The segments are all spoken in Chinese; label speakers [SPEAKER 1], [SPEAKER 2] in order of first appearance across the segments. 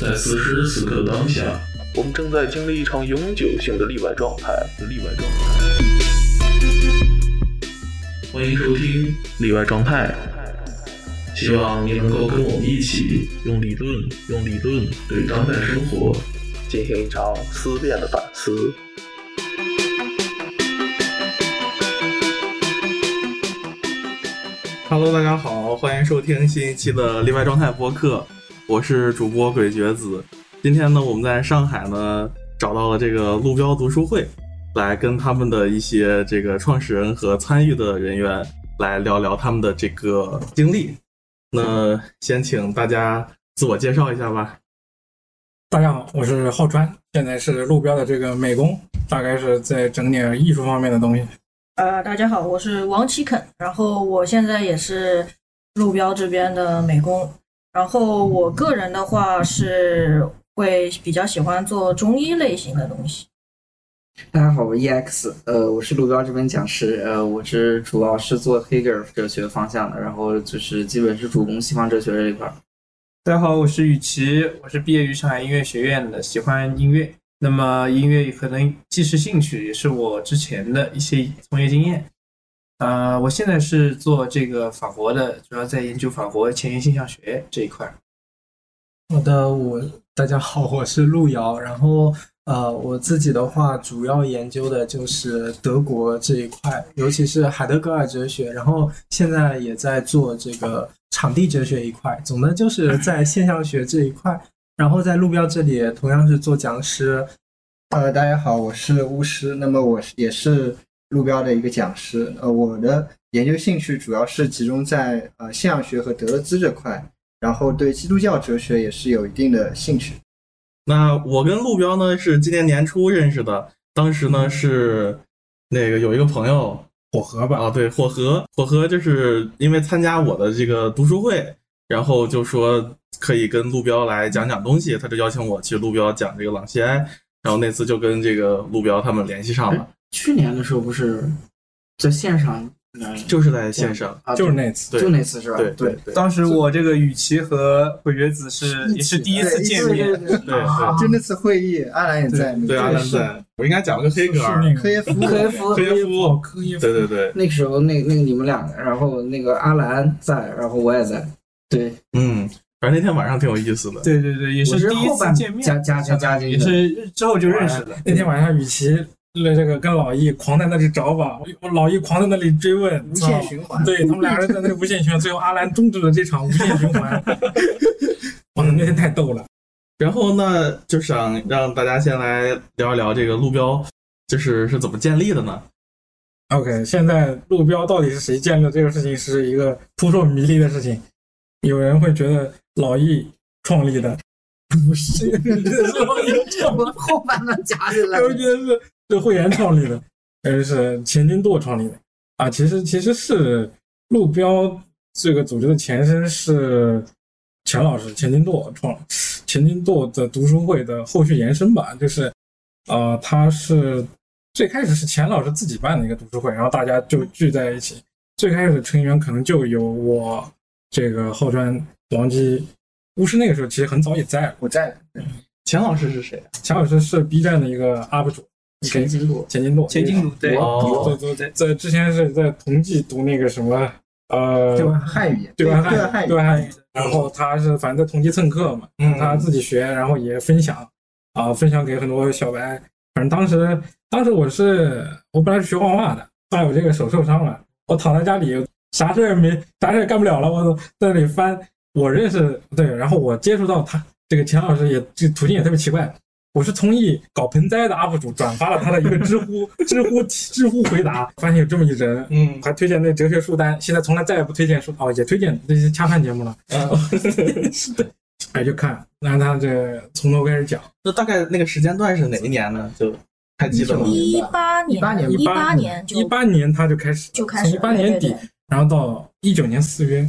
[SPEAKER 1] 在此时此刻当下，
[SPEAKER 2] 我们正在经历一场永久性的例外状态。例外状态，
[SPEAKER 1] 欢迎收听，
[SPEAKER 2] 例外状态，
[SPEAKER 1] 希望您能够跟我们一起
[SPEAKER 2] 用理论，用理论
[SPEAKER 1] 对当代生活
[SPEAKER 2] 进行一场思辨的反思。
[SPEAKER 3] Hello，大家好，欢迎收听新一期的例外状态播客，我是主播鬼觉子。今天呢，我们在上海呢找到了这个路标读书会，来跟他们的一些这个创始人和参与的人员来聊聊他们的这个经历。那先请大家自我介绍一下吧。
[SPEAKER 4] 大家好，我是浩川，现在是路标的这个美工，大概是在整点艺术方面的东西。
[SPEAKER 5] 呃，大家好，我是王启肯，然后我现在也是路标这边的美工，然后我个人的话是会比较喜欢做中医类型的东西。
[SPEAKER 6] 大家好，我 EX，呃，我是路标这边讲师，呃，我是主要是做黑格尔哲学方向的，然后就是基本是主攻西方哲学这一块儿。
[SPEAKER 7] 大家好，我是雨琦，我是毕业于上海音乐学院的，喜欢音乐。那么音乐可能既是兴趣，也是我之前的一些从业经验。啊、我现在是做这个法国的，主要在研究法国前沿现象学这一块。
[SPEAKER 8] 好的，我大家好，我是路遥。然后呃，我自己的话，主要研究的就是德国这一块，尤其是海德格尔哲学。然后现在也在做这个场地哲学一块。总的就是在现象学这一块。然后在路标这里同样是做讲师。
[SPEAKER 9] 呃，大家好，我是巫师，那么我是也是路标的一个讲师。呃，我的研究兴趣主要是集中在呃现象学和德勒兹这块，然后对基督教哲学也是有一定的兴趣。
[SPEAKER 3] 那我跟路标呢是今年年初认识的，当时呢是那个有一个朋友
[SPEAKER 8] 火河吧，
[SPEAKER 3] 啊，对，火河，火河就是因为参加我的这个读书会，然后就说可以跟路标来讲讲东西，他就邀请我去路标讲这个朗西埃，然后那次就跟这个路标他们联系上了，
[SPEAKER 6] 去年的时候不是在线上，呃
[SPEAKER 3] 就是在线上，
[SPEAKER 6] 啊
[SPEAKER 8] 就是那次。
[SPEAKER 3] 对
[SPEAKER 6] 就那次是吧？
[SPEAKER 3] 对对
[SPEAKER 6] 对
[SPEAKER 3] 对
[SPEAKER 7] 当时我这个雨琦和鬼月子是
[SPEAKER 8] 一起
[SPEAKER 7] 也是第一次见面，
[SPEAKER 6] 对对对
[SPEAKER 3] 对对
[SPEAKER 9] 就那次会议，阿兰也在，你
[SPEAKER 3] 对
[SPEAKER 9] 在
[SPEAKER 3] 阿兰
[SPEAKER 9] 啊是
[SPEAKER 3] 在，我应该讲了个黑格尔，
[SPEAKER 8] 是那
[SPEAKER 9] 科耶夫，
[SPEAKER 6] 科耶夫
[SPEAKER 3] 科耶夫，
[SPEAKER 8] 科耶
[SPEAKER 3] 对对对，
[SPEAKER 6] 那个时候那那个你们两个，然后那个阿兰在，然后我也在。对，
[SPEAKER 3] 嗯，反正那天晚上挺有意思的，
[SPEAKER 7] 对对对，也
[SPEAKER 6] 我
[SPEAKER 7] 是
[SPEAKER 6] 是
[SPEAKER 7] 第一
[SPEAKER 6] 后
[SPEAKER 7] 次
[SPEAKER 6] 半
[SPEAKER 7] 见面，
[SPEAKER 6] 加加加加进
[SPEAKER 7] 也
[SPEAKER 6] 去的。
[SPEAKER 7] 是之后就认识的。
[SPEAKER 8] 那天晚上，雨琦那这个跟老易狂在那里找吧，我老易狂在那里追问，
[SPEAKER 9] 无限循环。
[SPEAKER 8] 对他们俩人在那里无限循环，最后阿兰终止了这场无限循环。 哇，那天太逗了。
[SPEAKER 3] 然后呢，就想让大家先来聊一聊这个路标，就是是怎么建立的呢？
[SPEAKER 8] OK，现在路标到底是谁建的这个事情是一个扑朔迷离的事情。有人会觉得老易创立的，不 是，是老易创立
[SPEAKER 6] 我后半段加进
[SPEAKER 8] 的，
[SPEAKER 6] 来
[SPEAKER 8] 有人觉得是是会员创立的，而是钱金舵创立的啊。其实其实是路标这个组织的前身是钱老师钱金舵创钱金舵的读书会的后续延伸吧，就是呃，他是最开始是钱老师自己办的一个读书会，然后大家就聚在一起。最开始成员可能就有我这个浩川、王姬、巫师，那个时候其实很早也在了。
[SPEAKER 9] 我在，
[SPEAKER 3] 钱老师是谁？
[SPEAKER 8] 钱老师啊是 B 站的一个 UP 主，
[SPEAKER 6] 前进路，
[SPEAKER 8] 钱金舵。
[SPEAKER 7] 前进路对，
[SPEAKER 3] 哦，
[SPEAKER 8] 对对对，在之前是在同济读那个什么呃
[SPEAKER 9] 对吧？汉语，
[SPEAKER 8] 对
[SPEAKER 9] 吧？
[SPEAKER 8] 吧？
[SPEAKER 9] 对
[SPEAKER 8] 汉
[SPEAKER 9] 汉
[SPEAKER 8] 语
[SPEAKER 9] 语，
[SPEAKER 8] 对汉语。然后他是反正在同济蹭课嘛，
[SPEAKER 3] 嗯
[SPEAKER 8] 他自己学，然后也分享啊、分享给很多小白。反正当时当时我是我本来是学画画的，后来我这个手受伤了，我躺在家里啥事儿没啥事儿干不了了，我在那里翻。我认识对，然后我接触到他这个钱老师也这途径也特别奇怪。我是从一搞盆栽的 UP 主转发了他的一个知乎知乎知乎回答，发现有这么一人，
[SPEAKER 3] 嗯，
[SPEAKER 8] 还推荐那哲学书单，现在从来再也不推荐书哦，也推荐那些恰饭节目了。
[SPEAKER 9] 嗯
[SPEAKER 8] 是的，哎，就看，让他这从头开始讲。
[SPEAKER 3] 那大概那个时间段是哪一年呢？就还记得吗？
[SPEAKER 5] 一八年，
[SPEAKER 9] 18年
[SPEAKER 5] 一八年
[SPEAKER 8] 嗯
[SPEAKER 5] 就
[SPEAKER 8] 一八年他就开始，
[SPEAKER 5] 就开
[SPEAKER 8] 从
[SPEAKER 5] 始
[SPEAKER 8] 一八年底，
[SPEAKER 5] 对对对
[SPEAKER 8] 然后到一九年四月，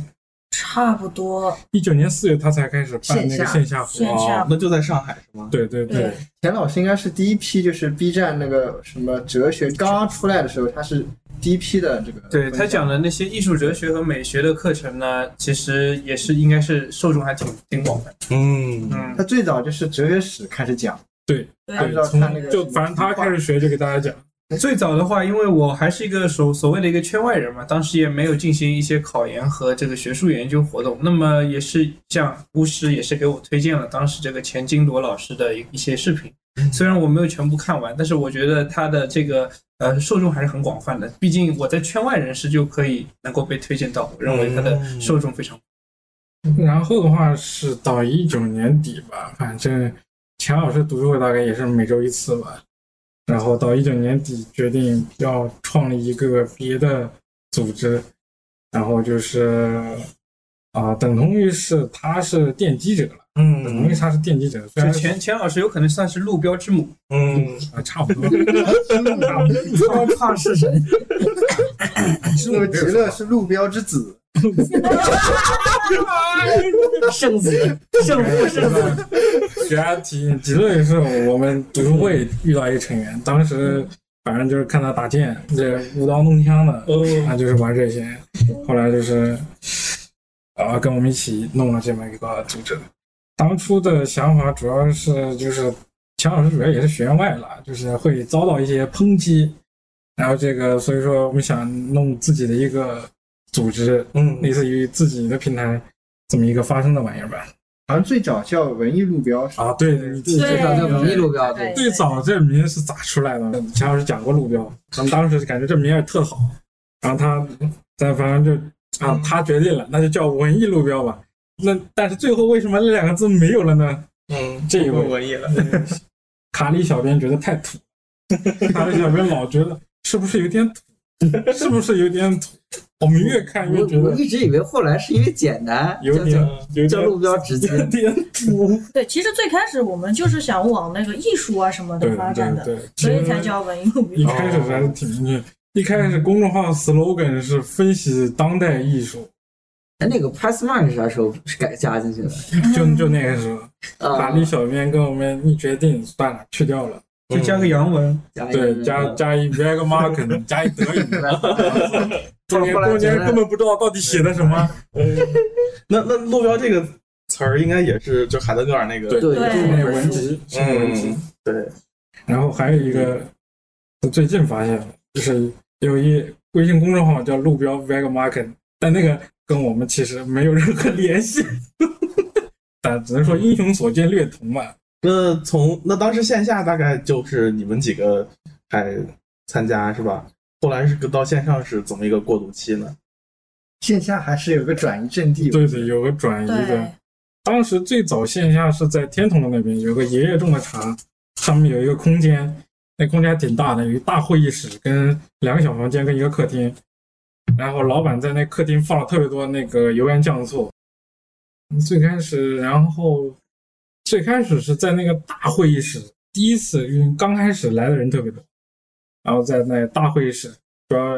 [SPEAKER 5] 差不多。
[SPEAKER 8] 一九年四月他才开始办那
[SPEAKER 9] 线
[SPEAKER 8] 个
[SPEAKER 9] 下
[SPEAKER 8] 线下活
[SPEAKER 5] 线
[SPEAKER 8] 动。
[SPEAKER 5] 下
[SPEAKER 3] 哦，那就在上海是吗？
[SPEAKER 8] 对对对，
[SPEAKER 5] 对
[SPEAKER 9] 钱老师应该是第一批，就是 B 站那个什么哲学刚刚出来的时候，他是第一批的这个分享。
[SPEAKER 7] 对他讲的那些艺术哲学和美学的课程呢，其实也是应该是受众还挺挺广泛的。
[SPEAKER 3] 嗯，
[SPEAKER 7] 嗯，
[SPEAKER 9] 他最早就是哲学史开始讲，
[SPEAKER 5] 对
[SPEAKER 9] 按
[SPEAKER 5] 啊，
[SPEAKER 9] 照
[SPEAKER 8] 从
[SPEAKER 9] 他那个
[SPEAKER 8] 就反正他开始学就给大家讲，
[SPEAKER 7] 最早的话，因为我还是一个所所谓的一个圈外人嘛，当时也没有进行一些考研和这个学术研究活动。那么也是像巫师也是给我推荐了当时这个钱金铎老师的一一些视频，虽然我没有全部看完，但是我觉得他的这个呃受众还是很广泛的。毕竟我在圈外人士就可以能够被推荐到，我认为他的
[SPEAKER 3] 嗯
[SPEAKER 7] 受众非常。
[SPEAKER 8] 然后的话是到一九年底吧，反正钱老师读书会大概也是每周一次吧。然后到一九年底决定要创立一个别的组织，然后就是啊、等同于是他是奠基者了，等同于
[SPEAKER 3] 嗯
[SPEAKER 8] 他是奠基者，虽
[SPEAKER 7] 就
[SPEAKER 8] 然
[SPEAKER 7] 钱钱老师有可能算是路标之母，
[SPEAKER 3] 嗯，
[SPEAKER 8] 啊差不多，
[SPEAKER 6] 超怕是神，
[SPEAKER 9] 那个极乐是路标之子，
[SPEAKER 6] 圣子，圣父圣子。
[SPEAKER 8] 学员提极乐也是我们读书会遇到一个成员，当时反正就是看他打剑，这舞刀弄枪 的，
[SPEAKER 7] 哦
[SPEAKER 8] 他就是玩这些。后来就是啊，跟我们一起弄了这么一个组织。当初的想法主要是就是钱老师主要也是学院外了，就是会遭到一些抨击，然后这个所以说我们想弄自己的一个组织，
[SPEAKER 3] 嗯
[SPEAKER 8] 类似于自己的平台这么一个发声的玩意儿吧。
[SPEAKER 9] 好像最早叫文艺路标，
[SPEAKER 8] 啊，对，你自己
[SPEAKER 5] 对
[SPEAKER 6] 最早叫文艺路标，
[SPEAKER 5] 对
[SPEAKER 6] 对，
[SPEAKER 8] 最早这名是咋出来的？钱老师讲过路标，咱们当时感觉这名也特好，然后他，咱反正就啊，他决定了，那就叫文艺路标吧。那但是最后为什么那两个字没有了呢？嗯，这一
[SPEAKER 7] 不
[SPEAKER 8] 位
[SPEAKER 7] 文艺了。
[SPEAKER 8] 卡利小编觉得太土，卡利小编老觉得是不是有点土，是不是有点土？我们越看越觉
[SPEAKER 6] 我我
[SPEAKER 8] 得
[SPEAKER 6] 一直以为后来是因为简单，
[SPEAKER 8] 有
[SPEAKER 6] 叫
[SPEAKER 8] 点
[SPEAKER 6] 叫
[SPEAKER 8] 有
[SPEAKER 6] 叫
[SPEAKER 8] 点
[SPEAKER 6] 路标直接。
[SPEAKER 8] 有点土，
[SPEAKER 5] 对，其实最开始我们就是想往那个艺术啊什么
[SPEAKER 8] 对
[SPEAKER 5] 的发展
[SPEAKER 8] 对
[SPEAKER 5] 的，
[SPEAKER 8] 对，
[SPEAKER 5] 所以才叫文艺路
[SPEAKER 8] 一
[SPEAKER 5] 标。
[SPEAKER 8] 开始还是挺明确。一开始公众号 slogan 是分析当代艺术，
[SPEAKER 6] 哎，那个 Press Mark 啥时候是改加进去的？
[SPEAKER 8] 就就那个时候，法
[SPEAKER 6] 啊，
[SPEAKER 8] 力小编跟我们一决定，算了，去掉了，
[SPEAKER 7] 就加个洋文，
[SPEAKER 6] 加一个
[SPEAKER 8] 对，加加一 v e g m a r k e 加一德语，中间
[SPEAKER 6] 后来
[SPEAKER 8] 中
[SPEAKER 6] 觉
[SPEAKER 8] 间
[SPEAKER 6] 得
[SPEAKER 8] 根本不知道到底写的什么，
[SPEAKER 3] 那那路标这个词儿应该也是就海德格尔那个
[SPEAKER 6] 对，
[SPEAKER 5] 对
[SPEAKER 6] 中
[SPEAKER 8] 那
[SPEAKER 6] 文
[SPEAKER 8] 文
[SPEAKER 6] 字
[SPEAKER 8] 集，是文集。
[SPEAKER 3] 嗯对
[SPEAKER 8] 然后还有一个，我最近发现了，就是有一微信公众号叫路标 v e g m a r k e t 但那个跟我们其实没有任何联系， 但只能说英雄所见略同吧。
[SPEAKER 3] 那从那当时线下大概就是你们几个还参加是吧？后来是到线上是怎么一个过渡期呢？
[SPEAKER 9] 线下还是有个转移阵地。
[SPEAKER 8] 对对，有个转移的。
[SPEAKER 5] 对，
[SPEAKER 8] 当时最早线下是在天童那边有个爷爷种的茶，上面有一个空间，那空间还挺大的，有一大会议室跟两个小房间跟一个客厅，然后老板在那客厅放了特别多那个油盐酱醋。最开始，然后最开始是在那个大会议室，第一次因为刚开始来的人特别多，然后在那大会议室主要，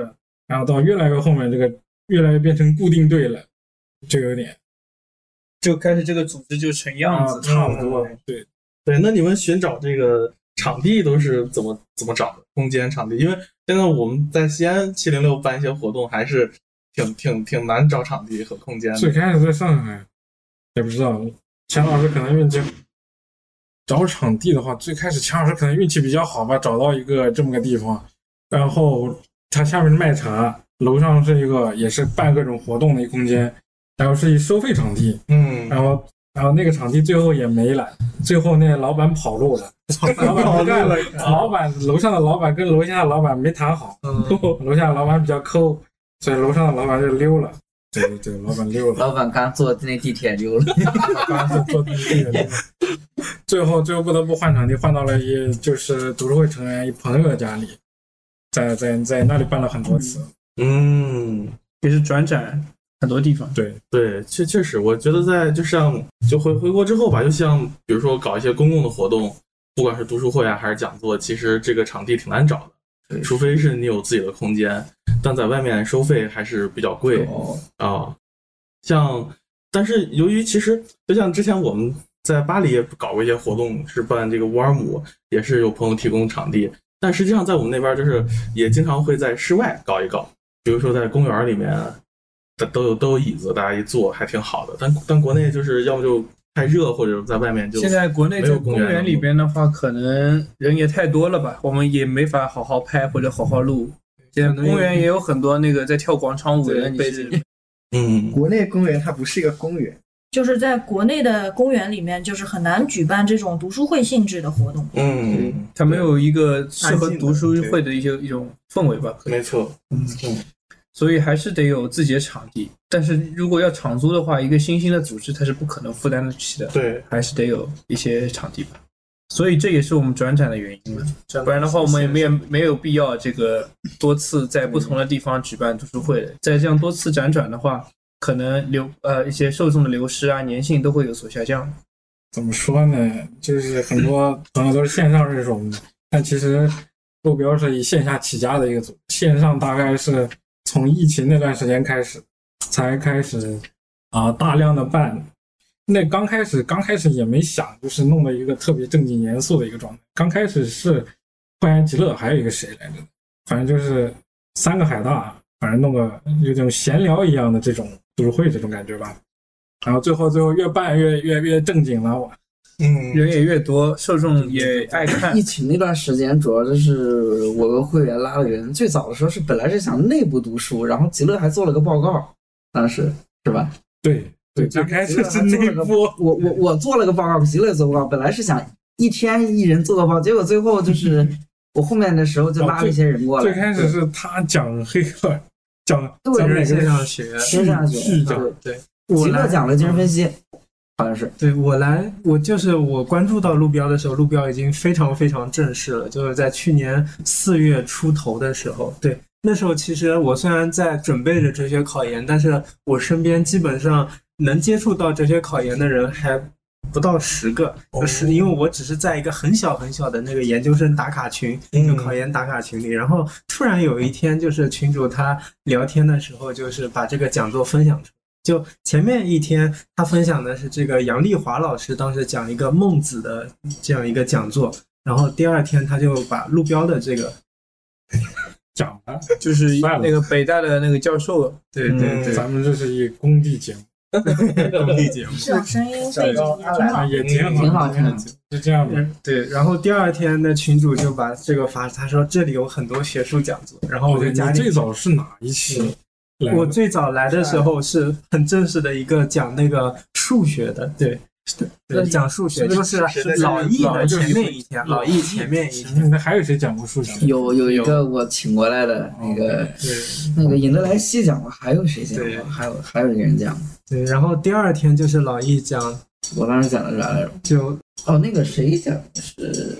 [SPEAKER 8] 然后到越来越后面这个越来越变成固定队了，就有点
[SPEAKER 7] 就开始这个组织就成样
[SPEAKER 8] 啊
[SPEAKER 3] 嗯
[SPEAKER 7] 子，
[SPEAKER 8] 差不多对。
[SPEAKER 3] 对，那你们寻找这个场地都是怎么怎么找的？空间场地，因为现在我们在西安七零六办一些活动，还是挺挺挺难找场地和空间
[SPEAKER 8] 最
[SPEAKER 3] 的。
[SPEAKER 8] 开始在上海，也不知道钱老师可能运气。找场地的话，最开始钱老师可能运气比较好吧，找到一个这么个地方，然后他下面是卖茶，楼上是一个也是办各种活动的一个空间，然后是一收费场地，
[SPEAKER 3] 嗯，
[SPEAKER 8] 然后然后那个场地最后也没了，最后那老板跑路了，老板不干了，老板楼上的老板跟楼下的老板没谈好， 楼下的老板比较抠，所以楼上的老板就溜了，对对对，老板溜了。
[SPEAKER 6] 老板刚坐那地铁溜了，
[SPEAKER 8] 刚是做地铁，最后最后不得不换场地，换到了一就是读书会成员一朋友的家里，在在在那里办了很多次。
[SPEAKER 3] 嗯，
[SPEAKER 7] 也是转展很多地方。
[SPEAKER 8] 对，
[SPEAKER 3] 对，确确实，我觉得在就像就回回国之后吧，就像比如说搞一些公共的活动，不管是读书会啊还是讲座，其实这个场地挺难找的，除非是你有自己的空间，但在外面收费还是比较贵啊、像，但是由于其实就像之前我们在巴黎也搞过一些活动，是办这个乌尔姆，也是有朋友提供场地，但实际上在我们那边就是也经常会在室外搞一搞，比如说在公园里面，都都有都有椅子，大家一坐还挺好的。但但国内就是要么就太热或者在外面就
[SPEAKER 7] 现在国内
[SPEAKER 3] 没
[SPEAKER 7] 在
[SPEAKER 3] 有公
[SPEAKER 7] 公
[SPEAKER 3] 园
[SPEAKER 7] 园里边的话，可能人也太多了吧，我们也没法好好拍或者好好录。现在公园也有很多那个在跳广场舞的，
[SPEAKER 6] 对
[SPEAKER 7] 你
[SPEAKER 6] 被
[SPEAKER 7] 是
[SPEAKER 3] 嗯
[SPEAKER 9] 国内公园它不是一个公园，
[SPEAKER 5] 就是在国内的公园里面，就是很难举办这种读书会性质的活动。
[SPEAKER 3] 嗯，
[SPEAKER 7] 它没有一个适合
[SPEAKER 3] 安静的
[SPEAKER 7] 读书会的一些一种氛围吧，可能
[SPEAKER 3] 没错，
[SPEAKER 7] 所以还是得有自己的场地。但是如果要场租的话，一个新兴的组织它是不可能负担得起的，
[SPEAKER 3] 对，
[SPEAKER 7] 还是得有一些场地吧。所以这也是我们转展的原因了，不嗯然的话我们也没有没有必要这个多次在不同的地方举办读书会的。再这样多次辗转的话，可能流呃一些受众的流失啊，粘性都会有所下降。
[SPEAKER 8] 怎么说呢？就是很多朋友都是线上认识我们的，但其实路标是以线下起家的一个组，线上大概是从疫情那段时间开始才开始啊、大量的办。那刚开始刚开始也没想，就是弄了一个特别正经严肃的一个状态。刚开始是欢然极乐，还有一个谁来着？反正就是三个海大，反正弄个有种闲聊一样的这种读书会这种感觉吧。然后最后最后越办越越越正经了，我
[SPEAKER 3] 嗯，
[SPEAKER 7] 人也越多，受众也爱看
[SPEAKER 6] 疫，情那段时间，主要就是我跟会员拉了人。最早的时候是本来是想内部读书，然后极乐还做了个报告，当时是吧？
[SPEAKER 8] 对对，最开始是内部，
[SPEAKER 6] 我我我做了个报告，极乐也做报告，本来是想一天一人做个报告，结果最后就是我后面的时候就拉了一些人过来。
[SPEAKER 8] 最开始是他讲黑客，讲
[SPEAKER 6] 对
[SPEAKER 8] 讲每个
[SPEAKER 10] 嗯
[SPEAKER 7] 线
[SPEAKER 8] 人
[SPEAKER 7] 上学。
[SPEAKER 6] 听下去，嗯
[SPEAKER 8] 是的
[SPEAKER 6] 对
[SPEAKER 7] 对，
[SPEAKER 6] 极乐讲了精神分析，好像是
[SPEAKER 10] 对我来，我就是我关注到路标的时候，路标已经非常非常正式了，就是在去年四月出头的时候，对。那时候其实我虽然在准备着哲学考研，但是我身边基本上能接触到哲学考研的人还不到十个，就是因为我只是在一个很小很小的那个研究生打卡群，就考研打卡群里，然后突然有一天就是群主他聊天的时候，就是把这个讲座分享出来。就前面一天，他分享的是这个杨丽华老师当时讲一个孟子的这样一个讲座，然后第二天他就把路标的这个，
[SPEAKER 8] 讲了，
[SPEAKER 7] 就是
[SPEAKER 8] 算了
[SPEAKER 7] 那个北大的那个教授，
[SPEAKER 10] 对对
[SPEAKER 3] 嗯
[SPEAKER 10] 对，
[SPEAKER 8] 咱们这是一工地节目，
[SPEAKER 10] 综艺节目。
[SPEAKER 5] 市场声音背景也挺好
[SPEAKER 8] 啊，也挺好，
[SPEAKER 6] 挺好听的。
[SPEAKER 8] 是这样的。
[SPEAKER 10] 嗯对，然后第二天那群主就把这个发，他说这里有很多学术讲座，然后我就
[SPEAKER 8] 你
[SPEAKER 10] 加进
[SPEAKER 8] 最
[SPEAKER 10] 去。
[SPEAKER 8] 早是哪一期？
[SPEAKER 6] 嗯
[SPEAKER 8] 来
[SPEAKER 10] 我最早来的时候是啊很正式的一个讲那个数学的，对，对，讲数学就是老易的前面一天，老易前面一天，
[SPEAKER 8] 那还有谁讲过数学？
[SPEAKER 6] 有有哦一个我请过来的那个那个尹德莱西讲过，还有谁讲
[SPEAKER 10] 对
[SPEAKER 6] 过？还有还有一个人讲过，
[SPEAKER 10] 对，然后第二天就是老易讲
[SPEAKER 6] 我当时讲的啥来着？
[SPEAKER 10] 就
[SPEAKER 6] 哦，那个谁讲的是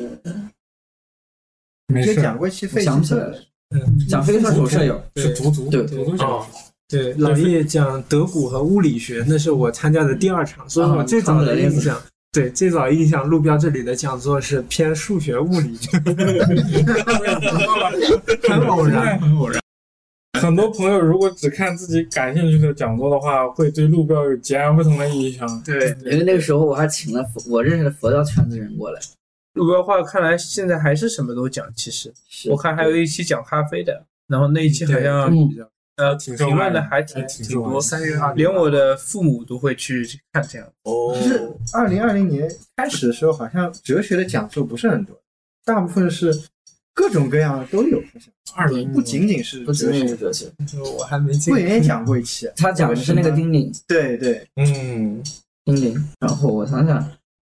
[SPEAKER 8] 没
[SPEAKER 9] 也
[SPEAKER 8] 事，
[SPEAKER 9] 讲过一期费
[SPEAKER 6] 想
[SPEAKER 9] 希
[SPEAKER 6] 不起来
[SPEAKER 9] 特
[SPEAKER 6] 了，
[SPEAKER 10] 嗯
[SPEAKER 6] 讲非射手舍友，
[SPEAKER 8] 是足足
[SPEAKER 6] 对
[SPEAKER 8] 足足
[SPEAKER 3] 哦
[SPEAKER 8] 讲。
[SPEAKER 10] 对，老叶讲德古和物理学，那是我参加的第二场，所以
[SPEAKER 7] 啊
[SPEAKER 10] 我最早的印象，对最早印象，路标这里的讲座是偏数学 物理，很偶然，很偶然。
[SPEAKER 8] 很多朋友如果只看自己感兴趣的讲座的话，会对路标有截然不同的印象。
[SPEAKER 7] 对，
[SPEAKER 6] 因为那个时候我还请了佛我认识的佛教圈子人过来，
[SPEAKER 7] 路标话看来现在还是什么都讲，其实我看还有一期讲咖啡的，然后那一期好像
[SPEAKER 6] 嗯
[SPEAKER 7] 比较呃
[SPEAKER 8] 挺受
[SPEAKER 7] 评论的
[SPEAKER 8] 欢迎
[SPEAKER 7] 还挺
[SPEAKER 8] 还挺
[SPEAKER 7] 挺
[SPEAKER 8] 受欢
[SPEAKER 7] 多
[SPEAKER 8] 迎，
[SPEAKER 7] 啊
[SPEAKER 10] 三月
[SPEAKER 6] 啊
[SPEAKER 10] 二
[SPEAKER 7] 连我的父母都会去看这样。
[SPEAKER 3] 哦
[SPEAKER 9] 就是二零二零年开始的时候，好像哲学的讲座不是很多，大部分是各种各样的都有，好像
[SPEAKER 8] 二零
[SPEAKER 9] 不仅仅是
[SPEAKER 6] 不仅
[SPEAKER 9] 哲
[SPEAKER 6] 仅
[SPEAKER 9] 学
[SPEAKER 6] 是。哲学，
[SPEAKER 10] 就我还没进
[SPEAKER 9] 魏，源也讲过一期，
[SPEAKER 6] 他讲的是那个丁玲，
[SPEAKER 9] 对对，
[SPEAKER 3] 嗯，
[SPEAKER 6] 丁玲。然后我想想，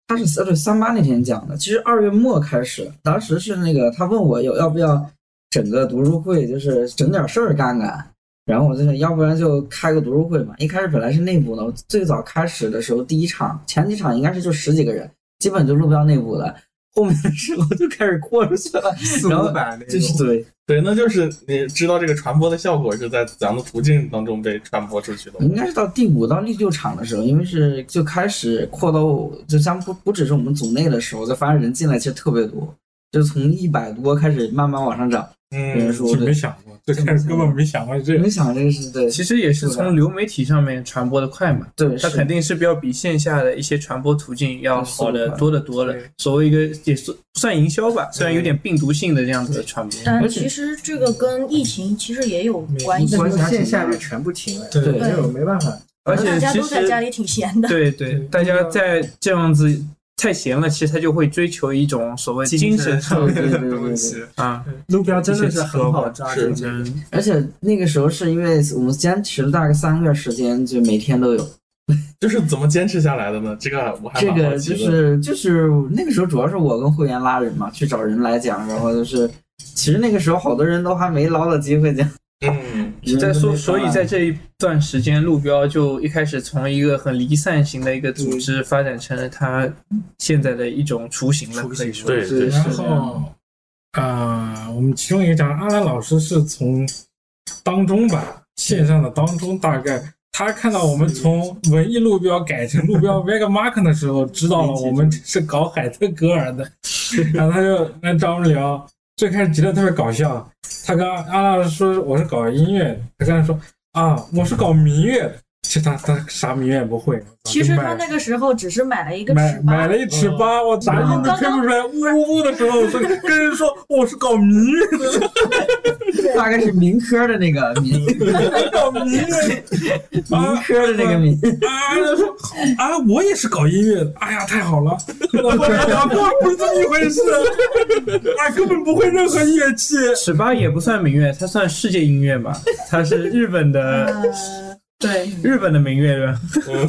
[SPEAKER 6] 他是呃对三八那天讲的，其实二月末开始，当时是那个他问我有要不要整个读书会，就是整点事儿干干。然后我就想，要不然就开个读书会嘛。一开始本来是内部的，我最早开始的时候，第一场前几场应该是就十几个人，基本就录不到内部的。后面的时候就开始扩出去了，
[SPEAKER 10] 四
[SPEAKER 6] 然后
[SPEAKER 10] 五百那
[SPEAKER 6] 就
[SPEAKER 10] 种
[SPEAKER 6] 是对，
[SPEAKER 3] 对，那就是你知道这个传播的效果是在怎样的途径当中被传播出去的吗？
[SPEAKER 6] 应该是到第五到第六场的时候，因为是就开始扩到，就像不不只是我们组内的时候，就发现人进来其实特别多，就从一百多开始慢慢往上涨。有人
[SPEAKER 3] 嗯，
[SPEAKER 6] 说
[SPEAKER 8] 是没
[SPEAKER 6] 对，
[SPEAKER 8] 想过，最开始根本没想过这
[SPEAKER 6] 没想到这个是对，
[SPEAKER 7] 其实也是从流媒体上面传播的快嘛，
[SPEAKER 6] 对
[SPEAKER 7] 它
[SPEAKER 6] 是
[SPEAKER 7] 肯定是要比线下的一些传播途径要好的多得多了
[SPEAKER 10] 对。
[SPEAKER 7] 所谓一个也算算营销吧，虽然有点病毒性的这样子的传播，
[SPEAKER 5] 但其实这个跟疫情其实也有关系。
[SPEAKER 9] 那时候线下就全部停了，
[SPEAKER 10] 对
[SPEAKER 6] 对
[SPEAKER 9] 没有没办法，
[SPEAKER 7] 而且
[SPEAKER 5] 大家
[SPEAKER 7] 其
[SPEAKER 5] 都在
[SPEAKER 7] 实
[SPEAKER 5] 家里挺闲的，
[SPEAKER 7] 对对，大家在这样子太闲了，其实他就会追求一种所谓精神上
[SPEAKER 6] 上面
[SPEAKER 10] 面
[SPEAKER 6] 的
[SPEAKER 10] 的
[SPEAKER 6] 东
[SPEAKER 10] 东
[SPEAKER 6] 西
[SPEAKER 10] 西
[SPEAKER 7] 啊，
[SPEAKER 10] 路标真的是很好
[SPEAKER 6] 嗯
[SPEAKER 10] 扎
[SPEAKER 3] 是
[SPEAKER 10] 中间人，
[SPEAKER 6] 而且那个时候是因为我们坚持了大概三个月时间，就每天都有。
[SPEAKER 3] 就是怎么坚持下来的呢？这个我还
[SPEAKER 6] 这
[SPEAKER 3] 蛮好
[SPEAKER 6] 个
[SPEAKER 3] 奇
[SPEAKER 6] 就
[SPEAKER 3] 的。
[SPEAKER 6] 是就是那个时候主要是我跟会员拉人嘛，去找人来讲，然后就是其实那个时候好多人都还没捞到机会讲。
[SPEAKER 3] 嗯，
[SPEAKER 7] 在所所以在这一段时间，路标就一开始从一个很离散型的一个组织发展成了它现在的一种雏形了，可以说。
[SPEAKER 3] 对对
[SPEAKER 8] 然后，啊，我们其中一个讲阿兰老师是从当中吧，线上的当中，大概他看到我们从文艺路标改成路 标 Vega Mark 的时候，知道了我们是搞海特格尔 的，然后他就来找我们聊。最开始觉得特别搞笑，他跟阿拉说我是搞音乐的，他跟他说啊我是搞民乐的，其实他他啥民乐也不会。
[SPEAKER 5] 其实他
[SPEAKER 8] 就卖
[SPEAKER 5] 那个时候只是买了一个
[SPEAKER 8] 买
[SPEAKER 5] 尺
[SPEAKER 8] 买
[SPEAKER 5] 八
[SPEAKER 8] 了，一尺八，我咋
[SPEAKER 5] 然后
[SPEAKER 8] 用都
[SPEAKER 5] 刚
[SPEAKER 8] 推
[SPEAKER 5] 刚
[SPEAKER 8] 不出来。呜呜的时候，我说跟人说我是搞民乐的，
[SPEAKER 6] 大概是民科的那个民
[SPEAKER 8] 搞民 乐的。
[SPEAKER 6] 民科的那个民，
[SPEAKER 8] 啊，他说啊，我也是搞音乐的。哎呀，太好了，我们俩根本不是这么一回事，啊，根本不会任何乐器。
[SPEAKER 7] 尺八也不算民乐，它算世界音乐吧？它是日本的
[SPEAKER 5] 呃，对，
[SPEAKER 7] 日本的民乐对 吧？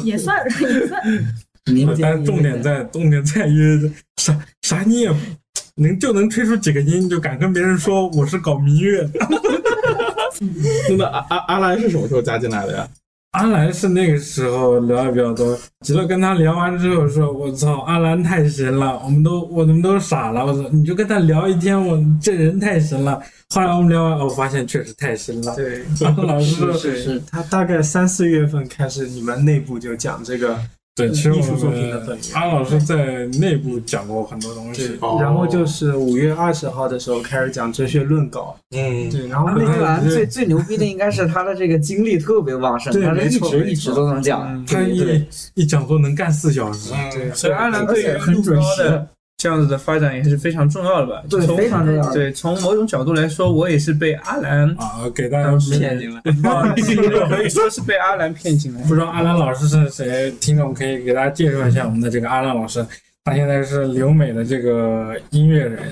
[SPEAKER 5] 也算也算，
[SPEAKER 6] 民
[SPEAKER 8] 但是
[SPEAKER 6] 间
[SPEAKER 8] 重点在重点在于啥啥你也能就能吹出几个音，就敢跟别人说我是搞民乐的。
[SPEAKER 3] 那么阿阿阿兰是什么时候加进来的呀？
[SPEAKER 8] 阿兰是那个时候聊的比较多，极乐跟他聊完之后说：“我操，阿兰太神了，我们都我们都傻了。”我操，你就跟他聊一天，我这人太神了。后来我们聊完，我发现确实太神 了。
[SPEAKER 10] 对，
[SPEAKER 8] 然后老师说
[SPEAKER 10] 是
[SPEAKER 6] 是
[SPEAKER 10] 他大概三四月份开始，你们内部就讲这个，：“
[SPEAKER 8] 对，其实
[SPEAKER 10] 艺术
[SPEAKER 8] 我
[SPEAKER 10] 作品的本
[SPEAKER 8] 们
[SPEAKER 10] 源
[SPEAKER 8] 阿老师在内部讲过很多东
[SPEAKER 10] 对
[SPEAKER 8] 西，，
[SPEAKER 3] 哦
[SPEAKER 10] 然后就是五月二十号的时候开始讲哲学论稿，
[SPEAKER 3] 嗯，
[SPEAKER 10] 对，然后那
[SPEAKER 6] 阿
[SPEAKER 10] 个
[SPEAKER 6] 啊兰最最牛逼的应该是他的这个精力特别旺盛，
[SPEAKER 10] 对
[SPEAKER 6] 他是
[SPEAKER 10] 没
[SPEAKER 6] 一
[SPEAKER 10] 错
[SPEAKER 6] 直
[SPEAKER 10] 没
[SPEAKER 6] 一直
[SPEAKER 10] 错
[SPEAKER 6] 都能讲
[SPEAKER 10] 嗯。
[SPEAKER 8] 他
[SPEAKER 6] 对
[SPEAKER 8] 一
[SPEAKER 6] 对，
[SPEAKER 8] 一讲座能干四小时。
[SPEAKER 3] 嗯
[SPEAKER 10] 对，
[SPEAKER 7] 所以阿兰
[SPEAKER 6] 而
[SPEAKER 7] 对于
[SPEAKER 6] 且很
[SPEAKER 7] 路
[SPEAKER 6] 准
[SPEAKER 7] 标
[SPEAKER 6] 时
[SPEAKER 7] 的这样子的发展也是非常重要的吧？
[SPEAKER 6] 对
[SPEAKER 7] 从
[SPEAKER 6] 非常重要
[SPEAKER 7] 对，从某种角度来说，我也是被阿兰
[SPEAKER 8] 啊，给大家
[SPEAKER 7] 当时骗进来， 可以哦说是被阿兰骗进来。
[SPEAKER 8] 不知道阿兰老师是谁，听众可以给大家介绍一下我们的这个阿兰老师。他现在是留美的这个音乐人，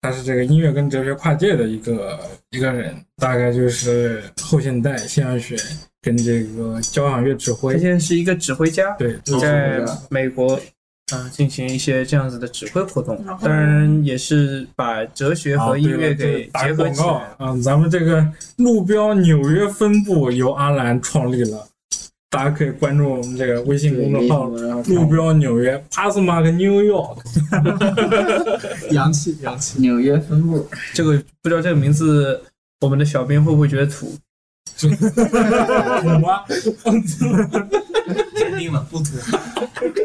[SPEAKER 8] 他是这个音乐跟哲学跨界的一个一个人，大概就是后现代现象学跟这个交响乐指
[SPEAKER 7] 他
[SPEAKER 8] 挥
[SPEAKER 7] 现。在是一个指挥家，
[SPEAKER 8] 对，
[SPEAKER 7] 在美国啊、进行一些这样子的指挥活动
[SPEAKER 5] 然，后
[SPEAKER 7] 当然也是把哲学
[SPEAKER 8] 啊
[SPEAKER 7] 和
[SPEAKER 8] 对
[SPEAKER 7] 音
[SPEAKER 8] 了
[SPEAKER 7] 乐
[SPEAKER 8] 对
[SPEAKER 7] 给
[SPEAKER 8] 打
[SPEAKER 7] 结
[SPEAKER 8] 个
[SPEAKER 7] 合
[SPEAKER 8] 广
[SPEAKER 7] 起
[SPEAKER 8] 告
[SPEAKER 7] 来。
[SPEAKER 8] 啊，咱们这个路标纽约分部由阿兰创立了，大家可以关注我们这个微信公众号
[SPEAKER 6] 然后
[SPEAKER 8] “路标纽约 ”（Passmark New York）。
[SPEAKER 10] 洋气洋气。
[SPEAKER 6] 纽约分部，
[SPEAKER 7] 这个不知道这个名字，我们的小编会不会觉得土？
[SPEAKER 8] 好吧，
[SPEAKER 11] 坚定了不土。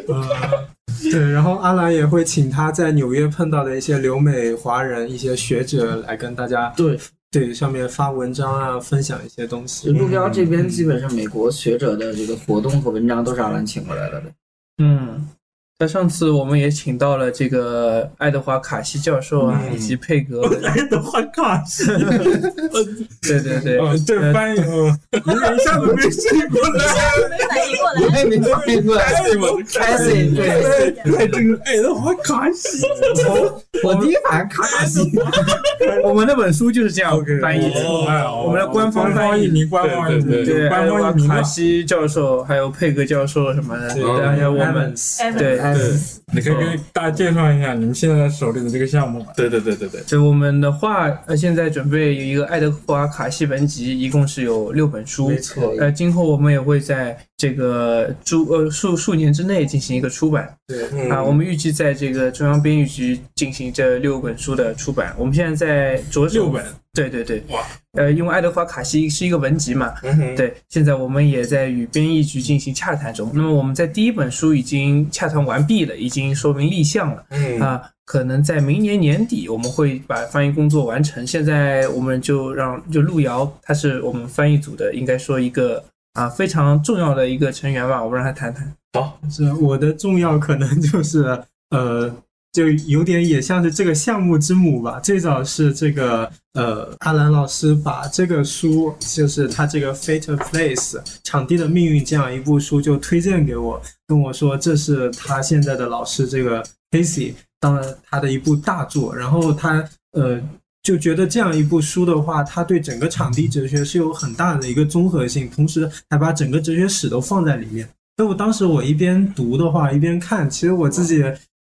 [SPEAKER 10] 呃对，然后阿兰也会请他在纽约碰到的一些留美华人、一些学者来跟大家
[SPEAKER 6] 对
[SPEAKER 10] 对上面发文章啊，分享一些东
[SPEAKER 6] 就
[SPEAKER 10] 西。
[SPEAKER 6] 路标这边基本上美国学者的这个活动和文章都是阿兰请过来的呗。
[SPEAKER 7] 嗯，那上次我们也请到了这个爱德华卡西教授啊，以及佩格，
[SPEAKER 8] 爱德华卡 西，
[SPEAKER 7] 对对对，
[SPEAKER 8] 呃，
[SPEAKER 3] 嗯
[SPEAKER 8] 这翻译，呃一下子没睡过来，
[SPEAKER 5] 没反应过来。
[SPEAKER 6] 哎，没错，没错， 开心， 对，
[SPEAKER 8] 对，这个爱德华卡西，
[SPEAKER 6] 我第一反应卡西，
[SPEAKER 7] 我们那本书就是这样
[SPEAKER 8] OK，
[SPEAKER 7] 翻译的。
[SPEAKER 8] 哎
[SPEAKER 7] 我
[SPEAKER 4] 哦
[SPEAKER 7] 们的官方
[SPEAKER 8] 官方
[SPEAKER 7] 翻译
[SPEAKER 8] 译名，官方译
[SPEAKER 3] 对对
[SPEAKER 8] 名，
[SPEAKER 7] 对，
[SPEAKER 8] 官
[SPEAKER 7] 爱德华
[SPEAKER 8] 方译名
[SPEAKER 7] 卡
[SPEAKER 8] 啊，
[SPEAKER 7] 西教授，还有佩格教授什么的，
[SPEAKER 10] 对
[SPEAKER 7] 还有我们
[SPEAKER 10] Evans
[SPEAKER 7] 对
[SPEAKER 6] 哎，
[SPEAKER 8] 你可以给大家介绍一下你们现在手里的这个项目吧。
[SPEAKER 3] 对对对对对，
[SPEAKER 7] 对我们的话，呃，现在准备有一个爱德华卡西文集，一共是有六本书。
[SPEAKER 6] 错
[SPEAKER 7] 呃，今后我们也会在这个诸呃数数年之内进行一个出版。
[SPEAKER 3] 嗯
[SPEAKER 7] 啊，我们预计在这个中央编译局进行这六本书的出版。我们现在在着手
[SPEAKER 8] 六本，
[SPEAKER 7] 对对对，
[SPEAKER 8] 哇，
[SPEAKER 7] 呃，因为爱德华卡西是一个文集嘛，
[SPEAKER 3] 嗯哼，
[SPEAKER 7] 对，现在我们也在与编译局进行洽谈中。那么我们在第一本书已经洽谈完毕了，已经说明立项了。
[SPEAKER 3] 嗯
[SPEAKER 7] 啊、可能在明年年底我们会把翻译工作完成。现在我们就让就路遥，他是我们翻译组的，应该说一个啊、非常重要的一个成员吧，我们让他谈谈。
[SPEAKER 10] 是我的重要可能就是呃，就有点也像是这个项目之母吧。最早是这个呃，阿兰老师把这个书，就是他这个《Fate of Place》场地的命运这样一部书就推荐给我，跟我说这是他现在的老师这个 Casey 当然他的一部大作。然后他呃就觉得这样一部书的话，它对整个场地哲学是有很大的一个综合性，同时还把整个哲学史都放在里面。所以我当时我一边读的话，一边看，其实我自己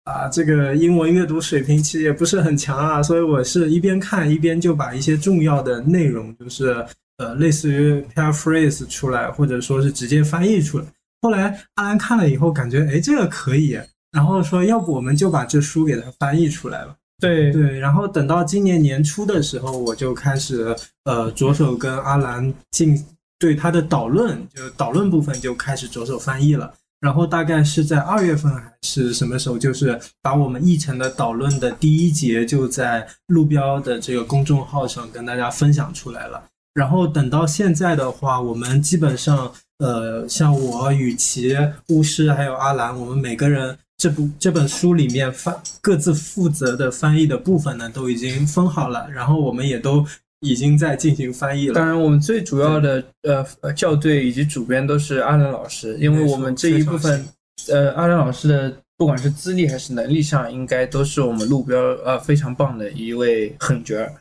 [SPEAKER 10] 啊，这个英文阅读水平其实也不是很强啊，所以我是一边看一边就把一些重要的内容，就是呃，类似于 paraphrase 出来，或者说是直接翻译出来。后来阿兰看了以后，感觉哎，这个可以，然后说要不我们就把这书给它翻译出来吧。
[SPEAKER 7] 对
[SPEAKER 10] 对，然后等到今年年初的时候，我就开始呃着手跟阿兰进对他的导论，就导论部分就开始着手翻译了。然后大概是在二月份还是什么时候，就是把我们译成的导论的第一节就在路标的这个公众号上跟大家分享出来了。然后等到现在的话，我们基本上呃，像我、雨琦、巫师还有阿兰，我们每个人这部这本书里面翻各自负责的翻译的部分呢，都已经分好了，然后我们也都已经在进行翻译了。
[SPEAKER 7] 当然，我们最主要的呃呃校对以及主编都是阿兰老师，因为我们这一部分呃阿兰老师的不管是资历还是能力上，应该都是我们路标呃非常棒的一位狠角儿。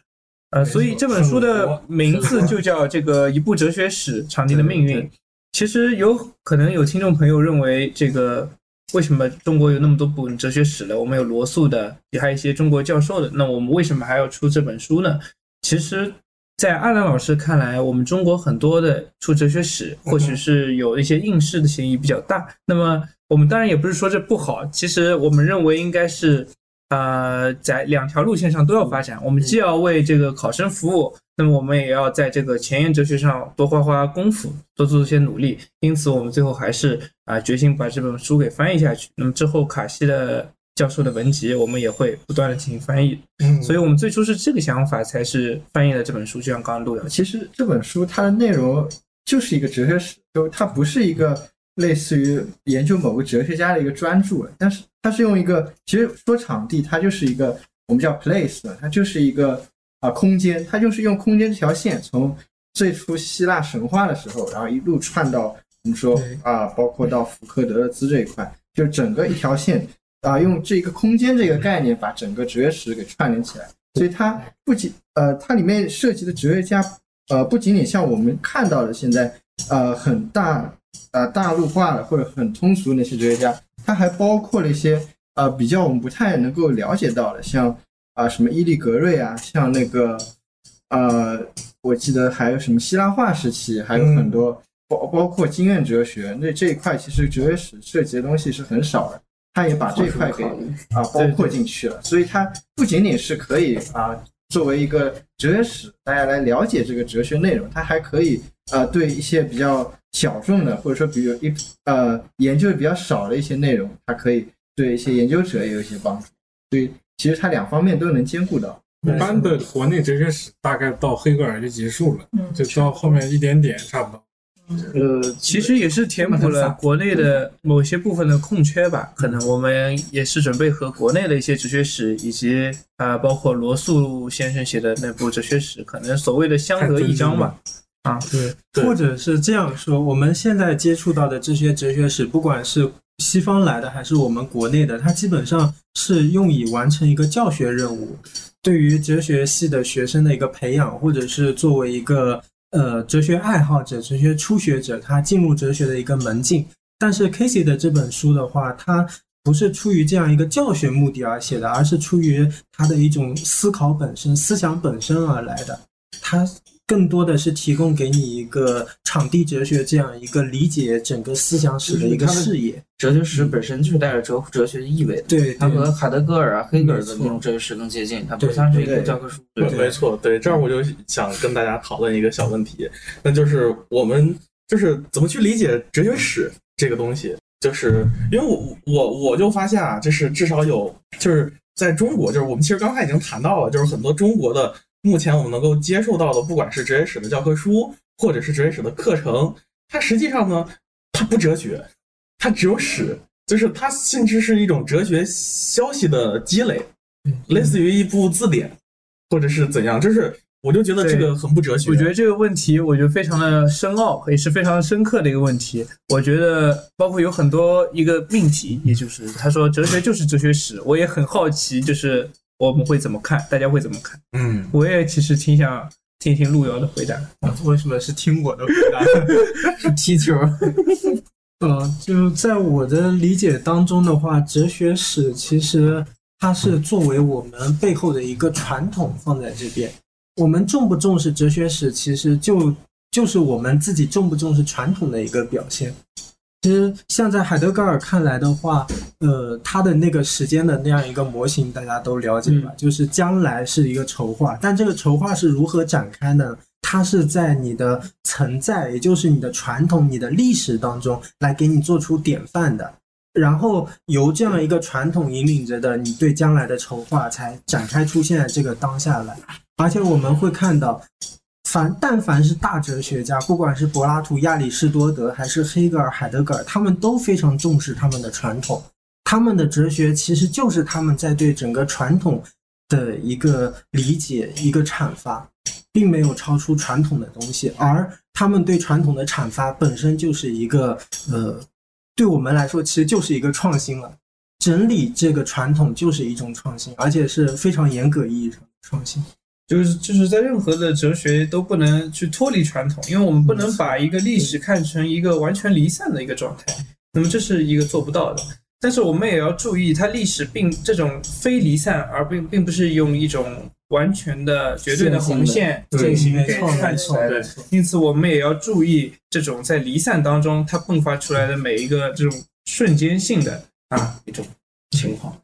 [SPEAKER 7] 呃，所以这本书的 名字就叫这个《一部哲学史：场地的命运》。其实有可能有听众朋友认为，这个为什么中国有那么多本哲学史了？我们有罗素的，也还有一些中国教授的，那我们为什么还要出这本书呢？其实，在阿兰老师看来，我们中国很多的出哲学史，或许是有一些应试的嫌疑比较大。那么，我们当然也不是说这不好，其实我们认为应该是。呃，在两条路线上都要发展。我们既要为这个考生服务，那么我们也要在这个前沿哲学上多花花功夫，多做一些努力。因此，我们最后还是啊、决心把这本书给翻译下去。那么之后，卡西的教授的文集，我们也会不断的进行翻译。
[SPEAKER 10] 嗯
[SPEAKER 7] 所以我们最初是这个想法，才是翻译了这本书。就像刚刚陆阳
[SPEAKER 9] 其实这本书它的内容就是一个哲学史，就它不是一个类似于研究某个哲学家的一个专著，但是它是用一个，其实说场地，它就是一个我们叫 place，它就是一个啊、空间，它就是用空间这条线从最初希腊神话的时候，然后一路串到我们说啊，包括到福柯德勒兹这一块，就整个一条线啊，用这个空间这个概念把整个哲学史给串联起来。所以它不仅呃，它里面涉及的哲学家呃，不仅仅像我们看到的现在呃很大呃大陆化的或者很通俗的那些哲学家，它还包括了一些呃比较我们不太能够了解到的，像啊、什么伊利格瑞啊，像那个呃，我记得还有什么希腊化时期，还有很多包、包括经验哲学，那这一块其实哲学史涉及的东西是很少的，他也把这一块给啊、包括进去了，所以它不仅仅是可以啊、作为一个哲学史，大家来了解这个哲学内容，它还可以呃对一些比较小众的，或者说比如一呃研究的比较少的一些内容，它可以对一些研究者也有一些帮助，所以其实它两方面都能兼顾到。
[SPEAKER 4] 一般的国内哲学史大概到黑格尔就结束了，
[SPEAKER 7] 嗯
[SPEAKER 4] 就到后面一点点差不多。
[SPEAKER 7] 呃，其实也是填补了国内的某些部分的空缺吧。可能我们也是准备和国内的一些哲学史，以及啊、呃包括罗素先生写的那部哲学史，可能所谓的相得益彰吧。啊，
[SPEAKER 10] 对，或者是这样说，我们现在接触到的这些哲学史，不管是西方来的还是我们国内的，它基本上是用以完成一个教学任务，对于哲学系的学生的一个培养，或者是作为一个呃哲学爱好者、哲学初学者，他进入哲学的一个门径。但是 Casey 的这本书的话，它不是出于这样一个教学目的而写的，而是出于他的一种思考本身、思想本身而来的。它更多的是提供给你一个场地哲学这样一个理解整个思想史的一个视野。
[SPEAKER 6] 哲学史本身就是带着哲哲学的意味的，
[SPEAKER 10] 对
[SPEAKER 6] 它和海德格尔啊、黑格尔的
[SPEAKER 3] 没错
[SPEAKER 6] 那种哲学史更接近，它不
[SPEAKER 3] 对
[SPEAKER 6] 像是一
[SPEAKER 3] 对
[SPEAKER 6] 个教科书。
[SPEAKER 3] 对，没错，对，这儿我就想跟大家讨论一个小问题，那就是我们就是怎么去理解哲学史这个东西，就是因为我我我就发现啊，就是至少有就是在中国，就是我们其实刚才已经谈到了，就是很多中国的目前我们能够接触到的，不管是哲学史的教科书，或者是哲学史的课程，它实际上呢，它不哲学，它只有史，就是它甚至是一种哲学消息的积累，类似于一部字典，或者是怎样，就是我就觉得这个很不哲学。
[SPEAKER 7] 我觉得这个问题，我觉得非常的深奥，也是非常深刻的一个问题。我觉得包括有很多一个命题，也就是他说哲学就是哲学史，我也很好奇，就是我们会怎么看，大家会怎么看？
[SPEAKER 3] 嗯，
[SPEAKER 7] 我也其实挺想听一听路遥的回答。
[SPEAKER 10] 啊为什么是听我的回 答？是踢球。呃，就在我的理解当中的话，哲学史其实它是作为我们背后的一个传统放在这边。我们重不重视哲学史，其实就就是我们自己重不重视传统的一个表现。其实，像在海德格尔看来的话，呃，他的那个时间的那样一个模型，大家都了解吧？就是将来是一个筹划，但这个筹划是如何展开呢？它是在你的存在，也就是你的传统、你的历史当中来给你做出典范的，然后由这样一个传统引领着的你对将来的筹划，才展开出现在这个当下来。而且我们会看到，凡但凡是大哲学家，不管是柏拉图、亚里士多德，还是黑格尔、海德格尔，他们都非常重视他们的传统。他们的哲学其实就是他们在对整个传统的一个理解、一个阐发，并没有超出传统的东西。而他们对传统的阐发本身就是一个呃，对我们来说其实就是一个创新了。整理这个传统就是一种创新，而且是非常严格意义上的创新。
[SPEAKER 7] 就是就是在任何的哲学都不能去脱离传统，因为我们不能把一个历史看成一个完全离散的一个状态，那么这是一个做不到的。但是我们也要注意，它历史并这种非离散，而并并不是用一种完全的绝对的红线
[SPEAKER 10] 对
[SPEAKER 3] 嗯
[SPEAKER 10] 没
[SPEAKER 7] 对
[SPEAKER 10] 错
[SPEAKER 7] 看
[SPEAKER 10] 没
[SPEAKER 7] 起
[SPEAKER 10] 错
[SPEAKER 7] 来
[SPEAKER 10] 没
[SPEAKER 7] 的。
[SPEAKER 10] 错。
[SPEAKER 7] 因此，我们也要注意这种在离散当中它迸发出来的每一个这种瞬间性的啊一种情况。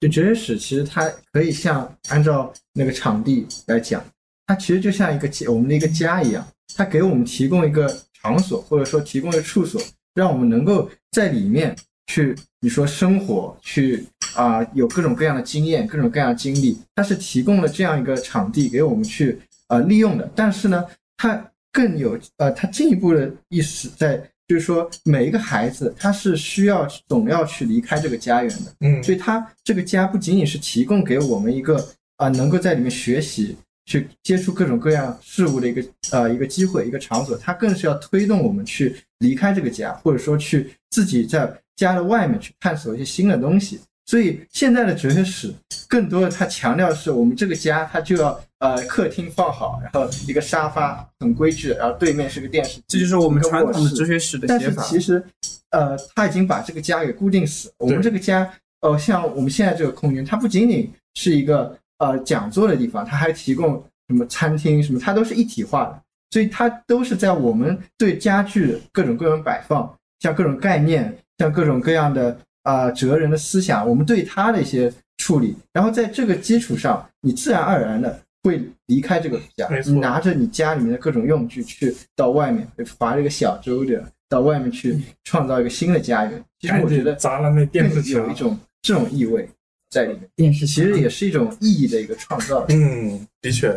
[SPEAKER 9] 就哲学史其实它可以像按照那个场地来讲，它其实就像一个家我们的一个家一样，它给我们提供一个场所，或者说提供一个处所，让我们能够在里面去你说生活，去啊、有各种各样的经验，各种各样的经历，它是提供了这样一个场地给我们去呃利用的。但是呢，它更有呃，它进一步的意识在就是说每一个孩子他是需要总要去离开这个家园的。
[SPEAKER 3] 嗯
[SPEAKER 9] 所以它这个家不仅仅是提供给我们一个啊、能够在里面学习、去接触各种各样事物的一个呃一个机会、一个场所，它更是要推动我们去离开这个家，或者说去自己在家的外面去探索一些新的东西。所以现在的哲学史更多的它强调是我们这个家，它就要呃客厅放好，然后一个沙发很规矩，然后对面是个电视机，
[SPEAKER 7] 这就是我们
[SPEAKER 9] 一个
[SPEAKER 7] 传
[SPEAKER 9] 卧
[SPEAKER 7] 统的
[SPEAKER 9] 室
[SPEAKER 7] 哲学史的
[SPEAKER 9] 但
[SPEAKER 7] 写
[SPEAKER 9] 是
[SPEAKER 7] 法。
[SPEAKER 9] 其实，呃，他已经把这个家给固定死了。我们这个家，呃，像我们现在这个空间，它不仅仅是一个呃讲座的地方，它还提供什么餐厅什么，它都是一体化的。所以它都是在我们对家具的各种各样的摆放，像各种概念，像各种各样的啊、呃哲人的思想，我们对它的一些处理，然后在这个基础上，你自然而然的会离开这个家
[SPEAKER 3] 没，错
[SPEAKER 9] 你拿着你家里面的各种用具去到外面划这个小舟的，到外面去创造一个新的家园。其实我觉得
[SPEAKER 8] 砸了那电视啊
[SPEAKER 9] 更
[SPEAKER 8] 墙
[SPEAKER 9] 有一种这种意味在里面，
[SPEAKER 6] 电视
[SPEAKER 9] 其实也是一种意义的一个创造。
[SPEAKER 3] 嗯，的确，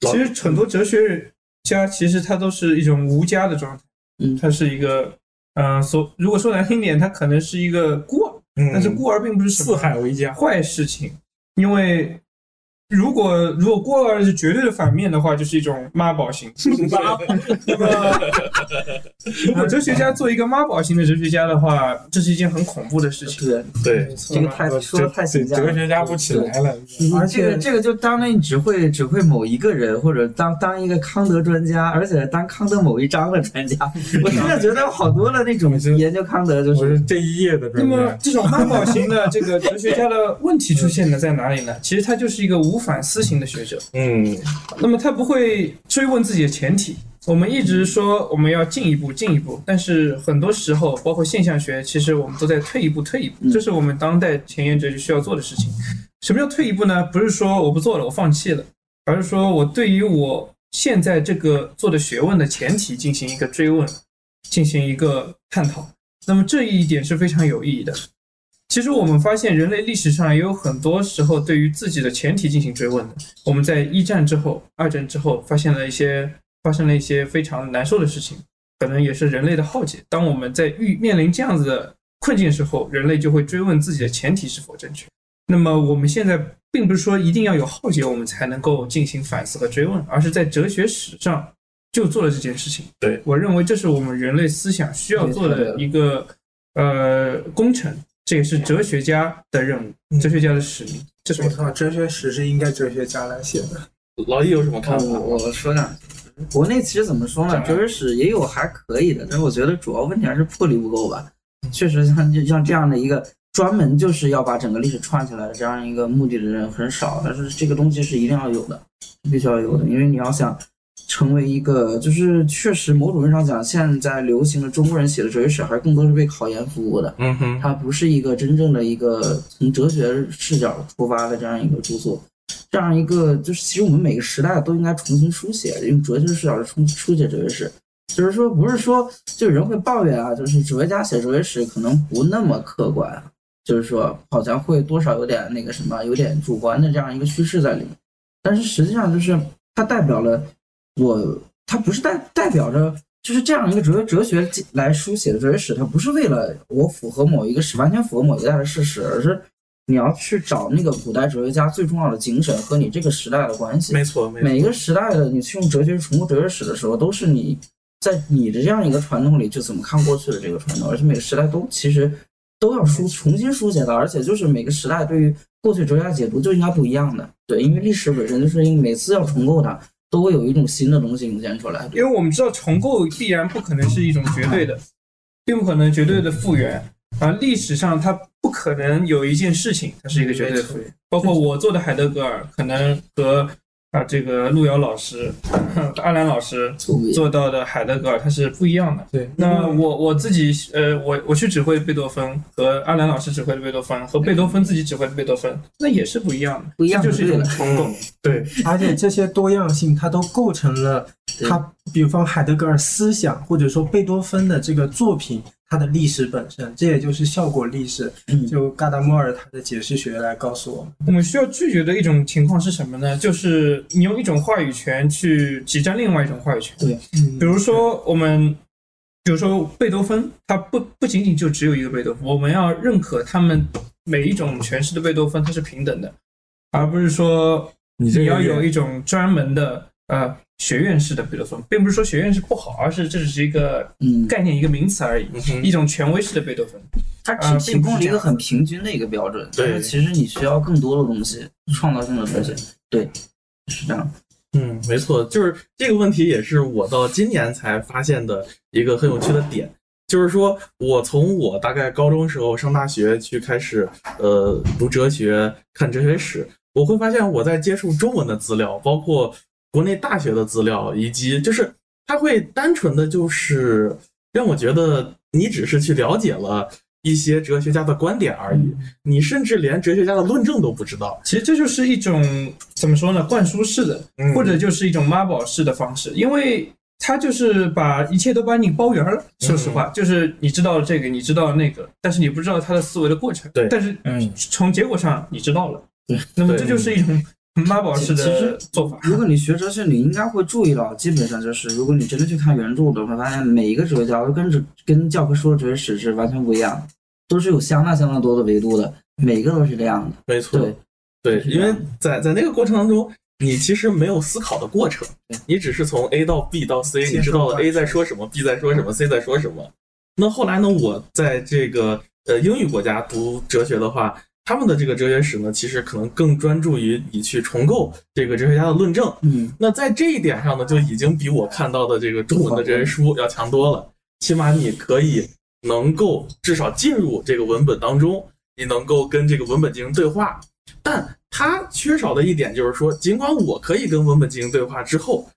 [SPEAKER 3] 老
[SPEAKER 7] 其实很多哲学家其实他都是一种无家的状态，
[SPEAKER 6] 嗯
[SPEAKER 7] 他是一个，嗯、所如果说难听点，他可能是一个孤儿，
[SPEAKER 3] 嗯
[SPEAKER 7] 但是孤儿并不是什
[SPEAKER 8] 四
[SPEAKER 7] 么
[SPEAKER 8] 海为家，
[SPEAKER 7] 坏事情，因为如果如果孤儿是绝对的反面的话，就是一种妈 宝型。 那么，如果哲学家做一个妈宝型的哲学家的话，这是一件很恐怖的事情。
[SPEAKER 6] 对，
[SPEAKER 3] 对，
[SPEAKER 6] 这个太说的太
[SPEAKER 8] 哲
[SPEAKER 6] 形象了
[SPEAKER 8] 呃哲。学家不起来了，
[SPEAKER 6] 你
[SPEAKER 10] 而
[SPEAKER 6] 这个
[SPEAKER 10] 且
[SPEAKER 6] 这个就当然你只会只会某一个人，或者当当一个康德专家，而且当康德某一章的专家。 我真的觉得好多的那种
[SPEAKER 8] 我是
[SPEAKER 6] 研究康德就
[SPEAKER 8] 我
[SPEAKER 6] 是
[SPEAKER 8] 是这一页的
[SPEAKER 7] 那
[SPEAKER 8] 专
[SPEAKER 7] 么
[SPEAKER 8] 家。
[SPEAKER 7] 这种妈宝型的这个哲学家的问题出现的在哪里呢？其实他就是一个无反思型的学者。
[SPEAKER 3] 嗯，
[SPEAKER 7] 那么他不会追问自己的前提。我们一直说我们要进一步，进一步，但是很多时候，包括现象学，其实我们都在退一步，退一步，这是我们当代前沿哲学需要做的事情。什么叫退一步呢？不是说我不做了，我放弃了，而是说我对于我现在这个做的学问的前提进行一个追问，进行一个探讨。那么这一点是非常有意义的。其实我们发现，人类历史上也有很多时候对于自己的前提进行追问的。我们在一战之后、二战之后，发现了一些发生了一些非常难受的事情，可能也是人类的浩劫。当我们在遇面临这样子的困境时候，人类就会追问自己的前提是否正确。那么我们现在并不是说一定要有浩劫，我们才能够进行反思和追问，而是在哲学史上就做了这件事情。
[SPEAKER 2] 对
[SPEAKER 7] 我认为这是我们人类思想需要做的一个呃工程，这也是哲学家的任
[SPEAKER 3] 嗯
[SPEAKER 7] 务，哲学家的使命。这是
[SPEAKER 10] 我
[SPEAKER 7] 我
[SPEAKER 10] 靠，哲学史是应该哲学家来写的。
[SPEAKER 3] 老易有什么看法？
[SPEAKER 6] 呃
[SPEAKER 7] 嗯
[SPEAKER 6] 我我说呢，国内其实怎么说呢，哲学史也有还可以的，但是我觉得主要问题还是魄力不够吧。确实像就像这样的一个专门就是要把整个历史串起来的这样一个目的的人很少，但是这个东西是一定要有的，必须要有的，因为你要想成为一个，就是确实某种意义上讲，现在流行的中国人写的哲学史还更多是为考研服务的，
[SPEAKER 3] 嗯哼，
[SPEAKER 6] 它不是一个真正的一个从哲学视角出发的这样一个著作，这样一个就是其实我们每个时代都应该重新书写，用哲学视角去重书写哲学史。就是说，不是说就人会抱怨啊，就是哲学家写哲学史可能不那么客观，啊就是说好像会多少有点那个什么，有点主观的这样一个趋势在里面。但是实际上就是它代表了我，它不是代代表着就是这样一个哲哲学来书写的哲学史，它不是为了我符合某一个史，完全符合某一代的事实，而是你要去找那个古代哲学家最重要的精神和你这个时代的关系。
[SPEAKER 3] 没错，没错。
[SPEAKER 6] 每个时代的你去用哲学重构哲学史的时候，都是你在你的这样一个传统里就怎么看过去的这个传统，而且每个时代都其实都要
[SPEAKER 7] 嗯
[SPEAKER 6] 书重新书写的，而且就是每个时代对于过去哲学家解读就应该不一样的。对，因为历史本身就是因为每次要重构它，都会有一种新的东西涌现出来。
[SPEAKER 7] 因为我们知道重构必然不可能是一种绝对的，并不可能绝对的复原啊。历史上它不可能有一件事情它是一个绝对的复原，包括我做的海德格尔，可能和啊这个路遥老师、 阿兰老师
[SPEAKER 6] 错别
[SPEAKER 7] 做到的海德格尔它是不一样的。
[SPEAKER 10] 对，
[SPEAKER 7] 那我我自己呃，我我去指挥贝多芬和阿兰老师指挥的贝多芬和贝多芬自己指挥的贝多芬，那也是不一样的，
[SPEAKER 6] 不一样
[SPEAKER 7] 这就是一种
[SPEAKER 6] 对
[SPEAKER 7] 重构。
[SPEAKER 10] 对，而且这些多样性它都构成了
[SPEAKER 6] 对
[SPEAKER 10] 它，比方海德格尔思想或者说贝多芬的这个作品，它的历史本身，这也就是效果历史，
[SPEAKER 6] 嗯
[SPEAKER 10] 就嘎达莫尔他的解释学来告诉我们。
[SPEAKER 7] 我们需要拒绝的一种情况是什么呢？就是你用一种话语权去挤占另外一种话语权。
[SPEAKER 6] 对，
[SPEAKER 10] 嗯
[SPEAKER 7] 比如说我们，比如说贝多芬，他不不仅仅就只有一个贝多芬，我们要认可他们每一种诠释的贝多芬它是平等的，而不是说
[SPEAKER 4] 你这
[SPEAKER 7] 你
[SPEAKER 4] 个
[SPEAKER 7] 要有
[SPEAKER 4] 人
[SPEAKER 7] 一种专门的呃学院式的贝多芬，并不是说学院式不好，而是这只是一个
[SPEAKER 6] 嗯，
[SPEAKER 7] 概念一个名词而已，
[SPEAKER 3] 嗯哼
[SPEAKER 7] 一种权威式的贝多芬。
[SPEAKER 6] 它
[SPEAKER 7] 呃
[SPEAKER 6] 只提供了一个很平均的一个标准，但是其实你需要更多的东西，创造性的东西。对，是这样。
[SPEAKER 3] 嗯，没错，就是这个问题也是我到今年才发现的一个很有趣的点，就是说我从我大概高中时候上大学去开始，呃，读哲学、看哲学史，我会发现我在接触中文的资料，包括国内大学的资料，以及就是它会单纯的就是让我觉得你只是去了解了一些哲学家的观点而已，你甚至连哲学家的论证都不知道。
[SPEAKER 7] 其实这就是一种怎么说呢，灌输式的，
[SPEAKER 3] 嗯
[SPEAKER 7] 或者就是一种妈宝式的方式，因为它就是把一切都把你包圆了。
[SPEAKER 3] 嗯
[SPEAKER 7] 说实话，就是你知道了这个，你知道了那个，但是你不知道他的思维的过程。
[SPEAKER 3] 对
[SPEAKER 7] 但是
[SPEAKER 4] 嗯，
[SPEAKER 7] 从结果上你知道了，那么这就是一种妈宝式
[SPEAKER 6] 其
[SPEAKER 7] 的
[SPEAKER 6] 实
[SPEAKER 7] 做法。
[SPEAKER 6] 如果你学哲学，你应该会注意到，基本上就是，如果你真的去看原著的话，发现每一个哲学家都跟着跟教科书的哲学史是完全不一样的，都是有相当相当多的维度的，每个都是这样的。
[SPEAKER 3] 没错，
[SPEAKER 6] 对，
[SPEAKER 3] 对，
[SPEAKER 6] 就是这
[SPEAKER 3] 因为
[SPEAKER 6] 样
[SPEAKER 3] 在在那个过程当中，你其实没有思考的过程
[SPEAKER 6] 对，
[SPEAKER 3] 你只是从 A 到 B 到 C，你知道了 A 在说什么，B 在说什么，C 在说什么。那后来呢，我在这个呃英语国家读哲学的话，他们的这个哲学史呢，其实可能更专注于你去重构这个哲学家的论证。
[SPEAKER 6] 嗯，
[SPEAKER 3] 那在这一点上呢，就已经比我看到的这个中文的这些书要强多了。起码你可以能够至少进入这个文本当中，你能够跟这个文本进行对话。但它缺少的一点就是说，尽管我可以跟文本进行对话之后，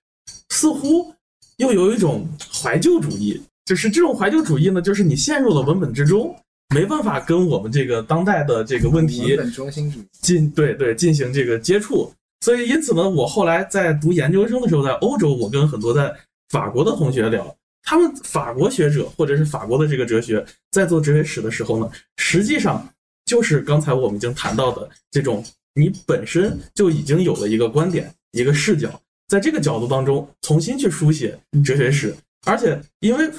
[SPEAKER 3] 似乎又有一种怀旧主义，就是这种怀旧主义呢，就是你陷入了文本之中，没办法跟我们这个当代的这个问题
[SPEAKER 9] 文本中心主义。
[SPEAKER 3] 进对对进行这个接触。所以因此呢，我后来在读研究生的时候，在欧洲，我跟很多在法国的同学聊，他们法国学者或者是法国的这个哲学，在做哲学史的时候呢，实际上就是刚才我们已经谈到的这种，你本身就已经有了一个观点、一个视角，在这个角度当中重新去书写哲学史，而且因为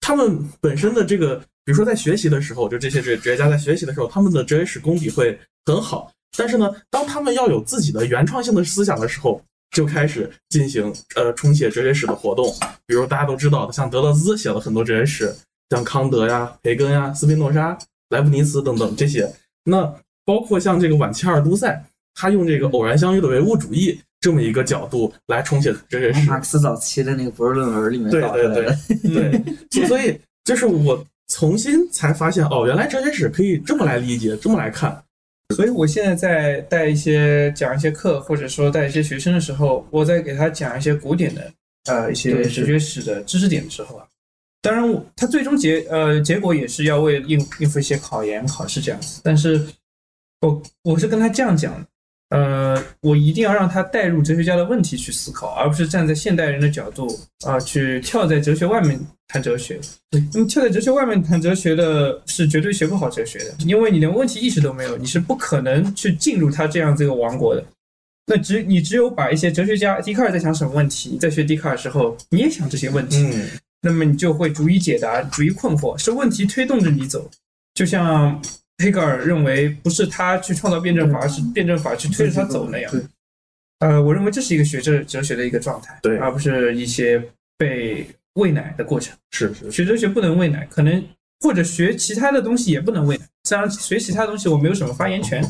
[SPEAKER 3] 他们本身的这个比如说在学习的时候，就这些哲哲学家在学习的时候，他们的哲学史功底会很好，但是呢，当他们要有自己的原创性的思想的时候，就开始进行呃重写哲学史的活动。比如大家都知道的，像德勒兹写了很多哲学史，像康德呀、培根呀、斯宾诺莎、莱布尼茨等等这些。那包括像这个晚期阿尔都塞，他用这个偶然相遇的唯物主义这么一个角度来重写哲学史。
[SPEAKER 6] 马克思早期哦的那个博士论文里面
[SPEAKER 3] 对
[SPEAKER 6] 搞出来
[SPEAKER 3] 对
[SPEAKER 6] 的。
[SPEAKER 7] 嗯
[SPEAKER 3] 对对，所以就是我重新才发现哦，原来哲学史可以这么来理解，这么来看。
[SPEAKER 7] 所以我现在在带一些讲一些课，或者说带一些学生的时候，我在给他讲一些古典的呃一些
[SPEAKER 6] 对
[SPEAKER 7] 哲
[SPEAKER 6] 是
[SPEAKER 7] 学史的知识点的时候啊，当然我他最终结呃结果也是要为应应付一些考研考试这样子，但是我我是跟他这样讲的，呃，我一定要让他带入哲学家的问题去思考，而不是站在现代人的角度啊、去跳在哲学外面谈哲学。那么跳在哲学外面谈哲学的是绝对学不好哲学的，因为你连问题意识都没有，你是不可能去进入他这样这个王国的。那只你只有把一些哲学家笛卡尔在想什么问题，在学笛卡尔的时候，你也想这些问题，
[SPEAKER 3] 嗯，
[SPEAKER 7] 那么你就会逐一解答，逐一困惑，是问题推动着你走。就像黑格尔认为，不是他去创造辩证
[SPEAKER 3] 嗯
[SPEAKER 7] 法，而是辩证法去推着他走那样。呃，我认为这是一个学哲哲学的一个状态，
[SPEAKER 3] 对
[SPEAKER 7] 而不是一些被喂奶的过程。
[SPEAKER 3] 是是
[SPEAKER 7] 学哲学不能喂奶，可能或者学其他的东西也不能喂奶。当然，学其他东西我没有什么发言权。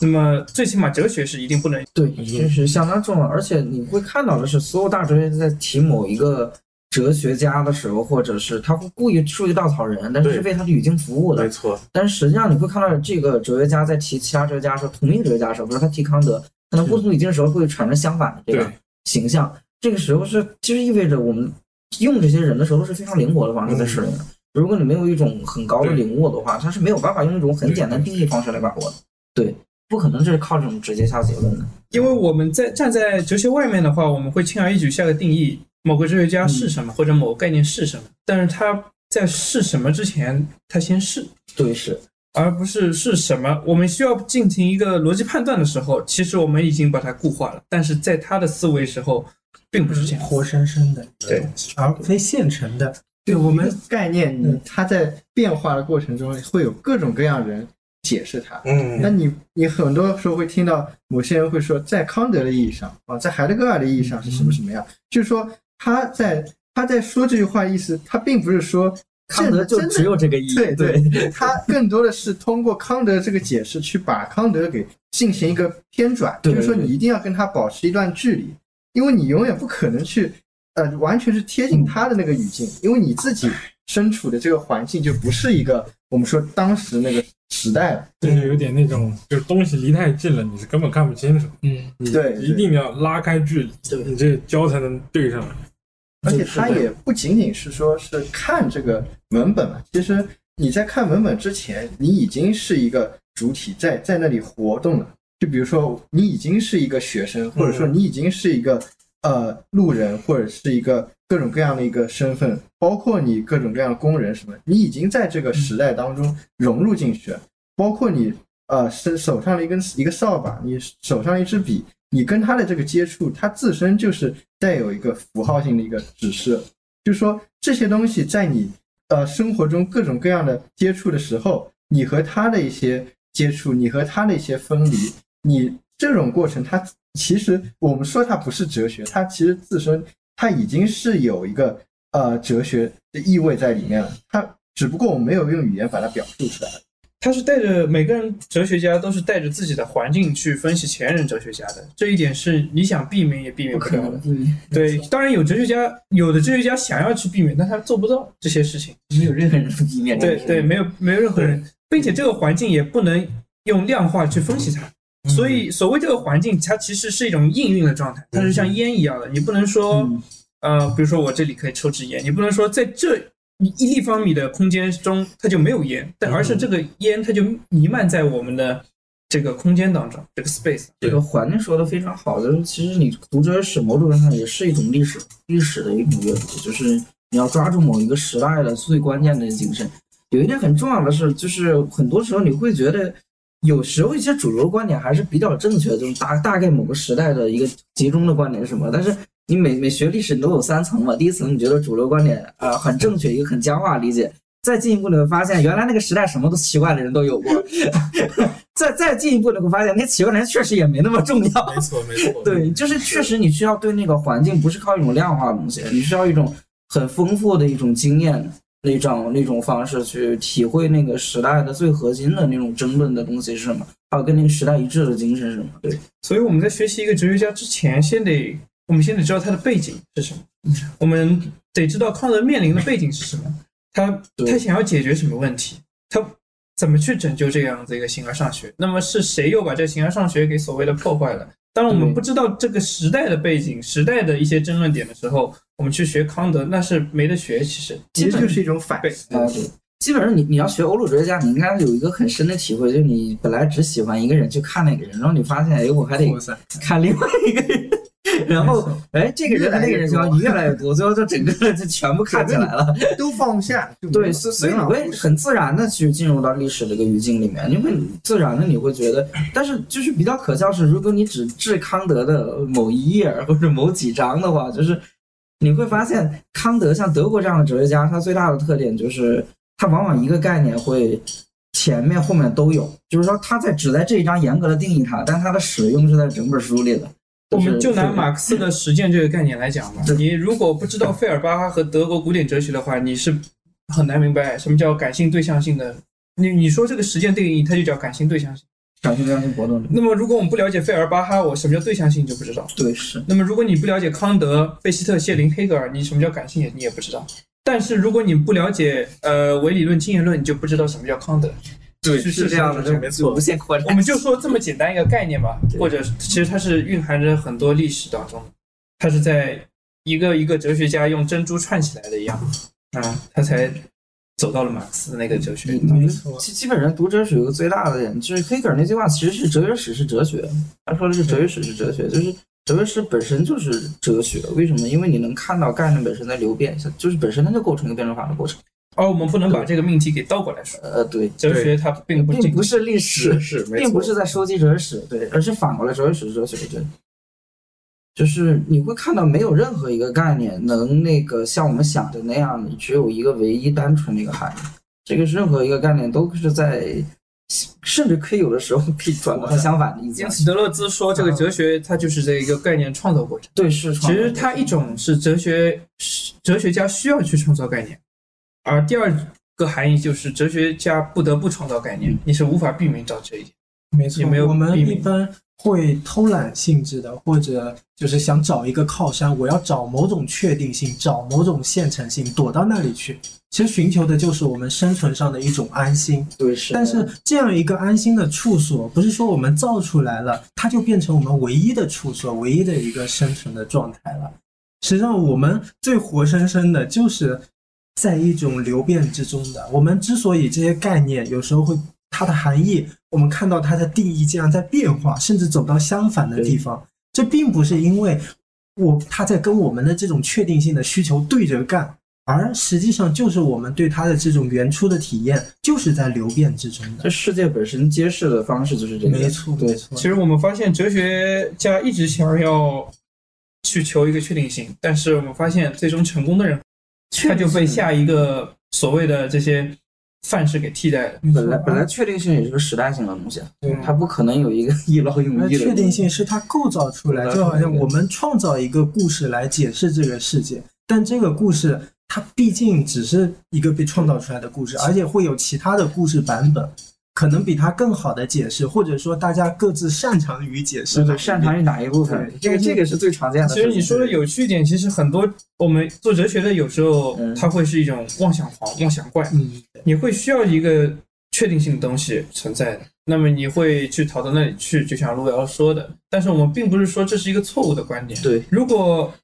[SPEAKER 7] 那么最起码哲学是一定不能。
[SPEAKER 6] 对，确实相当重要。而且你会看到的是，所有大哲学家在提某一个哲学家的时候，或者是他会故意出一稻草人，但是
[SPEAKER 3] 对
[SPEAKER 6] 是为他的语境服务的
[SPEAKER 3] 没。错，
[SPEAKER 6] 但是实际上你会看到这个哲学家在提其他哲学家的时候，同一个哲学家的时候，比如他提康德，可能不同语境的时候会产生相反的这个
[SPEAKER 3] 对
[SPEAKER 6] 形象。这个时候是其实意味着我们用这些人的时候都是非常灵活的方式在使用的。如果你没有一种很高的
[SPEAKER 3] 对
[SPEAKER 6] 领悟的话，他是没有办法用一种很简单定义方式来把握的。对，不可能是靠这种直接下结论的。
[SPEAKER 7] 因为我们在站在哲学外面的话，我们会轻而易举下个定义，某个哲学家是什么，或者某个概念是什么。但是他在是什么之前，他先是，
[SPEAKER 6] 对，是。
[SPEAKER 7] 而不是是什么。我们需要进行一个逻辑判断的时候，其实我们已经把它固化了，但是在他的思维时候，并不是这样。
[SPEAKER 10] 活生生的，
[SPEAKER 7] 对，
[SPEAKER 10] 而非现成的。对我们
[SPEAKER 9] 一个概念，你它在变化的过程中会有各种各样人解释它。
[SPEAKER 3] 嗯
[SPEAKER 9] 那你你很多时候会听到某些人会说，在康德的意义上啊，在海德格尔的意义上是什么什么样，就是说他在他在说这句话的意思，他并不是说
[SPEAKER 6] 康德就
[SPEAKER 9] 真的
[SPEAKER 6] 只有这个意义。
[SPEAKER 9] 对
[SPEAKER 6] 对，
[SPEAKER 9] 对，他更多的是通过康德这个解释去把康德给进行一个偏转，
[SPEAKER 6] 对
[SPEAKER 9] 就是说
[SPEAKER 6] 对
[SPEAKER 9] 你一定要跟他保持一段距离，因为你永远不可能去呃完全是贴近他的那个语境，因为你自己身处的这个环境就不是一个我们说当时那个时代了。
[SPEAKER 4] 就是有点那种，就是东西离太近了，你是根本看不清楚。
[SPEAKER 10] 嗯，
[SPEAKER 4] 你
[SPEAKER 9] 对
[SPEAKER 4] 一定要拉开距离，你这胶才能对上来。
[SPEAKER 9] 而且他也不仅仅是说是看这个文本嘛，其实你在看文本之前，你已经是一个主体在在那里活动了。就比如说，你已经是一个学生，或者说你已经是一个呃路人，或者是一个各种各样的一个身份，包括你各种各样的工人什么，你已经在这个时代当中融入进去了。包括你呃身手上的一根一个扫把，你手上一支笔，你跟它的这个接触，它自身就是带有一个符号性的一个指示，就是说这些东西在你呃生活中各种各样的接触的时候，你和它的一些接触，你和它的一些分离，你这种过程，它其实我们说它不是哲学，它其实自身它已经是有一个呃哲学的意味在里面了，它只不过我们没有用语言把它表述出来。
[SPEAKER 7] 他是带着每个人哲学家都是带着自己的环境去分析前人哲学家的，这一点是你想避免也避免
[SPEAKER 6] 不
[SPEAKER 7] 不
[SPEAKER 6] 可
[SPEAKER 7] 了
[SPEAKER 6] 能
[SPEAKER 7] 的。
[SPEAKER 6] 避免，
[SPEAKER 7] 对，当然有哲学家，有的哲学家想要去避免，但他做不到这些事情。
[SPEAKER 6] 没有任何人能避免这个
[SPEAKER 7] 对
[SPEAKER 6] 事情。
[SPEAKER 7] 对，没有没有任何人，并且这个环境也不能用量化去分析它。所以，所谓这个环境，它其实是一种应运的状态，它是像烟一样的。你不能说，呃，比如说我这里可以抽支烟，你不能说在这一立方米的空间中它就没有烟，但而是这个烟它就弥漫在我们的这个空间当中，这个 space。
[SPEAKER 6] 这个环境说的非常好，就是其实你读哲学史某种意义上也是一种历史历史的一种阅读，就是你要抓住某一个时代的最关键的精神。有一点很重要的是，就是很多时候你会觉得，有时候一些主流观点还是比较正确的，就是大大概某个时代的一个集中的观点是什么，但是。你每每学历史，你都有三层嘛。第一层你觉得主流观点啊、呃很正确，一个很僵化理解；再进一步你会发现，原来那个时代什么都奇怪的人都有过。再再进一步你会发现，那些奇怪的人确实也没那么重要。
[SPEAKER 3] 没错，没错。
[SPEAKER 6] 对，就是确实你需要对那个环境，不是靠一种量化的东西，你需要一种很丰富的一种经验，那种那种方式去体会那个时代的最核心的那种争论的东西是什么，还有跟那个时代一致的精神是什么。对，
[SPEAKER 7] 所以我们在学习一个哲学家之前，先得我们先得知道他的背景是什么，我们得知道康德面临的背景是什么，他他想要解决什么问题，他怎么去拯救这样子一个形而上学？那么是谁又把这形而上学给所谓的破坏了？当我们不知道这个时代的背景、时代的一些争论点的时候，我们去学康德那是没得学。其实，
[SPEAKER 9] 其实就是一种反
[SPEAKER 7] 对
[SPEAKER 9] 思。
[SPEAKER 6] 啊，对，基本上你你要学欧陆哲学家，你应该有一个很深的体会，就是你本来只喜欢一个人去看那个人，然后你发现，哎，我还得看另外一个 人，然后哎，这个人和那个人交集越来越多，最后就整个就全部看起来了。
[SPEAKER 9] 都放不下。就没
[SPEAKER 6] 对，
[SPEAKER 9] 有
[SPEAKER 6] 所所以
[SPEAKER 9] 没
[SPEAKER 6] 你
[SPEAKER 9] 有
[SPEAKER 6] 会很自然的去进入到历史这个语境里面，你会自然的你会觉得，但是就是比较可笑是，如果你只治康德的某一页儿或者某几章的话，就是你会发现康德像德国这样的哲学家，他最大的特点就是他往往一个概念会前面后面都有，就是说他在只在这一章严格的定义它，但它的使用是在整本书里的。
[SPEAKER 7] 我们就是拿马克思的实践这个概念来讲吧
[SPEAKER 6] 对，
[SPEAKER 7] 你如果不知道费尔巴哈和德国古典哲学的话，你是很难明白什么叫感性对象性的。你你说这个实践定义，它就叫感性对象性。
[SPEAKER 6] 感性量性活动里，
[SPEAKER 7] 那么如果我们不了解费尔巴哈，我什么叫对象性就不知道。
[SPEAKER 6] 对是，
[SPEAKER 7] 那么如果你不了解康德、贝希特、谢林、黑格尔，你什么叫感性也你也不知道。但是如果你不了解呃唯理论、经验论，你就不知道什么叫康德。
[SPEAKER 6] 对
[SPEAKER 7] 是
[SPEAKER 6] 是这样的，
[SPEAKER 7] 是是
[SPEAKER 3] 没
[SPEAKER 6] 就
[SPEAKER 3] 错
[SPEAKER 6] 无限扩展。
[SPEAKER 7] 我们就说这么简单一个概念吧
[SPEAKER 6] 对，
[SPEAKER 7] 或者其实它是蕴含着很多历史当中，它是在一个一个哲学家用珍珠串起来的一样啊，他才走到了马克思那个哲学
[SPEAKER 6] 你。你
[SPEAKER 7] 嗯
[SPEAKER 6] 基基本上读哲学有个最大的点，就是黑格尔那句话其实是哲学史是哲学，他说的是哲学史是哲学，就是哲学史本身就是哲学。为什么？因为你能看到概念本身在流变，就是本身它就构成一个辩证法的过程。
[SPEAKER 7] 而哦我们不能把这个命题给倒过来说，
[SPEAKER 6] 呃，对，
[SPEAKER 7] 哲学它并不
[SPEAKER 6] 并
[SPEAKER 7] 仅
[SPEAKER 6] 不是历史，
[SPEAKER 3] 是，没
[SPEAKER 6] 并不
[SPEAKER 3] 错。
[SPEAKER 6] 是在收集哲学史，对，而是反过来哲学史是哲学，对。就是你会看到，没有任何一个概念能那个像我们想的那样，只有一个唯一单纯的一个含义。这个是任何一个概念都是在，甚至可以有的时候可以转换相反的意思
[SPEAKER 7] 因。此德勒兹说这个哲学它就是这一个概念创造过程。
[SPEAKER 6] 对，是
[SPEAKER 7] 其
[SPEAKER 6] 创造
[SPEAKER 7] 实它一种是哲学哲学家需要去创造概念，而第二个含义就是哲学家不得不创造概念，你是无法避免到这一点。
[SPEAKER 10] 没错，
[SPEAKER 7] 也没有
[SPEAKER 10] 我们
[SPEAKER 7] 避
[SPEAKER 10] 一
[SPEAKER 7] 免
[SPEAKER 10] 般会偷懒性质的，或者就是想找一个靠山，我要找某种确定性，找某种现成性，躲到那里去。其实寻求的就是我们生存上的一种安心。
[SPEAKER 6] 对是的，
[SPEAKER 10] 但是这样一个安心的处所，不是说我们造出来了，它就变成我们唯一的处所，唯一的一个生存的状态了。实际上，我们最活生生的就是在一种流变之中的。我们之所以这些概念有时候会它的含义，我们看到它的定义竟然在变化，甚至走到相反的地方，这并不是因为我它在跟我们的这种确定性的需求对着干，而实际上就是我们对它的这种原初的体验就是在流变之中的
[SPEAKER 6] 这。世界本身揭示的方式就是这个。
[SPEAKER 10] 没错，没
[SPEAKER 6] 对，
[SPEAKER 10] 错
[SPEAKER 7] 其。实我们发现哲学家一直想要去求一个确定性，但是我们发现最终成功的人，他就被下一个所谓的这些范式给替代了。
[SPEAKER 10] 没错
[SPEAKER 6] 本来本来
[SPEAKER 10] 而
[SPEAKER 6] 确定性也是个时代性的东西，啊
[SPEAKER 10] 对
[SPEAKER 6] 它不可能有一个 一劳永
[SPEAKER 10] 而
[SPEAKER 6] 逸的
[SPEAKER 10] 确定性是它构造出来，
[SPEAKER 6] 构造出来的
[SPEAKER 10] 就好像我们创造一个故事来解释这个世界，但这个故事它毕竟只是一个被创造出来的故事，而且会有其他的故事版本，可能比它更好的解释，或者说大家各自擅长于解释
[SPEAKER 6] 对
[SPEAKER 10] 吧
[SPEAKER 6] 对，。擅长于哪一部分
[SPEAKER 10] 对？
[SPEAKER 6] 这个这个是最常见的事
[SPEAKER 7] 其
[SPEAKER 6] 情。
[SPEAKER 7] 实你说的有趣一点，其实很多我们做哲学的有时候
[SPEAKER 6] 嗯
[SPEAKER 7] 他会是一种妄想狂、妄想怪，
[SPEAKER 10] 嗯，
[SPEAKER 7] 你会需要一个确定性的东西存在的，那么你会去逃到那里去，就像路遥说的。但是我们并不是说这是一个错误的观点。
[SPEAKER 6] 对，
[SPEAKER 7] 如果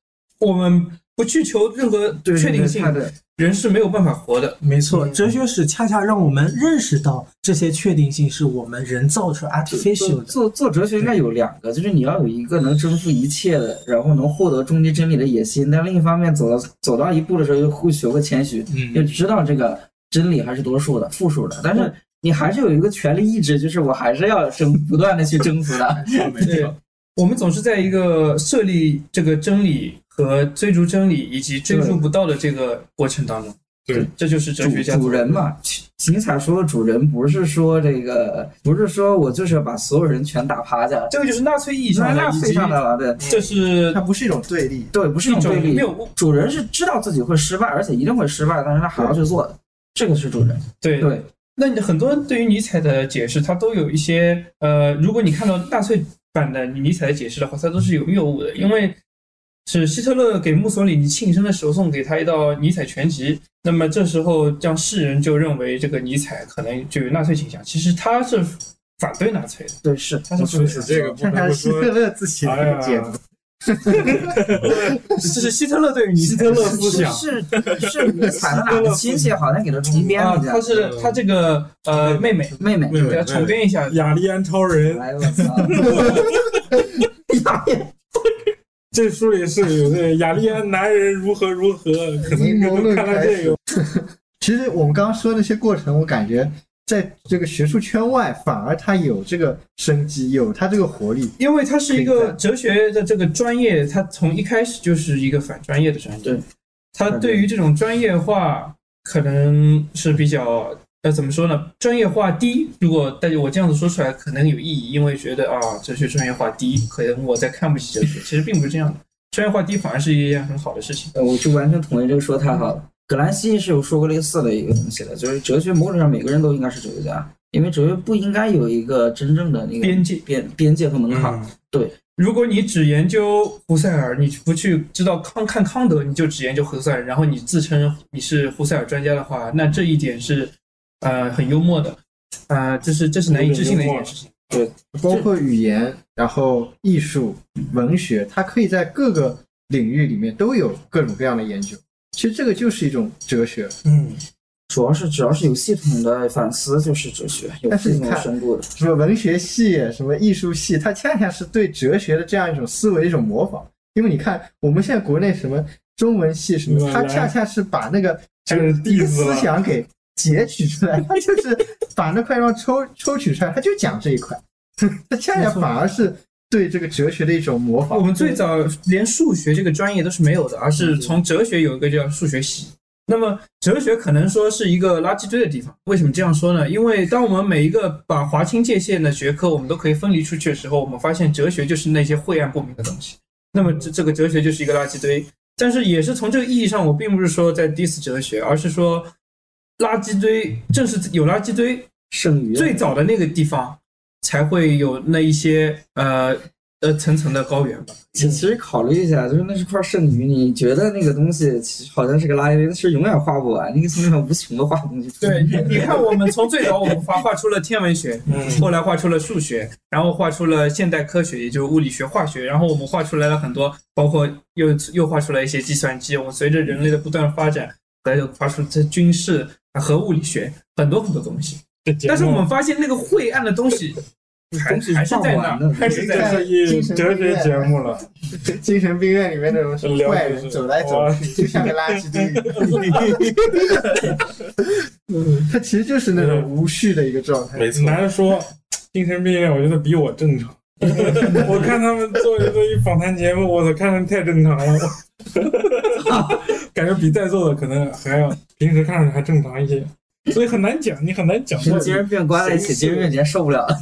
[SPEAKER 7] 我们不去求任何
[SPEAKER 6] 对
[SPEAKER 7] 确定性，
[SPEAKER 6] 它的
[SPEAKER 7] 人是没有办法活的。
[SPEAKER 10] 没错，
[SPEAKER 6] 嗯
[SPEAKER 10] 哲学史恰恰让我们认识到这些确定性是我们人造出来 artificial
[SPEAKER 6] 做
[SPEAKER 10] 的。
[SPEAKER 6] 做做哲学应该有两个，就是你要有一个能征服一切的，然后能获得终极真理的野心，但另一方面走到走到一步的时候，又会学会谦虚，
[SPEAKER 7] 嗯
[SPEAKER 6] 就知道这个真理还是多数的、复数的，但是你还是有一个权力意志，就是我还是要征不断的去征服它。
[SPEAKER 7] 对，我们总是在一个设立这个真理和追逐真理以及追逐不到的这个过程当中，
[SPEAKER 4] 对，
[SPEAKER 7] 这就是 哲
[SPEAKER 6] 主
[SPEAKER 7] 学家嗯
[SPEAKER 6] 主人嘛，尼采说的主人不是说这个，不是说我就是要把所有人全打趴下，
[SPEAKER 7] 这个就是纳粹意义
[SPEAKER 6] 那
[SPEAKER 7] 上的，
[SPEAKER 6] 那
[SPEAKER 7] 以
[SPEAKER 6] 非
[SPEAKER 7] 及
[SPEAKER 6] 常的了，对。
[SPEAKER 7] 这是
[SPEAKER 9] 它不是一种对立，
[SPEAKER 6] 对，不是一种
[SPEAKER 7] 一种
[SPEAKER 6] 对立
[SPEAKER 7] 谬误。
[SPEAKER 6] 主人是知道自己会失败，而且一定会失败，但是他还要去做的，这个是主人。
[SPEAKER 7] 对
[SPEAKER 6] 对，
[SPEAKER 7] 那你很多对于尼采的解释，它都有一些呃，如果你看到纳粹版的尼采的解释的话，它都是有谬误的，因为是希特勒给墨索里尼庆生的时候送给他一道尼采全集，那么这时候让世人就认为这个尼采可能就有纳粹倾向，其实他是反对纳粹的，
[SPEAKER 6] 对，是
[SPEAKER 7] 他
[SPEAKER 4] 我说
[SPEAKER 7] 是反
[SPEAKER 4] 起这个不
[SPEAKER 9] 看
[SPEAKER 4] 得
[SPEAKER 9] 看
[SPEAKER 4] 不
[SPEAKER 9] 希
[SPEAKER 4] 说，
[SPEAKER 9] 特勒自己的
[SPEAKER 4] 哎呀
[SPEAKER 9] 解读，
[SPEAKER 7] 这是希特勒对于尼采
[SPEAKER 4] 希特勒思
[SPEAKER 6] 是
[SPEAKER 4] 想
[SPEAKER 6] 是是尼采的哪个亲戚好像给他重编
[SPEAKER 7] 啊，
[SPEAKER 6] 了一下
[SPEAKER 7] 他，是他这个呃妹妹，
[SPEAKER 6] 妹妹。
[SPEAKER 4] 妹妹
[SPEAKER 7] 给他重编一下，
[SPEAKER 4] 雅利安超人
[SPEAKER 6] 哎我操！
[SPEAKER 4] 这书里是有这雅利安男人如何如 何，可
[SPEAKER 9] 阴
[SPEAKER 4] 能
[SPEAKER 9] 谋
[SPEAKER 4] 能
[SPEAKER 9] 论
[SPEAKER 4] 看到
[SPEAKER 9] 开
[SPEAKER 4] 这个
[SPEAKER 9] 始。 其实我们刚刚说那些过程，我感觉在这个学术圈外，反而它有这个生机，有它这个活力。
[SPEAKER 7] 因为它是一
[SPEAKER 9] 可以
[SPEAKER 7] 个
[SPEAKER 9] 的
[SPEAKER 7] 哲学的这个专业，它从一开始就是一个反专业的专业。
[SPEAKER 6] 对，
[SPEAKER 7] 它对于这种专业化可能是比较呃怎么说呢？专业化低，如果但是我这样子说出来可能有意义，因为觉得啊哲学专业化低，可能我在看不起哲学，其实并不是这样的。专业化低反而是一件很好的事情。
[SPEAKER 6] 呃，我就完全同意这个说得太好了。葛兰西是有说过类似的一个东西的，就是哲学某种上每个人都应该是哲学家，因为哲学不应该有一个真正的那个
[SPEAKER 7] 边界
[SPEAKER 6] 边边界和门槛。
[SPEAKER 7] 如果你只研究胡塞尔，你不去知道康看康德，你就只研究胡塞尔，然后你自称你是胡塞尔专家的话，那这一点是呃很幽默的，呃，这是这是难以置信的一件事情。
[SPEAKER 9] 包括语言，然后艺术、文学，它可以在各个领域里面都有各种各样的研究。其实这个就是一种哲学，
[SPEAKER 4] 嗯，
[SPEAKER 6] 主要是只要是有系统的反思，就是哲学，有
[SPEAKER 9] 但是
[SPEAKER 6] 系
[SPEAKER 9] 你
[SPEAKER 6] 统
[SPEAKER 9] 看
[SPEAKER 6] 的深度的。
[SPEAKER 9] 什么文学系、什么艺术系，它恰恰是对哲学的这样一种思维一种模仿。因为你看，我们现在国内什么中文系什么，
[SPEAKER 4] 嗯
[SPEAKER 9] 它
[SPEAKER 4] 来
[SPEAKER 9] 恰恰是把那个
[SPEAKER 4] 开始
[SPEAKER 9] 一个
[SPEAKER 4] diss
[SPEAKER 9] 思
[SPEAKER 4] 了，
[SPEAKER 9] 想给截取出来，它就是把那块肉抽抽取出来，它就讲这一块， 它恰恰反而是对这个哲学的一种模
[SPEAKER 7] 我
[SPEAKER 9] 仿。
[SPEAKER 7] 们最早连数学这个专业都是没有的，而是从哲学有一个叫数学系。那么哲学可能说是一个垃圾堆的地方。为什么这样说呢？因为当我们每一个把划清界限的学科我们都可以分离出去的时候，我们发现哲学就是那些晦暗不明的东西。那么这这个哲学就是一个垃圾堆。但是也是从这个意义上，我并不是说在 diss 哲学，而是说垃圾堆正是有垃圾堆，
[SPEAKER 6] 剩余的
[SPEAKER 7] 最早的那个地方才会有那一些呃呃层层的高原吧。
[SPEAKER 6] 其其实考虑一下，就是那是块剩余，你觉得那个东西其实好像是个垃圾堆，但是永远画不完，你可以从里面无穷的画东西出来。
[SPEAKER 7] 对，你你看，我们从最早我们画画出了天文学，
[SPEAKER 6] 嗯
[SPEAKER 7] 后来画出了数学，然后画出了现代科学，也就是物理学、化学，然后我们画出来了很多，包括又又画出来一些计算机。我们随着人类的不断发展，还有发出这军事和物理学很多很多东西。但是我们发现那个晦暗的东西还
[SPEAKER 6] 东西
[SPEAKER 7] 还是
[SPEAKER 6] 画
[SPEAKER 7] 在
[SPEAKER 6] 不
[SPEAKER 7] 那
[SPEAKER 6] 完
[SPEAKER 7] 儿，
[SPEAKER 6] 的。
[SPEAKER 7] 还是在那儿。
[SPEAKER 4] 这是一哲学节目了，
[SPEAKER 9] 精神病院里面那种什么怪人走来走去，就像个垃圾堆一样。 嗯，它其实就是那种无序的一个状态。
[SPEAKER 3] 没错，
[SPEAKER 4] 难说。精神病院，我觉得比我正 常。我看他们做一做一访谈节目，我操，看着太正常了， 感觉比在座的可能还要平时看上去还正常一些，所以很难讲，你很难讲
[SPEAKER 6] 跟
[SPEAKER 4] 到
[SPEAKER 6] 精
[SPEAKER 4] 底。
[SPEAKER 6] 神病关在一起，精神病直接受不了 了。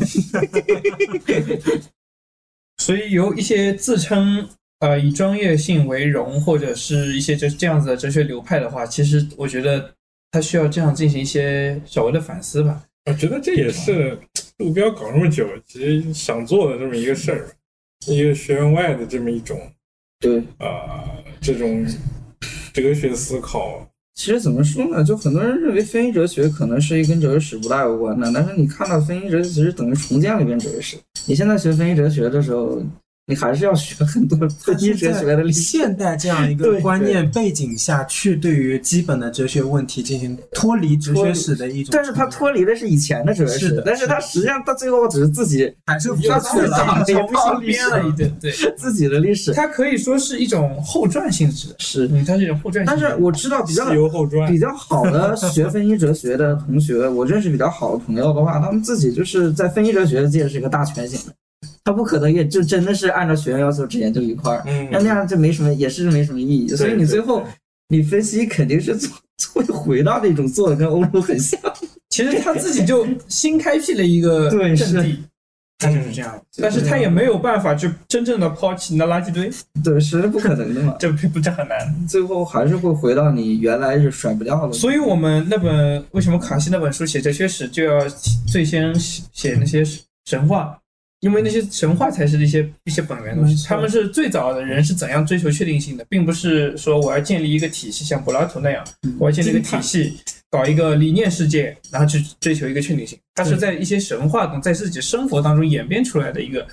[SPEAKER 7] 所以由一些自称呃以专业性为荣，或者是一些这这样子的哲学流派的话，其实我觉得他需要这样进行一些稍微的反思吧。
[SPEAKER 4] 我觉得这也是路标搞那么久，其实想做的这么一个事儿，一个学院外的这么一种
[SPEAKER 6] 对，
[SPEAKER 4] 啊、这种哲学思考，
[SPEAKER 6] 其实怎么说呢？就很多人认为分析哲学可能是一跟哲学史不大有关的，但是你看到分析哲学其实等于重建了一遍哲学史。你现在学分析哲学的时候，你还是要学很多分析哲学的历史。
[SPEAKER 10] 现代这样一个
[SPEAKER 6] 对
[SPEAKER 10] 观念背景下去，对于基本的哲学问题进行脱离哲学史的一种处理，
[SPEAKER 6] 但是他脱离的是以前的哲学
[SPEAKER 10] 是
[SPEAKER 6] 史
[SPEAKER 10] 的，
[SPEAKER 6] 但是他实际上到最后只是自己
[SPEAKER 10] 还 是
[SPEAKER 6] 他
[SPEAKER 10] 不
[SPEAKER 6] 自己
[SPEAKER 10] 去
[SPEAKER 6] 打
[SPEAKER 10] 了。
[SPEAKER 6] 了一套历
[SPEAKER 7] 编
[SPEAKER 6] 史，
[SPEAKER 7] 了一顿，对，
[SPEAKER 6] 自己的历史
[SPEAKER 7] 它可以说是一种后传性质的，
[SPEAKER 6] 是。
[SPEAKER 7] 嗯，它是一种后传性
[SPEAKER 6] 但
[SPEAKER 7] 质
[SPEAKER 6] 是
[SPEAKER 7] 的。
[SPEAKER 6] 我知道比较
[SPEAKER 4] 《西游后传》
[SPEAKER 6] 比较好的学分析哲学的同学，我认识比较好的朋友的话，他们自己就是在分析哲学界是一个大全型的，他不可能也就真的是按照学院要求只研究一块儿，
[SPEAKER 4] 嗯
[SPEAKER 6] 那那样就没什么，也是没什么意义。所以你最后你分析肯定是做 会回到那种做的跟欧洲很像。
[SPEAKER 7] 其实他自己就新开辟了一个
[SPEAKER 6] 对
[SPEAKER 7] 阵
[SPEAKER 6] 是
[SPEAKER 7] 地，他就是这样，但是
[SPEAKER 6] 这
[SPEAKER 7] 他
[SPEAKER 6] 样
[SPEAKER 7] 也没有办法去真正的抛弃你的垃圾堆，
[SPEAKER 6] 对，是不可能的嘛，
[SPEAKER 7] 这不这很难。
[SPEAKER 6] 最后还是会回到你原来是甩不掉的。
[SPEAKER 7] 所以我们那本为什么卡西那本书写哲学史就要最先写写那些神话，因为那些神话才是一些一些本源的东
[SPEAKER 10] 没
[SPEAKER 7] 西。
[SPEAKER 10] 错
[SPEAKER 7] 他们是最早的人是怎样追求确定性的，并不是说我要建立一个体系，像柏拉图那样，
[SPEAKER 6] 嗯
[SPEAKER 7] 我要建立一个体系，搞一个理念世界，然后去追求一个确定性。它是在一些神话中，在自己生活当中演变出来的一个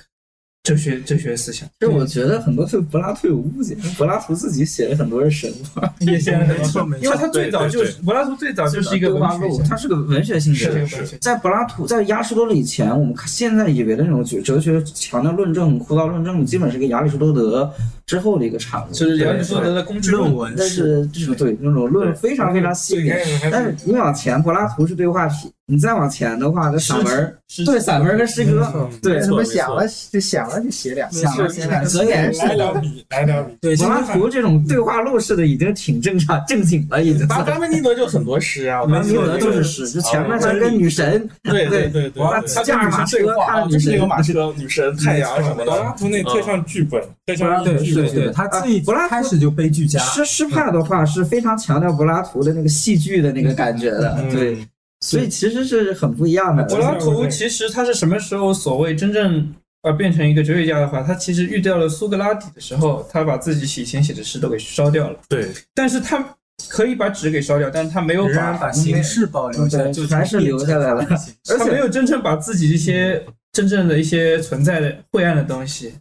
[SPEAKER 7] 哲学哲学思想。
[SPEAKER 6] 这我觉得很多对柏拉图有误解，柏拉图自己写了很多是神话，
[SPEAKER 7] 也显然很多
[SPEAKER 10] 没错没错
[SPEAKER 7] 因为他最早就是柏拉图最早就是一个
[SPEAKER 6] 对
[SPEAKER 7] 文
[SPEAKER 6] 吧
[SPEAKER 7] 学
[SPEAKER 6] 路
[SPEAKER 7] 家，
[SPEAKER 6] 它是个文学性
[SPEAKER 7] 是
[SPEAKER 6] 质
[SPEAKER 7] 一个
[SPEAKER 6] 的
[SPEAKER 7] 文。学家。
[SPEAKER 6] 在柏拉图在亚里士多德以前，我们看现在以为的那种哲学强调论证、枯燥论证，基本是跟亚里士多德之后的一个产物。
[SPEAKER 7] 就是亚里士多德的工具
[SPEAKER 10] 论文
[SPEAKER 6] 但是这种对那种论非常非常细腻。但是你往前，柏拉图是对话体，你再往前的话，这散文儿
[SPEAKER 7] 是
[SPEAKER 6] 对散文儿跟诗歌，对
[SPEAKER 9] 什
[SPEAKER 3] 错
[SPEAKER 9] 么
[SPEAKER 3] 没
[SPEAKER 9] 想
[SPEAKER 3] 错
[SPEAKER 9] 了就想了就写两
[SPEAKER 6] 想了写两，所以
[SPEAKER 8] 来两笔，来两笔。
[SPEAKER 10] 对，
[SPEAKER 6] 柏拉图这种对话录式的已经挺正常正经了，已经。
[SPEAKER 3] 巴巴门尼德就很多诗啊，
[SPEAKER 6] 没
[SPEAKER 3] 巴
[SPEAKER 6] 有
[SPEAKER 3] 门
[SPEAKER 6] 的
[SPEAKER 3] 尼
[SPEAKER 6] 都
[SPEAKER 3] 德
[SPEAKER 6] 是
[SPEAKER 3] 就
[SPEAKER 6] 诗，就前面全跟女神
[SPEAKER 3] 对对对对，
[SPEAKER 6] 哇
[SPEAKER 3] 对
[SPEAKER 6] 驾着马车看着
[SPEAKER 3] 就
[SPEAKER 6] 女
[SPEAKER 3] 是那个
[SPEAKER 6] 神。
[SPEAKER 3] 马车、女神、太阳什么
[SPEAKER 8] 柏
[SPEAKER 3] 的嗯
[SPEAKER 8] 拉。图那特像剧本，特像
[SPEAKER 10] 对
[SPEAKER 8] 剧
[SPEAKER 10] 对
[SPEAKER 8] 本。
[SPEAKER 10] 对，他自己
[SPEAKER 6] 啊柏拉图
[SPEAKER 10] 开始就悲剧家，
[SPEAKER 6] 诗诗派的话是非常强调柏拉图的那个戏剧的那个感觉
[SPEAKER 3] 嗯
[SPEAKER 6] 的，对，所以其实是很不一样的。
[SPEAKER 7] 柏拉图其实他是什么时候所谓真正呃变成一个哲学家的话，他其实遇到了苏格拉底的时候，他把自己以前写的诗都给烧掉了，
[SPEAKER 3] 对，
[SPEAKER 7] 但是他可以把纸给烧掉，但是他没有
[SPEAKER 10] 仍然
[SPEAKER 7] 把
[SPEAKER 10] 把形式保留下来，
[SPEAKER 6] 对
[SPEAKER 10] 就
[SPEAKER 6] 还是留下来了而
[SPEAKER 7] 他没
[SPEAKER 6] 且
[SPEAKER 7] 有真正把自己一些真正的一些存在的晦暗的东西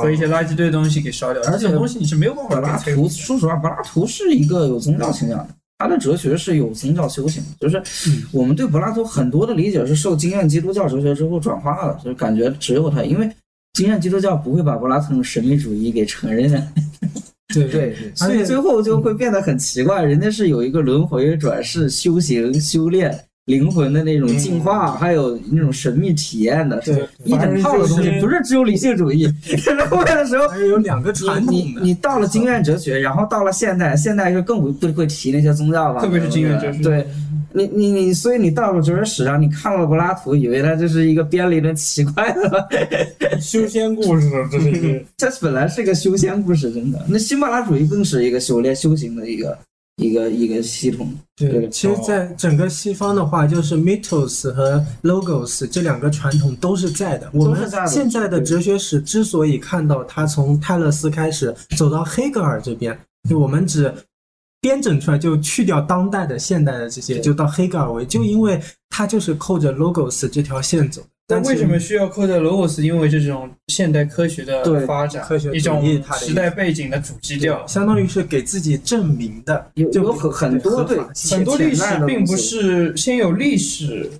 [SPEAKER 7] 和一些垃圾堆的东西给烧掉，
[SPEAKER 6] 而且
[SPEAKER 7] 这种东西你是没有办
[SPEAKER 6] 柏
[SPEAKER 7] 法
[SPEAKER 6] 拉
[SPEAKER 7] 给摧毁
[SPEAKER 6] 图，
[SPEAKER 7] 的。
[SPEAKER 6] 说实话，柏拉图是一个有宗教倾向的，他的哲学是有宗教修行的，就是我们对柏拉图很多的理解是受经验基督教哲学之后转化的，就是感觉只有他，因为经验基督教不会把柏拉图的神秘主义给承认的，
[SPEAKER 10] 对对。
[SPEAKER 6] 对，所以最后就会变得很奇怪，人家是有一个轮回转世、修行、修炼。灵魂的那种进化，还有那种神秘体验的，
[SPEAKER 10] 对
[SPEAKER 6] 一整套的东西，不是只有理性主义。 后面的时候，
[SPEAKER 10] 还是有两个传
[SPEAKER 6] 你
[SPEAKER 10] 统的，
[SPEAKER 6] 你到了经验哲学，然后到了现代，现代就更不不会提那些宗教了，
[SPEAKER 7] 特别是经验哲学
[SPEAKER 6] 对，你你你，所以你到了哲学史上，你看了柏拉图，以为他就是一个编了一顿奇怪的，
[SPEAKER 8] 修仙故事，这是一个
[SPEAKER 6] 这本来是个修仙故事，真的。那新柏拉主义更是一个修炼修行的一个一个一个系统。对哦
[SPEAKER 10] 对，其实，在整个西方的话，就是 mythos 和 logos 这两个传统都是在的。我
[SPEAKER 6] 都
[SPEAKER 10] 们
[SPEAKER 6] 是在的
[SPEAKER 10] 现在的哲学史之所以看到它从泰勒斯开始走到黑格尔这边，就我们只编整出来，就去掉当代的、现代的这些，
[SPEAKER 6] 对
[SPEAKER 10] 就到黑格尔为，就因为它就是扣着 logos 这条线走。
[SPEAKER 7] 但
[SPEAKER 10] 其
[SPEAKER 7] 为
[SPEAKER 10] 实
[SPEAKER 7] 什么需要扣在 logos？因为这种现代科学
[SPEAKER 6] 对
[SPEAKER 7] 的发展，
[SPEAKER 10] 科学主义
[SPEAKER 7] 一种
[SPEAKER 10] 它的一
[SPEAKER 7] 时代背景的主基调，
[SPEAKER 10] 相当于是给自己证明的？
[SPEAKER 6] 有
[SPEAKER 10] 就
[SPEAKER 6] 有很很多对
[SPEAKER 10] 合法
[SPEAKER 7] 很多历史
[SPEAKER 6] 潜在的
[SPEAKER 7] 并不
[SPEAKER 6] 东西
[SPEAKER 7] 是先有历史，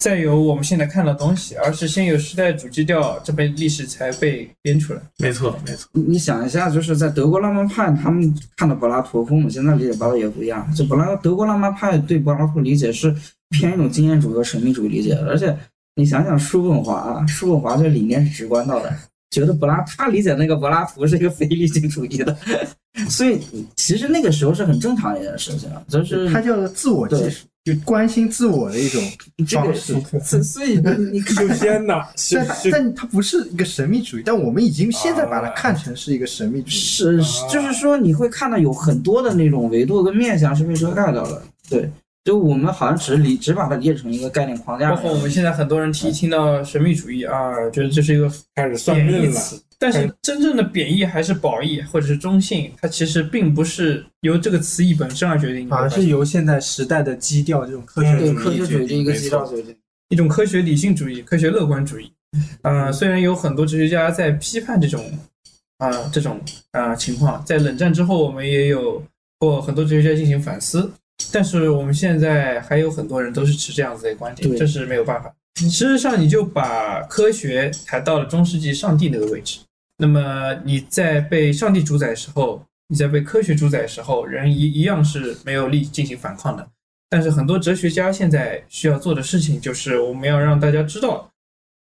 [SPEAKER 7] 再有我们现在看的东西，而是先有时代主基调，这边历史才被编出来。
[SPEAKER 3] 没错没错，
[SPEAKER 6] 你你想一下，就是在德国浪漫派，他们看的柏拉图和我们现在理解柏拉图也不一样。就柏拉德国浪漫派对柏拉图理解是偏一种经验主义和神秘主义理解的，而且你想想叔本华啊， 叔本华对理念是直观到的，觉得柏拉他理解那个柏拉图是一个非理性主义的，所以其实那个时候是很正常的一件事情，啊就是
[SPEAKER 9] 它叫做自我技术，就关心自我的一 种
[SPEAKER 6] 这
[SPEAKER 9] 方
[SPEAKER 6] 个
[SPEAKER 9] 式。
[SPEAKER 6] 所所以你看
[SPEAKER 8] 修仙呐，修
[SPEAKER 9] 但
[SPEAKER 8] 修
[SPEAKER 9] 但它不是一个神秘主义，但我们已经现在把它看成是一个神秘主义。
[SPEAKER 6] 是，是就是说你会看到有很多的那种维度跟面向是被遮盖掉了。对，就我们好像只理只把它列成一个概念框架
[SPEAKER 7] 包。括我们现在很多人
[SPEAKER 6] 嗯
[SPEAKER 7] 提听到神秘主义啊，觉得这是一个
[SPEAKER 8] 开始算
[SPEAKER 7] 贬义
[SPEAKER 8] 命了。
[SPEAKER 7] 词，但是真正的贬义还是褒义或者是中性，它其实并不是由这个词义本身而决定的，
[SPEAKER 10] 反而是由现在时代的基调这种科学主
[SPEAKER 6] 对
[SPEAKER 10] 义
[SPEAKER 6] 科学主义的一个基调决定。
[SPEAKER 7] 一种科学理性主义、科学乐观主义。啊、虽然有很多哲学家在批判这种啊、这种啊、情况，在冷战之后，我们也有过很多哲学家进行反思，但是我们现在还有很多人都是持这样子的观点，
[SPEAKER 6] 对
[SPEAKER 7] 这是没有办法。事实上，你就把科学抬到了中世纪上帝那个位置，那么你在被上帝主宰的时候，你在被科学主宰的时候，人一一样是没有力进行反抗的。但是很多哲学家现在需要做的事情，就是我们要让大家知道，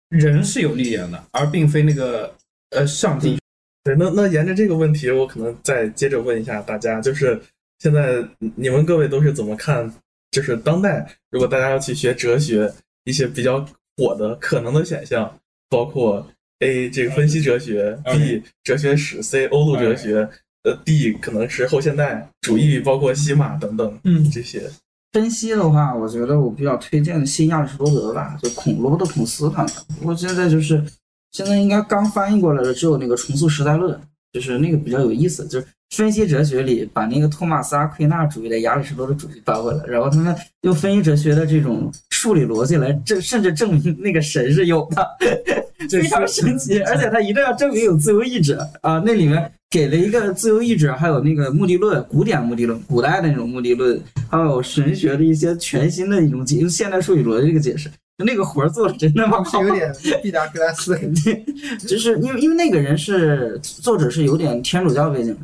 [SPEAKER 7] 人是有力量的，而并非 那个呃上帝。
[SPEAKER 3] 对，那那沿着这个问题，我可能再接着问一下大家，就是现在你们各位都是怎么看？就是当代如果大家要去学哲学，一些比较火的可能的选项，包括 A 这个分析哲学，B 哲学史，C 欧陆哲学，呃，D 可能是后现代主义，包括西马等等，嗯，这些。
[SPEAKER 6] 分析的话，我觉得我比较推荐新亚里士多德吧，就孔罗伯特·孔斯他们。不过现在就是现在应该刚翻译过来的只有那个《重塑时代论》，就是那个比较有意思，就是分析哲学里把那个托马斯阿奎那主义的亚里士多德主义搬回来，然后他们用分析哲学的这种数理逻辑来证，甚至证明那个神是有的， 非常神奇。而且他一定要证明有自由意志啊，那里面给了一个自由意志，还有那个目的论，古典目的论，古代的那种目的论，还有神学的一些全新的一种解，用现代数理逻辑这个解释。那个活儿做的真的蛮好，
[SPEAKER 9] 有点毕达哥拉斯的感觉。
[SPEAKER 6] 就是因为因为那个人是作者是有点天主教背景的，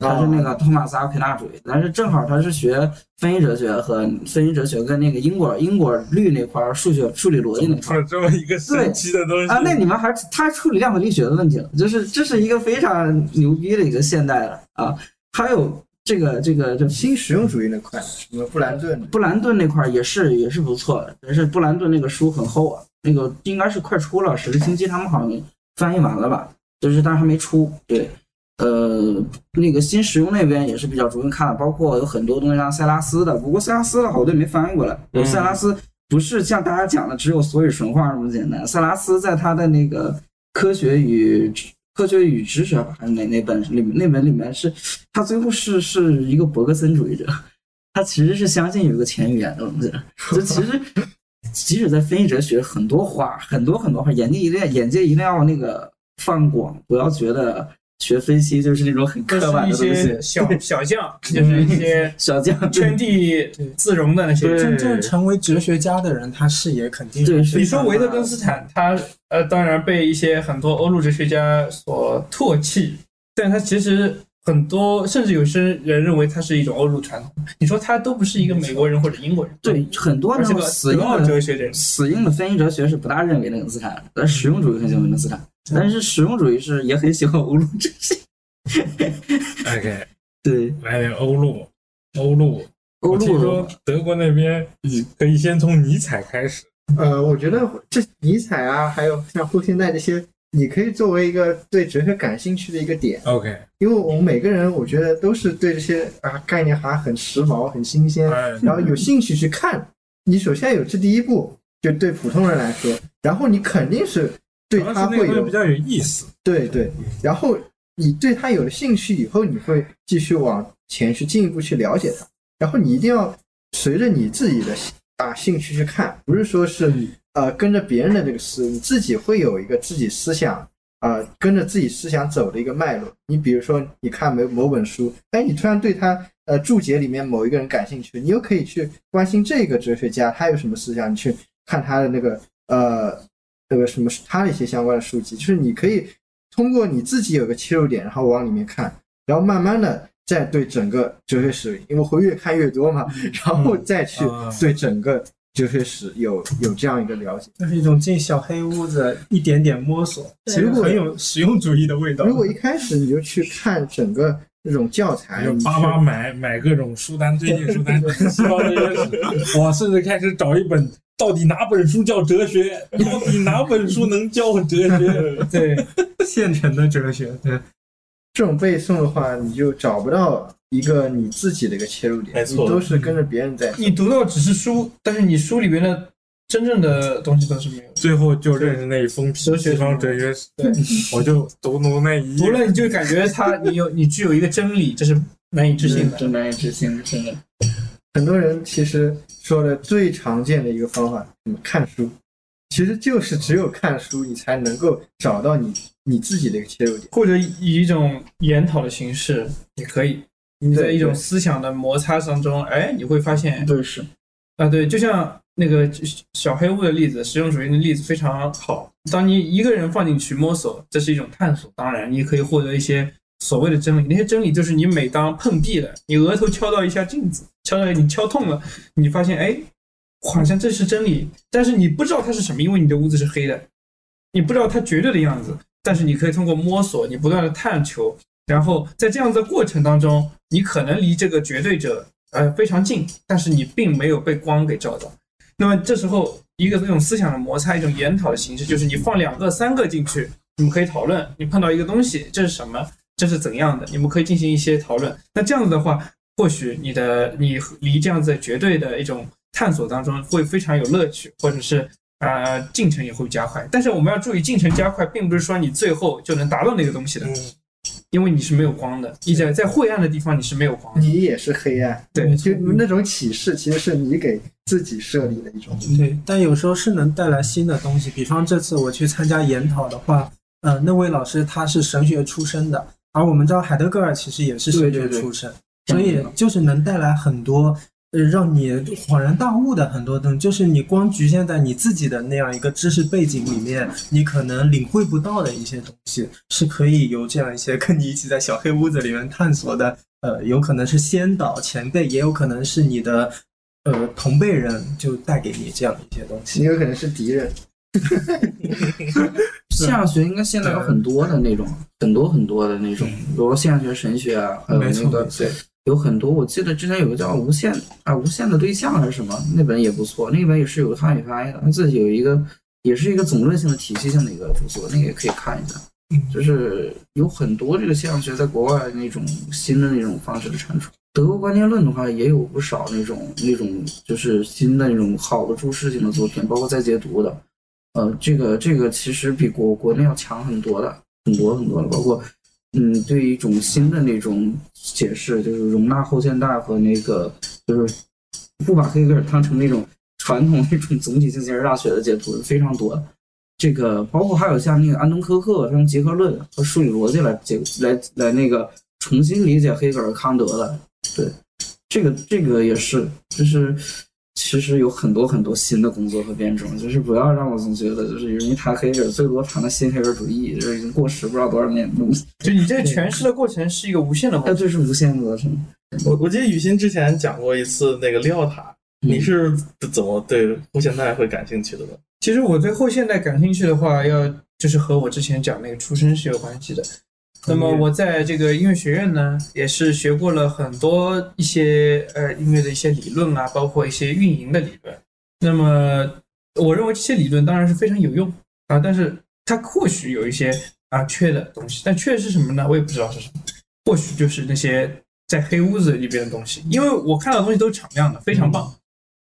[SPEAKER 6] 他是那
[SPEAKER 9] 哦
[SPEAKER 6] 个托马斯阿奎那主义，但是正好他是学分析哲学和分析哲学跟那个因果因果律那块儿数学数理逻辑那块
[SPEAKER 8] 出了哦这么一个神奇的东
[SPEAKER 6] 儿
[SPEAKER 8] 西
[SPEAKER 6] 啊，那里面还他还处理量子力学的问题了，就是这是一个非常牛逼的一个现代了啊，还有这个这个这
[SPEAKER 9] 新实用主义那块，什么布兰顿，
[SPEAKER 6] 布兰顿那块儿也是也是不错的，但是布兰顿那个书很厚啊，那个应该是快出了，史力清基他们好像翻译完了吧，就是但是还没出。对，呃，那个新实用那边也是比较着重看的，包括有很多东西像塞拉斯的，不过塞拉斯的好多也没翻译过来，
[SPEAKER 3] 嗯
[SPEAKER 6] 塞拉斯不是像大家讲的只有所有神话那么简单，塞拉斯在他的那个科学与科学与知识吧还是哪哪本里面那本里面是，他最后是是一个伯格森主义者，他其实是相信有一个前语言的东西，就其实即使在分析哲学，很多花很多很多花，眼界一定要眼界一定要那个放广，不要觉得学分析就是那种很
[SPEAKER 7] 就
[SPEAKER 6] 刻板
[SPEAKER 7] 是一
[SPEAKER 6] 的东西
[SPEAKER 7] 些。小 小将，就是一些
[SPEAKER 6] 小将
[SPEAKER 7] 圈地自容的那些人。
[SPEAKER 10] 真正成为哲学家的人，他视野肯定
[SPEAKER 6] 对，是
[SPEAKER 7] 你说
[SPEAKER 6] 的
[SPEAKER 7] 维特根斯坦，他呃，当然被一些很多欧陆哲学家所唾弃，但他其实很多，甚至有些人认为他是一种欧陆传统。你说他都不是一个美国人或者英国人，
[SPEAKER 6] 对很多
[SPEAKER 7] 而
[SPEAKER 6] 那
[SPEAKER 7] 是
[SPEAKER 6] 种
[SPEAKER 7] 个
[SPEAKER 6] 死
[SPEAKER 7] 德
[SPEAKER 6] 硬
[SPEAKER 7] 奥
[SPEAKER 6] 的
[SPEAKER 7] 哲学者。
[SPEAKER 6] 死硬的分析哲学是不大认维特根斯坦的，但实用主义很喜欢维特根斯坦，
[SPEAKER 7] 嗯
[SPEAKER 6] 但是实用主义是也很喜欢欧陆哲学。
[SPEAKER 8] OK，
[SPEAKER 6] 对，
[SPEAKER 8] 来点欧陆，欧陆。
[SPEAKER 6] 欧
[SPEAKER 8] 我听
[SPEAKER 6] 陆
[SPEAKER 8] 说德国那边
[SPEAKER 6] 嗯
[SPEAKER 8] 可以先从尼采开始，
[SPEAKER 9] 呃，我觉得这尼采啊，还有像后现代这些，你可以作为一个对哲学感兴趣的一个点，
[SPEAKER 8] OK，
[SPEAKER 9] 因为我们每个人，我觉得都是对这些啊概念还很时髦、很新鲜，
[SPEAKER 8] 哎，
[SPEAKER 9] 然后有兴趣去看。你首先有这第一步，就对普通人来说，然后你肯定是对
[SPEAKER 8] 主要是
[SPEAKER 9] 他
[SPEAKER 8] 那个
[SPEAKER 9] 会
[SPEAKER 8] 东西
[SPEAKER 9] 有
[SPEAKER 8] 比较嗯有意思。
[SPEAKER 9] 对对，然后你对他有了兴趣以后，你会继续往前去进一步去了解他，然后你一定要随着你自己的啊兴趣去看，不是说是
[SPEAKER 8] 嗯
[SPEAKER 9] 呃跟着别人的这个思路，你自己会有一个自己思想啊、呃跟着自己思想走的一个脉络。你比如说，你看某某本书，哎，你突然对他呃注解里面某一个人感兴趣，你又可以去关心这个哲学家他有什么思想，你去看他的那个呃那个什么他的一些相关的书籍，就是你可以通过你自己有个切入点，然后往里面看，然后慢慢的再对整个哲学史，因为会越看越多嘛，然后再去
[SPEAKER 8] 啊
[SPEAKER 9] 对整个哲学史有有这样一个了解。
[SPEAKER 10] 就是一种进小黑屋子一点点摸索，
[SPEAKER 5] 对
[SPEAKER 10] 其实很有实用主义的味道。
[SPEAKER 9] 如果一开始你就去看整个那种教材，
[SPEAKER 8] 就
[SPEAKER 9] 你去
[SPEAKER 8] 巴巴买买各种书单，最近书单，西方哲学史，我甚至开始找一本，到底哪本书叫哲学？到底哪本书能教我哲学？
[SPEAKER 10] 对现成的哲学，对
[SPEAKER 9] 这种背诵的话，你就找不到一个你自己的一个切入点，
[SPEAKER 3] 没错
[SPEAKER 9] 你都是跟着别人在。
[SPEAKER 7] 你读到只是书，但是你书里面的真正的东西都是没有的。
[SPEAKER 8] 最后就认识那一封
[SPEAKER 7] 哲
[SPEAKER 8] 批
[SPEAKER 7] 学
[SPEAKER 8] 西方哲学史，
[SPEAKER 7] 对，
[SPEAKER 8] 我就读读那一
[SPEAKER 7] 读
[SPEAKER 8] 页。
[SPEAKER 7] 了你就感觉他，你有你具有一个真理，这是难以置信的。
[SPEAKER 6] 真难以置信，真的。
[SPEAKER 9] 很多人其实说的最常见的一个方法，什么看书，其实就是只有看书，你才能够找到你你自己的一个切入点。
[SPEAKER 7] 或者以一种研讨的形式也可以。你在
[SPEAKER 9] 对
[SPEAKER 7] 一种
[SPEAKER 9] 对
[SPEAKER 7] 思想的摩擦当中，哎，你会发现
[SPEAKER 6] 对是，
[SPEAKER 7] 啊，对，就像那个小黑屋的例子，实用主义的例子非常好。当你一个人放进去摸索，这是一种探索，当然你可以获得一些所谓的真理。那些真理就是你每当碰壁了，你额头敲到一下镜子，敲到你敲痛了，你发现哎，好像这是真理，但是你不知道它是什么，因为你的屋子是黑的，你不知道它绝对的样子。但是你可以通过摸索，你不断的探求，然后在这样的过程当中，你可能离这个绝对者呃非常近，但是你并没有被光给照到。那么这时候，一个这种思想的摩擦，一种研讨的形式，就是你放两个、三个进去，你们可以讨论。你碰到一个东西，这是什么？这是怎样的？你们可以进行一些讨论。那这样子的话，或许你的你离这样子绝对的一种探索当中会非常有乐趣，或者是呃进程也会加快。但是我们要注意，进程加快并不是说你最后就能达到那个东西的，因为你是没有光的。你在在晦暗的地方你是没有光的。
[SPEAKER 9] 你也是黑暗，
[SPEAKER 7] 对
[SPEAKER 9] 就那种启示，其实是你给自己设立的一种。
[SPEAKER 10] 对，但有时候是能带来新的东西。比方这次我去参加研讨的话，呃，那位老师他是神学出身的，而我们知道海德格尔其实也是神
[SPEAKER 6] 对
[SPEAKER 10] 学
[SPEAKER 6] 对对
[SPEAKER 10] 出身，所以就是能带来很多呃让你恍然大悟的很多东西。就是你光局限在你自己的那样一个知识背景里面，你可能领会不到的一些东西，是可以由这样一些跟你一起在小黑屋子里面探索的。呃，有可能是先导前辈，也有可能是你的呃同辈人就带给你这样的一些东西。
[SPEAKER 9] 你有可能是敌人，
[SPEAKER 6] 现象学应该现在有很多的那种，很多很多的那种，比如说现象学神学啊，还有
[SPEAKER 10] 没
[SPEAKER 6] 那
[SPEAKER 10] 错
[SPEAKER 6] 个对，有很多。我记得之前有个叫《无限》啊，《无限的对象》还是什么，那本也不错，那本也是有个汉语翻译的，它自己有一个，也是一个总论性的体系性的一个著作，那个也可以看一下。就是有很多这个现象学在国外那种新的那种方式的产出。德国观念论的话，也有不少那种那种就是新的那种好的注释性的作品，包括在解读的。呃，这个这个其实比国国内要强很多的，很多很多的，包括嗯，对于一种新的那种解释，就是容纳后现代和那个就是不把黑格尔当成那种传统 那种总体性形而上学的解读是非常多的。这个包括还有像那个安东科赫，他用结合论和数理逻辑来解来来那个重新理解黑格尔、康德的，对，这个这个也是，就是其实有很多很多新的工作和变种，就是不要让我总觉得就是有人一谈黑格尔，最多谈的新黑格尔主义，就是已经过时不知道多少年的东西，
[SPEAKER 7] 就你这个诠释的过程是一个无限的过
[SPEAKER 6] 但
[SPEAKER 7] 程。
[SPEAKER 6] 这是无限过程。
[SPEAKER 3] 我我记得雨欣之前讲过一次那个利奥塔，你是怎么对后现代会感兴趣的呢？
[SPEAKER 7] 其实我对后现代感兴趣的话，要就是和我之前讲那个出身是有关系的。那么我在这个音乐学院呢，也是学过了很多一些呃音乐的一些理论啊，包括一些运营的理论。那么我认为这些理论当然是非常有用啊，但是它或许有一些啊缺的东西，但缺的是什么呢？我也不知道是什么，或许就是那些在黑屋子里边的东西，因为我看到的东西都是敞亮的，非常棒。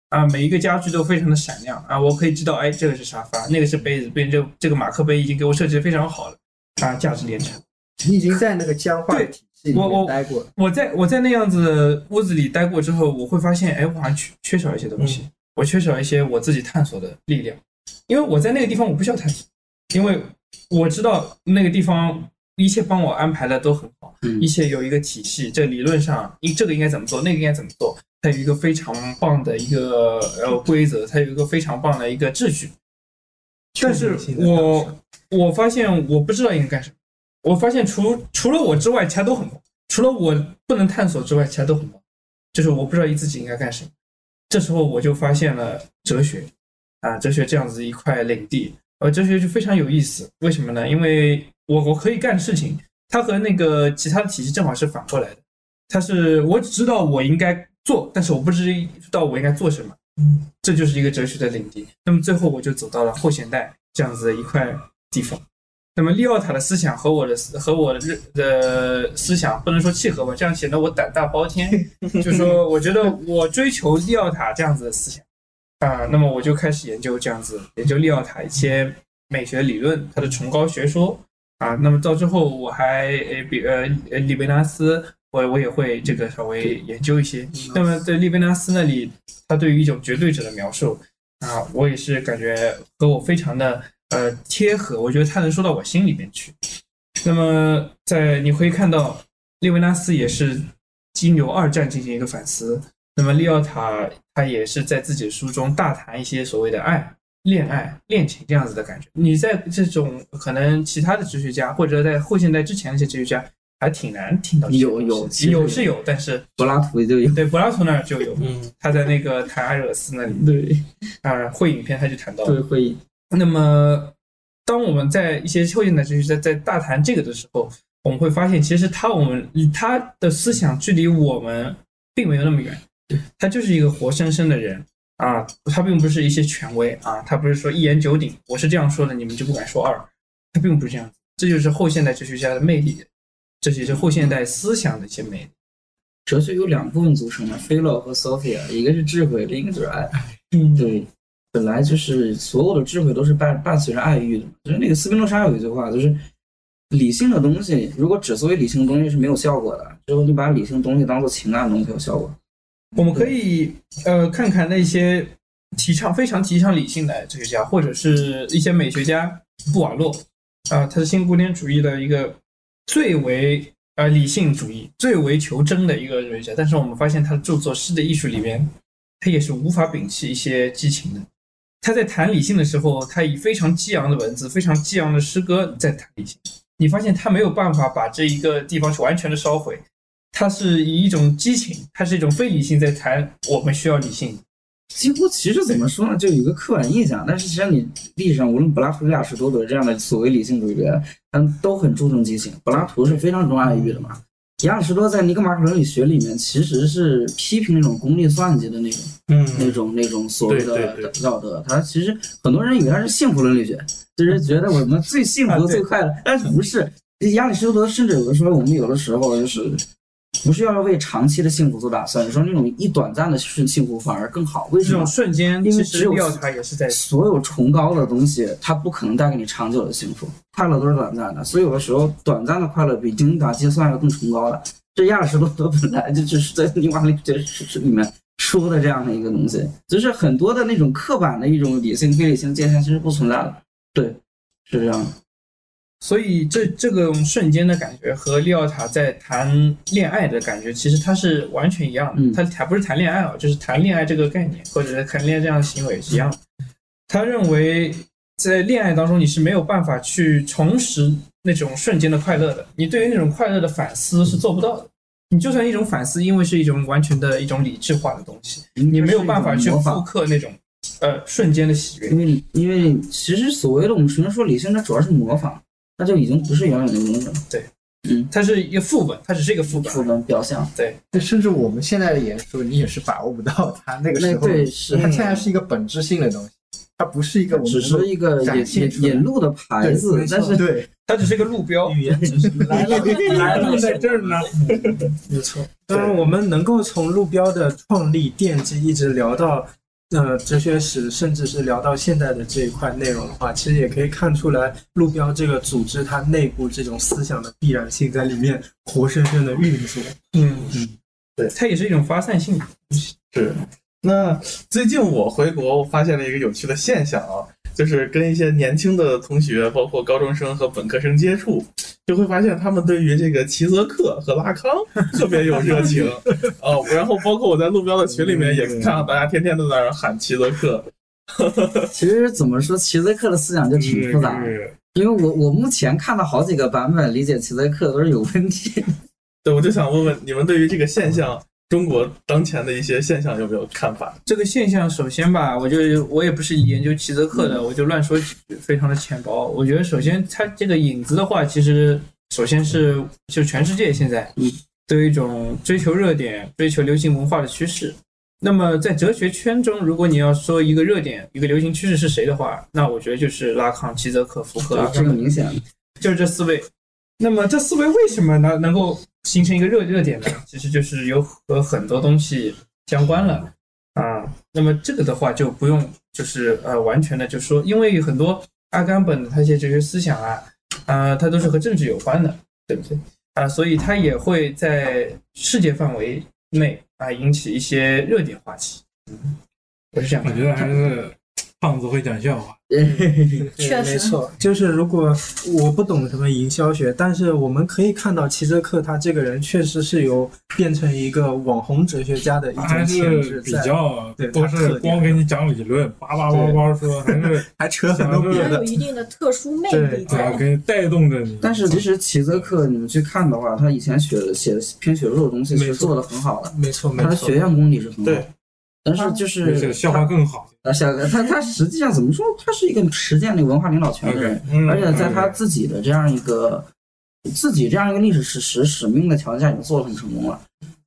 [SPEAKER 7] 啊，每一个家具都非常的闪亮啊，我可以知道，哎，这个是沙发，那个是杯子，并这这个马克杯已经给我设计的非常好了，啊，价值连城。
[SPEAKER 9] 你已经在那个僵化
[SPEAKER 7] 对
[SPEAKER 9] 体系里
[SPEAKER 7] 我我
[SPEAKER 9] 面待过了。
[SPEAKER 7] 我在我在那样子屋子里待过之后，我会发现，哎，我好像缺缺少一些东西，我缺少一些我自己探索的力量，因为我在那个地方我不需要探索，因为我知道那个地方一切帮我安排的都很好，
[SPEAKER 6] 嗯
[SPEAKER 7] 一切有一个体系，这理论上应这个应该怎么做，那个应该怎么做，它有一个非常棒的一个呃规则，它有一个非常棒的一个秩序，但是我我发现我不知道应该干什么，我发现除除了我之外，其他都很忙。除了我不能探索之外，其他都很忙，就是我不知道自己应该干什么。这时候我就发现了哲学，啊，哲学这样子一块领地，呃，哲学就非常有意思。为什么呢？因为我我可以干的事情，它和那个其他的体系正好是反过来的。它是我只知道我应该做，但是我不知道我应该做什么。嗯，这就是一个哲学的领地。那么最后我就走到了后现代这样子的一块地方。那么利奥塔的思想和我的思和我的日的思想不能说契合吧，这样显得我胆大包 天。就说我觉得我追求利奥塔这样子的思想啊，那么我就开始研究这样子，研究利奥塔一些美学理论，它的崇高学说啊。那么到最后我还呃比呃呃里贝纳斯，我我也会这个稍微研究一些。那么在利贝纳斯那里，他对于一种绝对者的描述啊，我也是感觉和我非常的呃贴合，我觉得他能说到我心里面去。那么在你会看到利维纳斯也是经由二战进行一个反思，那么利奥塔他也是在自己的书中大谈一些所谓的爱、恋爱、恋情这样子的感觉。你在这种可能其他的哲学家或者在后现代之前的一些哲学家还挺难听到这些
[SPEAKER 6] 有
[SPEAKER 7] 东西
[SPEAKER 6] 有其实
[SPEAKER 7] 有是有，但是
[SPEAKER 6] 柏拉图就有，
[SPEAKER 7] 对，柏拉图那儿就有，
[SPEAKER 6] 嗯，
[SPEAKER 7] 他在那个谈阿惹斯那里
[SPEAKER 6] 对
[SPEAKER 7] 啊，会影片他就谈到了。
[SPEAKER 6] 对，会议
[SPEAKER 7] 那么，当我们在一些后现代哲学在在大谈这个的时候，我们会发现，其实他我们他的思想距离我们并没有那么远，他就是一个活生生的人啊，他并不是一些权威啊，他不是说一言九鼎，我是这样说的，你们就不敢说二，他并不是这样子，这就是后现代哲学家的魅力，这就是后现代思想的一些魅力。
[SPEAKER 6] 哲学有两部分组成的 p h i l o 和 Sophia，一个是智慧，另一个就是爱。对，本来就是所有的智慧都是伴伴随着爱欲的。就是那个斯宾诺莎有一句话，就是理性的东西，如果只作为理性的东西是没有效果的，之后就把理性的东西当做情感的东西有效果。
[SPEAKER 7] 我们可以呃看看那些提倡非常提倡理性的哲学家，或者是一些美学家布瓦洛啊、他是新古典主义的一个最为呃理性主义、最为求真的一个哲学家。但是我们发现他的著作《诗的艺术》里边，他也是无法摒弃一些激情的。他在谈理性的时候，他以非常激昂的文字、非常激昂的诗歌在谈理性。你发现他没有办法把这一个地方去完全的烧毁，它是以一种激情，它是一种非理性在谈我们需要理性。
[SPEAKER 6] 几乎其实怎么说呢，就有一个刻板印象，但是其实你历史上无论柏拉图、亚里士多德这样的所谓理性主义者，他们都很注重激情。柏拉图是非常重爱欲的嘛，亚里士多在《尼格马可伦理学》里面其实是批评那种功利算计的那种、
[SPEAKER 3] 嗯
[SPEAKER 6] 那种、那种所谓
[SPEAKER 3] 对
[SPEAKER 6] 的
[SPEAKER 3] 对对
[SPEAKER 6] 道德。他其实很多人以为他是幸福伦理学，就是觉得我们最幸福、最快乐，但是不是。亚里士多德甚至有的说，我们有的时候就是不是要为长期的幸福做打算，说那种一短暂的幸幸福反而更好。为
[SPEAKER 7] 这
[SPEAKER 6] 什么
[SPEAKER 7] 种？瞬间，
[SPEAKER 6] 因
[SPEAKER 7] 其
[SPEAKER 6] 为
[SPEAKER 7] 实
[SPEAKER 6] 只有
[SPEAKER 7] 调查也是在
[SPEAKER 6] 所有崇高的东西，它不可能带给你长久的幸福，快乐都是短暂的，所以有的时候短暂的快乐比精打细算要更崇高的。这亚里士多德本来就就是在《尼瓦里这这里面说的这样的一个东西，就是很多的那种刻板的一种理性非理性界限其实不存在的。对，是这样的。
[SPEAKER 7] 所以这这种瞬间的感觉和利奥塔在谈恋爱的感觉，其实它是完全一样的
[SPEAKER 6] 嗯。
[SPEAKER 7] 他谈不是谈恋爱啊，就是谈恋爱这个概念，或者是谈恋爱这样的行为是一样的。他认为在恋爱当中，你是没有办法去重拾那种瞬间的快乐的，你对于那种快乐的反思是做不到的。你就算一种反思，因为是一种完全的一种理智化的东西，你没有办法去
[SPEAKER 6] 模仿
[SPEAKER 7] 复刻那种呃瞬间的喜悦
[SPEAKER 6] 因。为因为其实所谓的我们平时说理性，它主要是模仿，那就已经不是原有的东西了，
[SPEAKER 7] 它是一个副本，它只是一个副本。
[SPEAKER 6] 副本表象。
[SPEAKER 9] 对，甚至我们现在的言说，你也是把握不到它那个时
[SPEAKER 6] 那
[SPEAKER 9] 候，
[SPEAKER 6] 对是
[SPEAKER 10] 嗯
[SPEAKER 9] 它恰恰是一个本质性的东西，它不是一个我们
[SPEAKER 6] 只是一个
[SPEAKER 9] 展
[SPEAKER 6] 引
[SPEAKER 9] 现出
[SPEAKER 6] 引
[SPEAKER 9] 来
[SPEAKER 6] 引路的牌子
[SPEAKER 9] 对，
[SPEAKER 6] 但是
[SPEAKER 9] 对
[SPEAKER 7] 它只是一个路
[SPEAKER 6] 嗯
[SPEAKER 7] 标。
[SPEAKER 12] 语言只是
[SPEAKER 4] 来了来了，在这儿呢。
[SPEAKER 10] 没错。当然，我们能够从路标的创立、奠基，一直聊到呃哲学史，甚至是聊到现在的这一块内容的话，其实也可以看出来路标这个组织它内部这种思想的必然性在里面活生生的运作。
[SPEAKER 7] 嗯
[SPEAKER 9] 嗯，
[SPEAKER 7] 对，它也是一种发散性。
[SPEAKER 3] 那最近我回国，我发现了一个有趣的现象啊，就是跟一些年轻的同学，包括高中生和本科生接触，就会发现他们对于这个齐泽克和拉康特别有热情啊、然后包括我在路标的群里面也看到大家天天都在那儿喊齐泽克，
[SPEAKER 6] 其实怎么说，齐泽克的思想就挺复
[SPEAKER 10] 嗯
[SPEAKER 6] 杂的，
[SPEAKER 3] 是
[SPEAKER 6] 因为我我目前看到好几个版本，理解齐泽克都是有问题。
[SPEAKER 3] 对，我就想问问你们对于这个现象，中国当前的一些现象有没有看法？
[SPEAKER 7] 这个现象，首先吧，我就我也不是研究齐泽
[SPEAKER 6] 嗯
[SPEAKER 7] 克的，我就乱说几句，非常的浅薄。我觉得，首先它这个影子的话，其实首先是就全世界现在
[SPEAKER 6] 嗯
[SPEAKER 7] 都有一种追求热点、追求流行文化的趋势。那么在哲学圈中，如果你要说一个热点、一个流行趋势是谁的话，那我觉得就是拉康、齐泽克、福柯、阿
[SPEAKER 6] 这
[SPEAKER 7] 甘
[SPEAKER 6] 个明显，
[SPEAKER 7] 就是这四位。那么这四位为什么能能够形成一个热热点呢？其实就是有和很多东西相关了啊。那么这个的话就不用就是呃完全的就说，因为很多阿甘本的他一些哲学思想啊，啊，它都是和政治有关的，对不对？啊，所以它也会在世界范围内啊引起一些热点话题。嗯我是这样
[SPEAKER 4] 我
[SPEAKER 7] 看
[SPEAKER 4] 觉得还是胖子会讲笑话。
[SPEAKER 10] 嗯
[SPEAKER 5] 确
[SPEAKER 10] 没
[SPEAKER 5] 实，
[SPEAKER 10] 错，就是如果我不懂什么营销学，但是我们可以看到齐泽克他这个人确实是有变成一个网红哲学家的一
[SPEAKER 4] 还
[SPEAKER 10] 种潜质
[SPEAKER 4] 是比
[SPEAKER 10] 在，
[SPEAKER 4] 较
[SPEAKER 10] 对
[SPEAKER 4] 都是光给你讲理论，叭叭叭叭说，还是
[SPEAKER 10] 还扯很多别
[SPEAKER 5] 它
[SPEAKER 10] 的
[SPEAKER 5] 有。一定的特殊魅力
[SPEAKER 10] 对
[SPEAKER 4] 啊
[SPEAKER 5] 在。
[SPEAKER 4] 给你带动着你。
[SPEAKER 6] 但是其实齐泽克，你们去看的话，他以前学的写的偏学术的东西
[SPEAKER 10] 没
[SPEAKER 6] 是
[SPEAKER 10] 错
[SPEAKER 6] 做的很好的，
[SPEAKER 10] 没错，没
[SPEAKER 6] 他的
[SPEAKER 10] 错
[SPEAKER 6] 学。院功底是很好
[SPEAKER 3] 对
[SPEAKER 6] 的。但是就
[SPEAKER 4] 而且
[SPEAKER 6] 是
[SPEAKER 4] 笑话更好，
[SPEAKER 6] 啊，下个他他实际上怎么说？他是一个实践那个文化领导权的人，
[SPEAKER 3] 嗯
[SPEAKER 6] 而且在他自己的这样一个自己这样一个历史史实使命的条件下已经做得很成功了，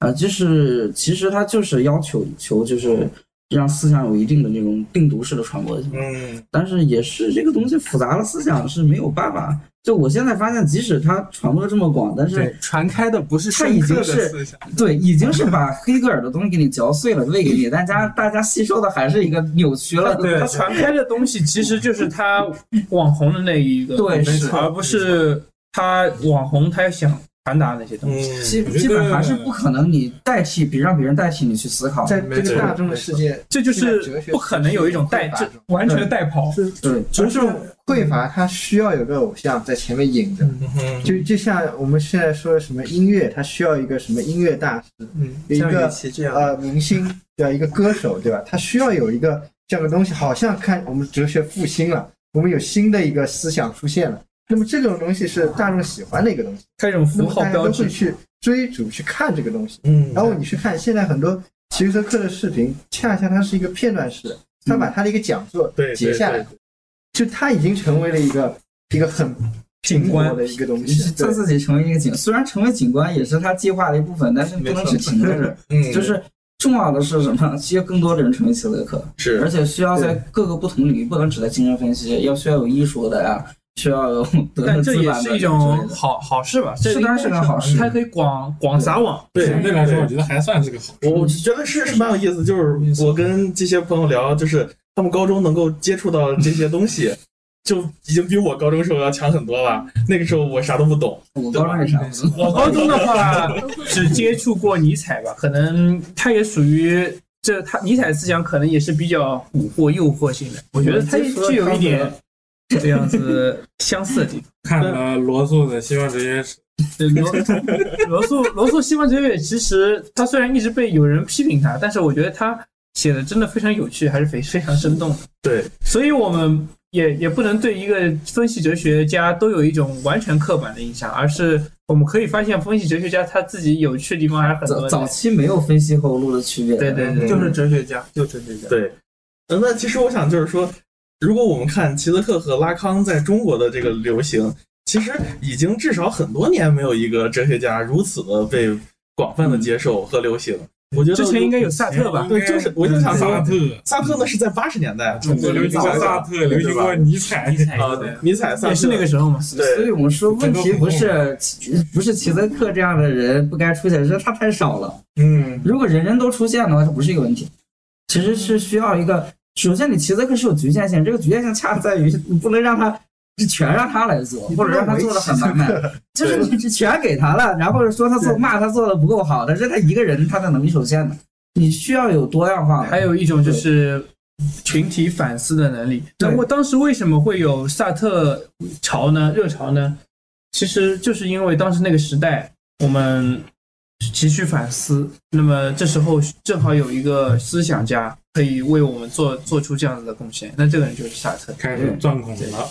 [SPEAKER 6] 啊、就是其实它就是要求求就是让思想有一定的这种病毒式的传播性，
[SPEAKER 8] 嗯，
[SPEAKER 6] 但是也是这个东西复杂了，思想是没有办法。就我现在发现，即使它传播得这么广，但是
[SPEAKER 10] 对，传开的不是
[SPEAKER 6] 它
[SPEAKER 10] 深
[SPEAKER 6] 已
[SPEAKER 10] 刻
[SPEAKER 6] 经
[SPEAKER 10] 的
[SPEAKER 6] 是
[SPEAKER 10] 思想，
[SPEAKER 6] 对，已经是把黑格尔的东西给你嚼碎了喂给你，但家大家吸收的还是一个扭曲了的。
[SPEAKER 10] 对
[SPEAKER 7] 他传开的东西其实就是他网红的那一个，
[SPEAKER 6] 对是
[SPEAKER 7] 而不是他网红他想传达那些东西。
[SPEAKER 8] 嗯
[SPEAKER 6] 基
[SPEAKER 8] 我觉得
[SPEAKER 6] 基本还是不可能你代替别让别人代替你去思考。
[SPEAKER 9] 在
[SPEAKER 10] 没
[SPEAKER 9] 这
[SPEAKER 10] 错
[SPEAKER 9] 个大众的世界，
[SPEAKER 7] 这就
[SPEAKER 9] 现在哲
[SPEAKER 7] 是
[SPEAKER 9] 学
[SPEAKER 7] 不可能有一种代，
[SPEAKER 9] 是
[SPEAKER 7] 这完全代跑。
[SPEAKER 6] 对，
[SPEAKER 9] 就是
[SPEAKER 10] 嗯
[SPEAKER 9] 匮乏，它需要有个偶像在前面引着。
[SPEAKER 8] 嗯
[SPEAKER 9] 就就像我们现在说的什么音乐，它需要一个什么音乐大师，
[SPEAKER 10] 嗯，
[SPEAKER 9] 一
[SPEAKER 10] 像
[SPEAKER 9] 个
[SPEAKER 10] 雨琦这样，
[SPEAKER 9] 呃明星，对吧？一个歌手，对吧？他需要有一个这样的东西，好像看我们哲学复兴了，我们有新的一个思想出现了。那么这种东西是大众喜欢的一个东西，
[SPEAKER 7] 它这种
[SPEAKER 9] 那
[SPEAKER 7] 符
[SPEAKER 9] 么
[SPEAKER 7] 号
[SPEAKER 9] 大家
[SPEAKER 7] 标
[SPEAKER 9] 都
[SPEAKER 7] 志
[SPEAKER 9] 会，去追逐去看这个东西。
[SPEAKER 8] 嗯
[SPEAKER 9] 然后你去看现在很多齐泽克的视频，恰恰它是一个片段式的，他把他的一个讲座
[SPEAKER 8] 对对
[SPEAKER 9] 截下来，就他已经成为了一个一个很
[SPEAKER 7] 景
[SPEAKER 9] 苹
[SPEAKER 7] 观
[SPEAKER 9] 果的一个东
[SPEAKER 6] 你是
[SPEAKER 9] 西。对
[SPEAKER 6] 他自己成为一个警，虽然成为警官也是他计划的一部分，但是你不能只停在这儿。
[SPEAKER 8] 嗯
[SPEAKER 6] 就是重要的是什么？需要更多的人成为奇乐克，
[SPEAKER 3] 是
[SPEAKER 6] 而且需要在各个不同领域，不能只在精神分析，要需要有艺术的呀，需要有德政
[SPEAKER 7] 但这
[SPEAKER 6] 资
[SPEAKER 7] 也
[SPEAKER 6] 本的之
[SPEAKER 7] 是
[SPEAKER 6] 类
[SPEAKER 7] 一种
[SPEAKER 6] 的
[SPEAKER 7] 好好事吧？
[SPEAKER 6] 是当然是个好事
[SPEAKER 7] 它可以广广撒网。
[SPEAKER 3] 对
[SPEAKER 8] 相对来说，我觉得还算是个好事。
[SPEAKER 3] 我
[SPEAKER 7] 嗯
[SPEAKER 3] 我觉得是是蛮有意思，就是我跟这些朋友聊，就是他们高中能够接触到这些东西，就已经比我高中时候要强很多了。那个时候我啥都不懂，
[SPEAKER 6] 我高中也啊啥不知道
[SPEAKER 7] 我高中的 话，只接触过尼采吧，可能他也属于这他尼采思想可能也是比较蛊惑、诱惑性的。我觉得他也具有一点这样子相似的地方。
[SPEAKER 8] 看了罗素的《西方哲学史
[SPEAKER 7] 对罗罗素罗素西方哲学其实他虽然一直被有人批评他，但是我觉得他写的真的非常有趣，还是非非常生动的。
[SPEAKER 3] 对，
[SPEAKER 7] 所以我们也也不能对一个分析哲学家都有一种完全刻板的印象，而是我们可以发现分析哲学家他自己有趣的地方还是很多
[SPEAKER 6] 早
[SPEAKER 7] 的。
[SPEAKER 6] 早期没有分析和无路的区别。
[SPEAKER 7] 对对对，
[SPEAKER 10] 就是哲学家，就哲学家。
[SPEAKER 3] 对，呃，那其实我想就是说，如果我们看齐泽克和拉康在中国的这个流行，其实已经至少很多年没有一个哲学家如此的被广泛的接受和流行。我觉得
[SPEAKER 7] 嗯之前应该有嗯萨特吧？
[SPEAKER 3] 对，就是我就想
[SPEAKER 8] 萨
[SPEAKER 3] 萨
[SPEAKER 8] 特
[SPEAKER 3] 特，，萨特呢是在八十年
[SPEAKER 7] 嗯
[SPEAKER 3] 代，
[SPEAKER 8] 中国流行过萨特，流行过尼采，
[SPEAKER 3] 呃，尼采、萨
[SPEAKER 7] 啊也
[SPEAKER 3] 特
[SPEAKER 7] 是那个时候嘛。
[SPEAKER 6] 所以
[SPEAKER 3] 对
[SPEAKER 6] 我们说，问题不是不是齐泽克这样的人不该出现，是他太少了。
[SPEAKER 8] 嗯，
[SPEAKER 6] 如果人人都出现的话，它不是一个问题，其实是需要一个。首先，你齐泽克是有局限性，这个局限性恰在于你不能让他全让他来做，或者让他做的很 完美，就是你全给他了，然后说他做骂他做的不够好，但是他一个人他的能力是有限的，你需要有多样化。
[SPEAKER 7] 还有一种就是群体反思的能力。
[SPEAKER 6] 对
[SPEAKER 7] 那我当时为什么会有萨特潮呢？热潮呢？其实就是因为当时那个时代，我们急需反思。那么这时候正好有一个思想家可以为我们做做出这样子的贡献，那这个人就是萨特。
[SPEAKER 8] 开始钻孔了。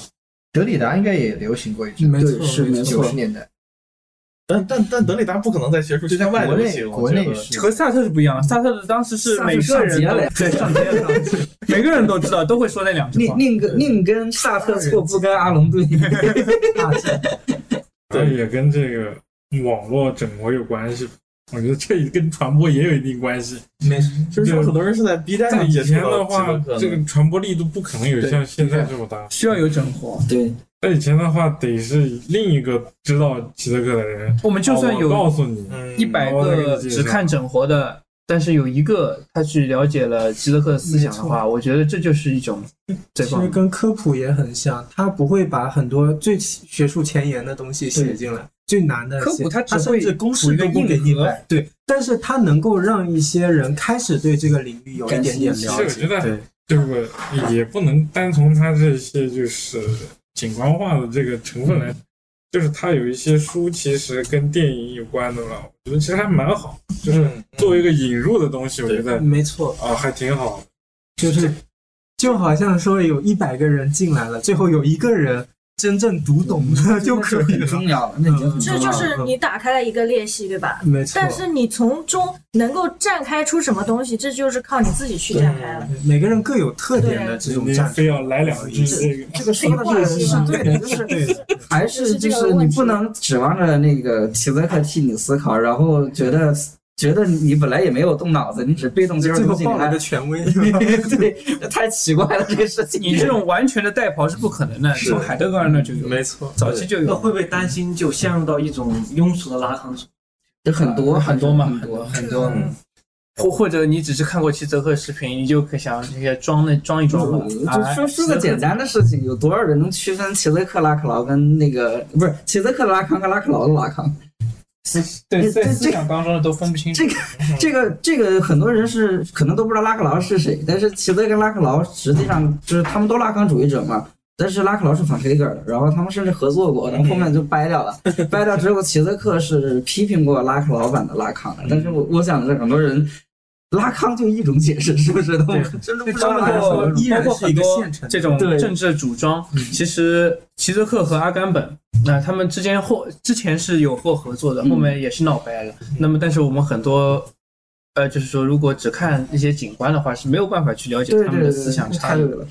[SPEAKER 9] 德里达应该也流行过一阵，
[SPEAKER 10] 没
[SPEAKER 6] 对，是没
[SPEAKER 9] 九
[SPEAKER 6] 错
[SPEAKER 9] 十。年代，
[SPEAKER 3] 但但但德里达不可能在学术圈外
[SPEAKER 9] 国
[SPEAKER 3] 流
[SPEAKER 9] 内
[SPEAKER 3] 行，
[SPEAKER 9] 国
[SPEAKER 3] 我觉
[SPEAKER 9] 内
[SPEAKER 3] 得。
[SPEAKER 9] 是
[SPEAKER 7] 和萨特是不一样，啊萨特的当时是
[SPEAKER 6] 萨特
[SPEAKER 7] 每个
[SPEAKER 6] 上
[SPEAKER 7] 人
[SPEAKER 6] 街
[SPEAKER 7] 都
[SPEAKER 6] 了呀
[SPEAKER 7] 对上街了，每个人都知道，都会说那两句话
[SPEAKER 6] 宁。宁跟宁跟萨特错，不跟阿龙 对。啊
[SPEAKER 8] 对，也跟这个网络整活有关系。我觉得这跟传播也有一定关系。
[SPEAKER 3] 就是说很多人是在 B 站
[SPEAKER 8] 在
[SPEAKER 3] 上
[SPEAKER 8] 以
[SPEAKER 3] 接触
[SPEAKER 8] 前
[SPEAKER 3] 到
[SPEAKER 8] 的
[SPEAKER 3] 齐
[SPEAKER 8] 话
[SPEAKER 3] 泽克，的
[SPEAKER 8] 这个传播力度不可能有像现在这么大。
[SPEAKER 7] 需要有整活。
[SPEAKER 6] 对，
[SPEAKER 8] 在以前的话，得是另一个知道齐泽克的人，
[SPEAKER 7] 我们就算有
[SPEAKER 8] 哦我告诉你，
[SPEAKER 3] 嗯
[SPEAKER 7] 一百个只看整活的，但是有一个他去了解了齐泽克的思想的话，我觉得这就是一种这
[SPEAKER 10] 其
[SPEAKER 7] 方
[SPEAKER 10] 实
[SPEAKER 7] 面。
[SPEAKER 10] 跟科普也很像，他不会把很多最学术前沿的东西写进来，最难的
[SPEAKER 7] 科普
[SPEAKER 10] 写
[SPEAKER 7] 它只
[SPEAKER 10] 它甚
[SPEAKER 7] 会
[SPEAKER 10] 至公
[SPEAKER 7] 补一
[SPEAKER 10] 式
[SPEAKER 7] 个
[SPEAKER 10] 都不
[SPEAKER 7] 硬
[SPEAKER 10] 给你
[SPEAKER 7] 核
[SPEAKER 10] 摆，对，但是它能够让一些人开始对这个领域有一点点
[SPEAKER 8] 其
[SPEAKER 10] 了
[SPEAKER 8] 实我
[SPEAKER 10] 解。
[SPEAKER 8] 觉得这个也不能单从他这些就是景观化的这个成分来，
[SPEAKER 10] 嗯
[SPEAKER 8] 就是他有一些书其实跟电影有关的了，我觉得其实还蛮好，就是作为一个引入的东西，我觉得
[SPEAKER 10] 嗯没错，
[SPEAKER 8] 啊还挺好的。
[SPEAKER 10] 就是就好像说有一百个人进来了，最后有一个人真正读懂
[SPEAKER 6] 嗯
[SPEAKER 10] 了就可以了。
[SPEAKER 6] 重要了，那已经很重
[SPEAKER 5] 这
[SPEAKER 6] 要了。
[SPEAKER 5] 就是你打开了一个裂隙，对吧？
[SPEAKER 10] 没错，
[SPEAKER 5] 但是你从中能够绽开出什么东西，这就是靠你自己去绽开了。
[SPEAKER 10] 每个人各有特点的这种
[SPEAKER 8] 你
[SPEAKER 10] 战术
[SPEAKER 8] 非。要来两句这个，
[SPEAKER 6] 这个说的是是对的，就是 还是就是你不能指望着那个齐泽克替你思考，然后觉得觉得你本来也没有动脑子，你只被动接受
[SPEAKER 10] 最
[SPEAKER 6] 东
[SPEAKER 10] 后
[SPEAKER 6] 西，你
[SPEAKER 10] 报了
[SPEAKER 6] 还
[SPEAKER 10] 个权威，
[SPEAKER 6] 对，这太奇怪了这个事情。
[SPEAKER 7] 你这种完全的带跑是不可能的，从海德格尔那就有，
[SPEAKER 10] 没错，
[SPEAKER 7] 早期就
[SPEAKER 12] 那
[SPEAKER 7] 有。
[SPEAKER 12] 会不会担心就陷入到一种庸俗的拉康组？
[SPEAKER 6] 就很多
[SPEAKER 7] 很多嘛
[SPEAKER 6] 很多嗯
[SPEAKER 7] 很多，嗯或或者你只是看过齐泽克视频，你就可想这些装那装一装啊吧。
[SPEAKER 6] 就说说个简
[SPEAKER 7] 单，
[SPEAKER 6] 单的事情，有多少人能区分齐泽克拉克劳跟那个不是齐泽克拉康跟拉克劳的拉康？
[SPEAKER 7] 对
[SPEAKER 6] 这
[SPEAKER 7] 对，
[SPEAKER 6] 这
[SPEAKER 7] 思想当中的都分不清楚。
[SPEAKER 6] 这个这个很多人是可能都不知道拉克劳是谁，但是齐泽跟拉克劳实际上就是他们都拉康主义者嘛。但是拉克劳是反黑格尔的，然后他们甚至合作过，然后后面就掰掉 了。掰掉之后，齐泽克是批评过拉克劳版的拉康的。但是我我想着很多人，拉康就一种解释，是不嗯是？他们真的不知道拉
[SPEAKER 7] 包括
[SPEAKER 6] 康
[SPEAKER 10] 依然
[SPEAKER 7] 包括
[SPEAKER 10] 是一
[SPEAKER 7] 很
[SPEAKER 10] 个
[SPEAKER 7] 多
[SPEAKER 10] 现成的
[SPEAKER 7] 这种
[SPEAKER 6] 对
[SPEAKER 7] 政治主张，其实齐泽克和阿甘本，那他们之间后之前是有过合作的，后面也是闹掰了。那么，但是我们很多。呃，就是说，如果只看一些景观的话，是没有办法去了解
[SPEAKER 6] 对
[SPEAKER 7] 他
[SPEAKER 6] 对
[SPEAKER 7] 们
[SPEAKER 6] 对
[SPEAKER 7] 的
[SPEAKER 6] 对，
[SPEAKER 7] 思想差
[SPEAKER 6] 太
[SPEAKER 7] 异
[SPEAKER 6] 对。了。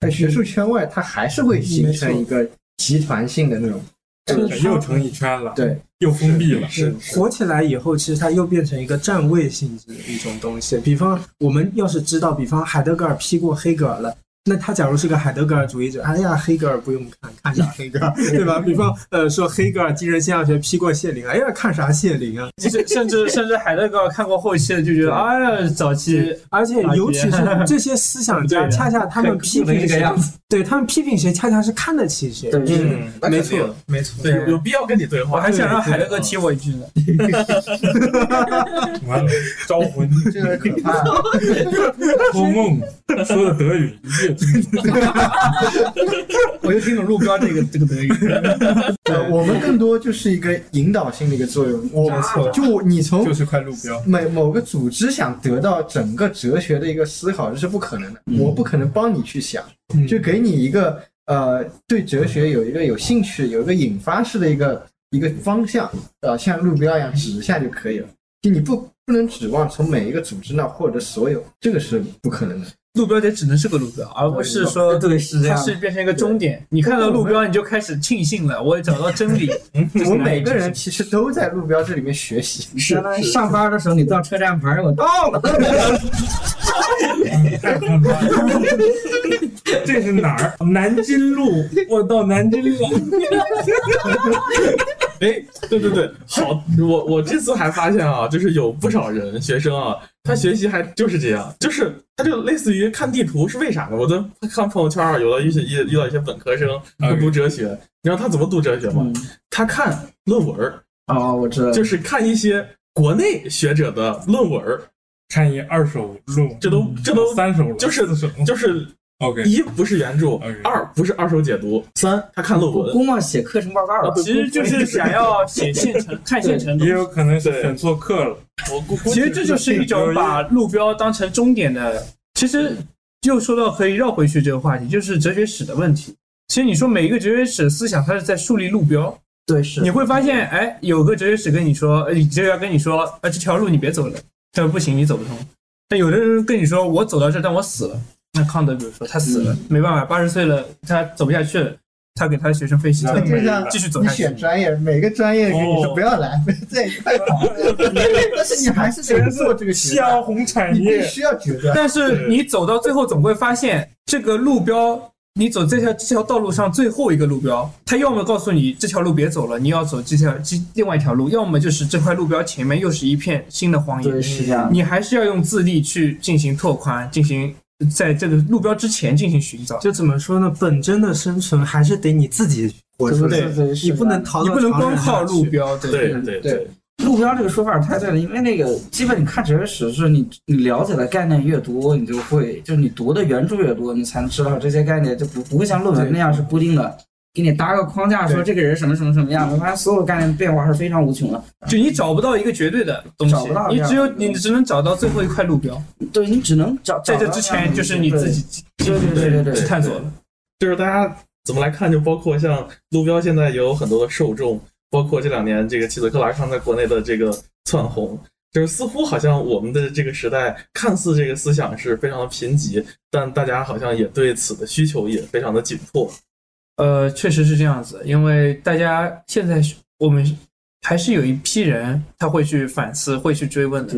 [SPEAKER 9] 在学术圈外，它还是会形成一个集团性的那种。
[SPEAKER 8] 这哎又成一圈了，
[SPEAKER 9] 对，
[SPEAKER 8] 又封闭了，是
[SPEAKER 10] 火起来以后，其实它又变成一个站位性质的一种东西。比方，我们要是知道，比方海德格尔批过黑格尔了。那他假如是个海德格尔主义者，哎呀，黑格尔不用看，看啥黑格 尔，对吧？比方，呃，说黑格尔精神现象学批过谢林，哎呀，看啥谢林啊？
[SPEAKER 7] 甚甚至甚至海德格尔看过后期的，就觉得，哎呀，早期
[SPEAKER 10] 而 且尤其是这些思想家，
[SPEAKER 7] 对的
[SPEAKER 10] 恰恰他们啊批
[SPEAKER 6] 能
[SPEAKER 10] 评
[SPEAKER 6] 这个
[SPEAKER 10] 谁
[SPEAKER 6] 样，
[SPEAKER 10] 对他们批评谁，恰恰是看得起 谁。
[SPEAKER 6] 对，是
[SPEAKER 3] 嗯，
[SPEAKER 10] 没错，没错。
[SPEAKER 3] 对，有有必要跟你对
[SPEAKER 7] 我
[SPEAKER 3] 话。
[SPEAKER 7] 还想让海德格尔提我一句呢。
[SPEAKER 8] 完了，招魂
[SPEAKER 9] 这个可怕。
[SPEAKER 8] 托梦说的德语，一句听不懂
[SPEAKER 7] 我就听懂路标这个这个 德语。
[SPEAKER 9] 呃，我们更多就是一个引导性的一个作用。我
[SPEAKER 10] 没错
[SPEAKER 9] 就你从
[SPEAKER 10] 就是块路标。
[SPEAKER 9] 每某个组织想得到整个哲学的一个思考，这是不可能的。
[SPEAKER 7] 嗯
[SPEAKER 9] 我不可能帮你去想，就给你一个呃对哲学有一个有兴趣、有一个引发式的一个一个方向，呃，像路标一样指一下就可以了。就你不不能指望从每一个组织那获得所有，这个是不可能的。
[SPEAKER 7] 路标也只能是个路标，而不是说
[SPEAKER 6] 对，是这
[SPEAKER 7] 它
[SPEAKER 6] 样。
[SPEAKER 7] 是变成一个终点。你看到路标你就开始庆幸了，我也找到真 理。
[SPEAKER 9] 嗯我们每个人其实都在路标这里面学习。
[SPEAKER 6] 相当于上班的时候，你到车站牌儿，我到了。
[SPEAKER 8] 太他妈了 这是哪儿？南京路，我到南京路了。
[SPEAKER 3] 哎，对对对，好，我我这次还发现啊，就是有不少人学生啊，他学习还就是这样，就是他就类似于看地图是为啥呢？我都看朋友圈啊，有的一些遇遇到一些本科生他读哲学，你知道他怎么读哲学吗？他看论文儿，
[SPEAKER 6] 哦，我知道了。
[SPEAKER 3] 就是看一些国内学者的论文儿，
[SPEAKER 8] 看一二手路，
[SPEAKER 3] 这都这都
[SPEAKER 8] 三手了，
[SPEAKER 3] 就是
[SPEAKER 8] 四手。
[SPEAKER 3] 就是。
[SPEAKER 8] OK，
[SPEAKER 3] 一不是原著
[SPEAKER 8] OK，
[SPEAKER 3] 二不是二手解读，三他看论文。
[SPEAKER 6] 估摸写课程报告了。
[SPEAKER 7] 其实就是想要写现成，看现成的
[SPEAKER 8] 也
[SPEAKER 7] 东西。
[SPEAKER 8] 有可能是选错课了。
[SPEAKER 3] 哎我估
[SPEAKER 7] 其实这就是一种把路标当成终点的。其实又说到可以绕回去这个话题，就是哲学史的问题。其实你说每一个哲学史思想，它是在树立路标，
[SPEAKER 6] 对，是
[SPEAKER 7] 你会发现，哎，有个哲学史跟你说，呃哲学家跟你说，呃，这条路你别走了，这不行，你走不通。但有的人跟你说，我走到这儿，但我死了。那康德，比如说他死了，
[SPEAKER 9] 嗯
[SPEAKER 7] 没办法，八十岁了，他走不下去了，他给他的学生费希特
[SPEAKER 9] 那就像
[SPEAKER 7] 继续走
[SPEAKER 9] 你
[SPEAKER 7] 下去哦
[SPEAKER 9] 选。专业，每个专业跟你说不要来，在一块跑， 但是你还是得做这个决
[SPEAKER 8] 夕阳
[SPEAKER 9] 断，
[SPEAKER 8] 红产
[SPEAKER 9] 你必
[SPEAKER 8] 业，
[SPEAKER 9] 须要决断。
[SPEAKER 7] 但是你走到最后，总会发现这个路标，你走这条这条道路上最后一个路标，他要么告诉你这条路别走了，你要走这条这另外一条路，要么就是这块路标前面又是一片新的荒野。
[SPEAKER 6] 对，是这样。
[SPEAKER 7] 你还是要用自力去进行拓宽，进行在这个路标之前进行寻找，
[SPEAKER 10] 就怎么说呢？本真的生存还是得你自己活
[SPEAKER 6] 对
[SPEAKER 10] 出
[SPEAKER 6] 对
[SPEAKER 10] 来，
[SPEAKER 6] 对，
[SPEAKER 10] 你不能逃
[SPEAKER 7] 你
[SPEAKER 10] 到
[SPEAKER 7] 不能
[SPEAKER 10] 常
[SPEAKER 7] 光
[SPEAKER 10] 人那
[SPEAKER 7] 靠路
[SPEAKER 10] 去。
[SPEAKER 7] 标，对
[SPEAKER 3] 对嗯对
[SPEAKER 9] 对，
[SPEAKER 6] 路标这个说法太对了，因为那个基本你看哲学史是你你了解的概念越多，你就会就是你读的原著越多，你才能知道这些概念就不不会像论文那样是固定的，给你搭个框架说这个人什么什么什么样，我发现所有概念变化是非常无穷的。
[SPEAKER 7] 就你找不到一个绝对的东西
[SPEAKER 6] 找不到，
[SPEAKER 7] 你只
[SPEAKER 6] 这
[SPEAKER 7] 有
[SPEAKER 6] 样
[SPEAKER 7] 你只能找到最后一块路标，
[SPEAKER 6] 对你只能找
[SPEAKER 7] 在这之前就是你自己
[SPEAKER 6] 对对对对对
[SPEAKER 7] 去探索了。
[SPEAKER 3] 就是大家怎么来看？就包括像路标现在也有很多的受众，包括这两年这个齐泽克拉康在国内的这个窜红，就是似乎好像我们的这个时代，看似这个思想是非常的贫瘠，但大家好像也对此的需求也非常的紧迫。
[SPEAKER 7] 呃，确实是这样子，因为大家现在我们还是有一批人他会去反思，会去追问的。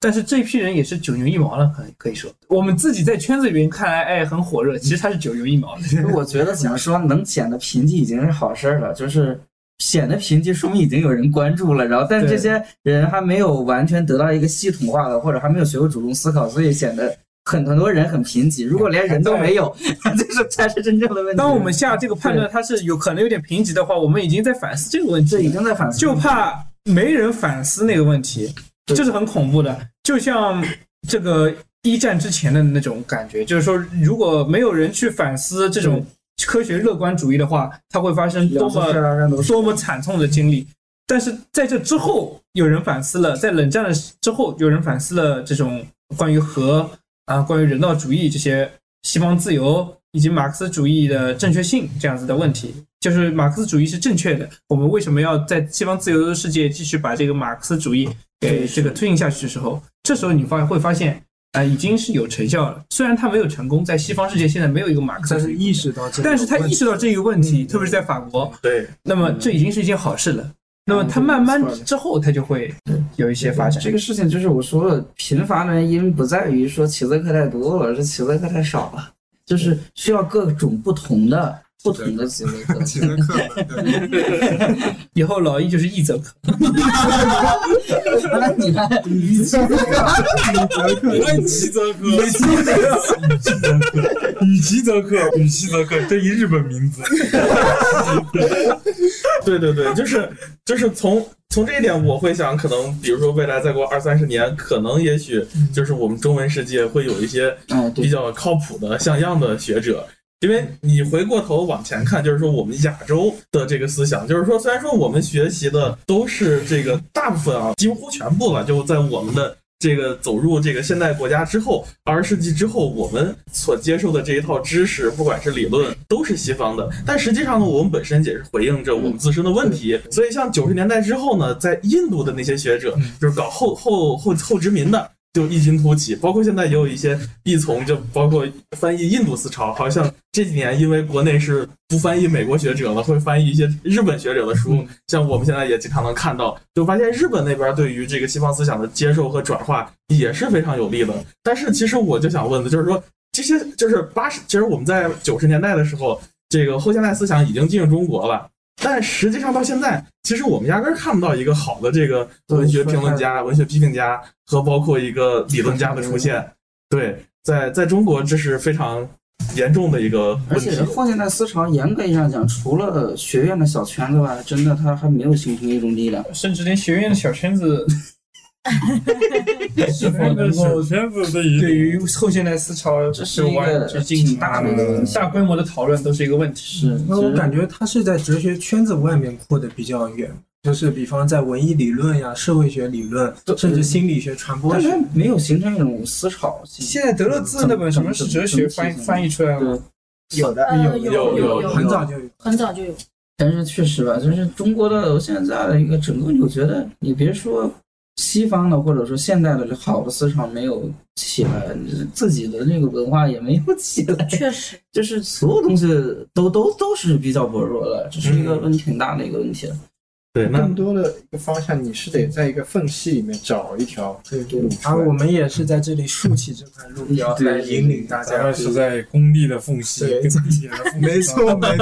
[SPEAKER 7] 但是这批人也是九牛一毛了，可可以说，我们自己在圈子里面看来，哎，很火热，其实他是九牛一毛的。
[SPEAKER 6] 我觉得怎么说，能显得贫瘠已经是好事儿了，就是显得贫瘠，说明已经有人关注了。然后，但是这
[SPEAKER 7] 对
[SPEAKER 6] 些人还没有完全得到一个系统化的，或者还没有学会主动思考，所以显得很很多人很贫瘠。如果连人都没有，这是才是真正的问题。
[SPEAKER 7] 当我们下这个判断，它是有可能有点贫瘠的话，我们已经在反思这个问题
[SPEAKER 6] 这
[SPEAKER 7] 了，
[SPEAKER 6] 已经在反思，
[SPEAKER 7] 就怕没人反思那个问题，
[SPEAKER 6] 对
[SPEAKER 7] 这是很恐怖的。就像这个一战之前的那种感觉，就是说，如果没有人去反思这种科学乐观主义的话，它会发生多
[SPEAKER 6] 两次
[SPEAKER 7] 么
[SPEAKER 6] 事儿让都
[SPEAKER 7] 多么惨痛的经历。但是在这之后，有人反思了，在冷战的之后，有人反思了这种关于和啊、关于人道主义这些西方自由以及马克思主义的正确性这样子的问题。就是马克思主义是正确的，我们为什么要在西方自由的世界继续把这个马克思主义给这个推进下去的时候，这时候你发会发现啊、已经是有成效了。虽然他没有成功，在西方世界现在没有一个马克思
[SPEAKER 10] 但
[SPEAKER 7] 主
[SPEAKER 10] 是
[SPEAKER 7] 义，
[SPEAKER 10] 意识到这个问
[SPEAKER 7] 但
[SPEAKER 10] 题，嗯
[SPEAKER 7] 是他意识到这个问题，特别是在法国，
[SPEAKER 3] 对，
[SPEAKER 7] 那么这已经是一件好事了。那么他
[SPEAKER 10] 嗯
[SPEAKER 7] 慢慢之后，他就会有一些发展
[SPEAKER 6] 这。个事情就是我说了，贫乏的原因不在于说棋子课太多，而是棋子课太少了，就是需要各种不同的不同的棋子课。
[SPEAKER 13] 其 实课本对
[SPEAKER 7] 以后老易就是一泽克，
[SPEAKER 6] 你看，你这
[SPEAKER 3] 哎
[SPEAKER 8] 问齐泽克，与齐泽克，与齐泽克，这一日本名字。
[SPEAKER 3] 对对对，就是就是从从这一点，我会想，可能比如说未来再过二三十年，可能也许就是我们中文世界会有一些
[SPEAKER 6] 哎
[SPEAKER 3] 比
[SPEAKER 6] 对，
[SPEAKER 3] 较靠谱的像样的学者。因为你回过头往前看，就是说我们亚洲的这个思想，就是说虽然说我们学习的都是这个大部分啊，几乎全部啊吧，就在我们的这个走入这个现代国家之后，二十世纪之后，我们所接受的这一套知识，不管是理论，都是西方的。但实际上呢，我们本身也是回应着我们自身的问题。所以像九十年代之后呢，在印度的那些学者，就是搞后后后后殖民的，就异军突起，包括现在也有一些译从，就包括翻译印度思潮，好像这几年因为国内是不翻译美国学者了，会翻译一些日本学者的书，像我们现在也经常能看到，就发现日本那边对于这个西方思想的接受和转化也是非常有利的。但是其实我就想问的就是说，这些就是八十，其实我们在九十年代的时候，这个后现代思想已经进入中国了。但实际上到现在，其实我们压根儿看不到一个好的这个文学评论家、文学批评家和包括一个理论家的出现。对，在在中国这是非常严重的一个
[SPEAKER 6] 而
[SPEAKER 3] 问题
[SPEAKER 6] 且。后现代思潮严格意义上讲，除了学院的小圈子吧，真的它还没有形成一种力量。
[SPEAKER 7] 甚至连学院的小 圈子 是否能够
[SPEAKER 4] 小圈子的一
[SPEAKER 7] 对于后现代思潮
[SPEAKER 6] 这是
[SPEAKER 7] 就
[SPEAKER 6] 一个
[SPEAKER 7] 完就进
[SPEAKER 6] 挺
[SPEAKER 7] 行
[SPEAKER 6] 大的一个问题
[SPEAKER 7] 大规模的讨论都是一个问题。
[SPEAKER 6] 是，
[SPEAKER 10] 那我感
[SPEAKER 6] 觉
[SPEAKER 10] 觉他是在哲学圈子外面扩的比较远，就是比方在文艺理论呀、社会学理论，甚至心理学、传播
[SPEAKER 6] 但
[SPEAKER 10] 学
[SPEAKER 6] 是它。没有形成一种思潮性。
[SPEAKER 7] 现在德勒兹那本什么是哲学翻译翻译出来了，
[SPEAKER 9] 有的
[SPEAKER 5] 呃，有
[SPEAKER 3] 有有
[SPEAKER 5] 有
[SPEAKER 10] 很早就有，
[SPEAKER 5] 很早就有，
[SPEAKER 6] 但是确实吧，就是中国的现在的一个整个，我觉得你别说西方的或者说现代的好的思潮没有起来，自己的那个文化也没有起来，
[SPEAKER 5] 确实
[SPEAKER 6] 就是所有东西都都都是比较薄弱的，这是一
[SPEAKER 7] 嗯
[SPEAKER 6] 个问题挺大的一个问题。
[SPEAKER 3] 对，那
[SPEAKER 9] 更多的一个方向，你是得在一个缝隙里面找一条
[SPEAKER 10] 对对
[SPEAKER 9] 路出
[SPEAKER 10] 而
[SPEAKER 9] 来
[SPEAKER 10] 我们也是在这里竖起这块路标来引领大
[SPEAKER 4] 咱
[SPEAKER 10] 家
[SPEAKER 4] 们。是在工地的缝隙，
[SPEAKER 10] 对
[SPEAKER 4] 跟自己的缝隙
[SPEAKER 10] 没错，没
[SPEAKER 8] 呃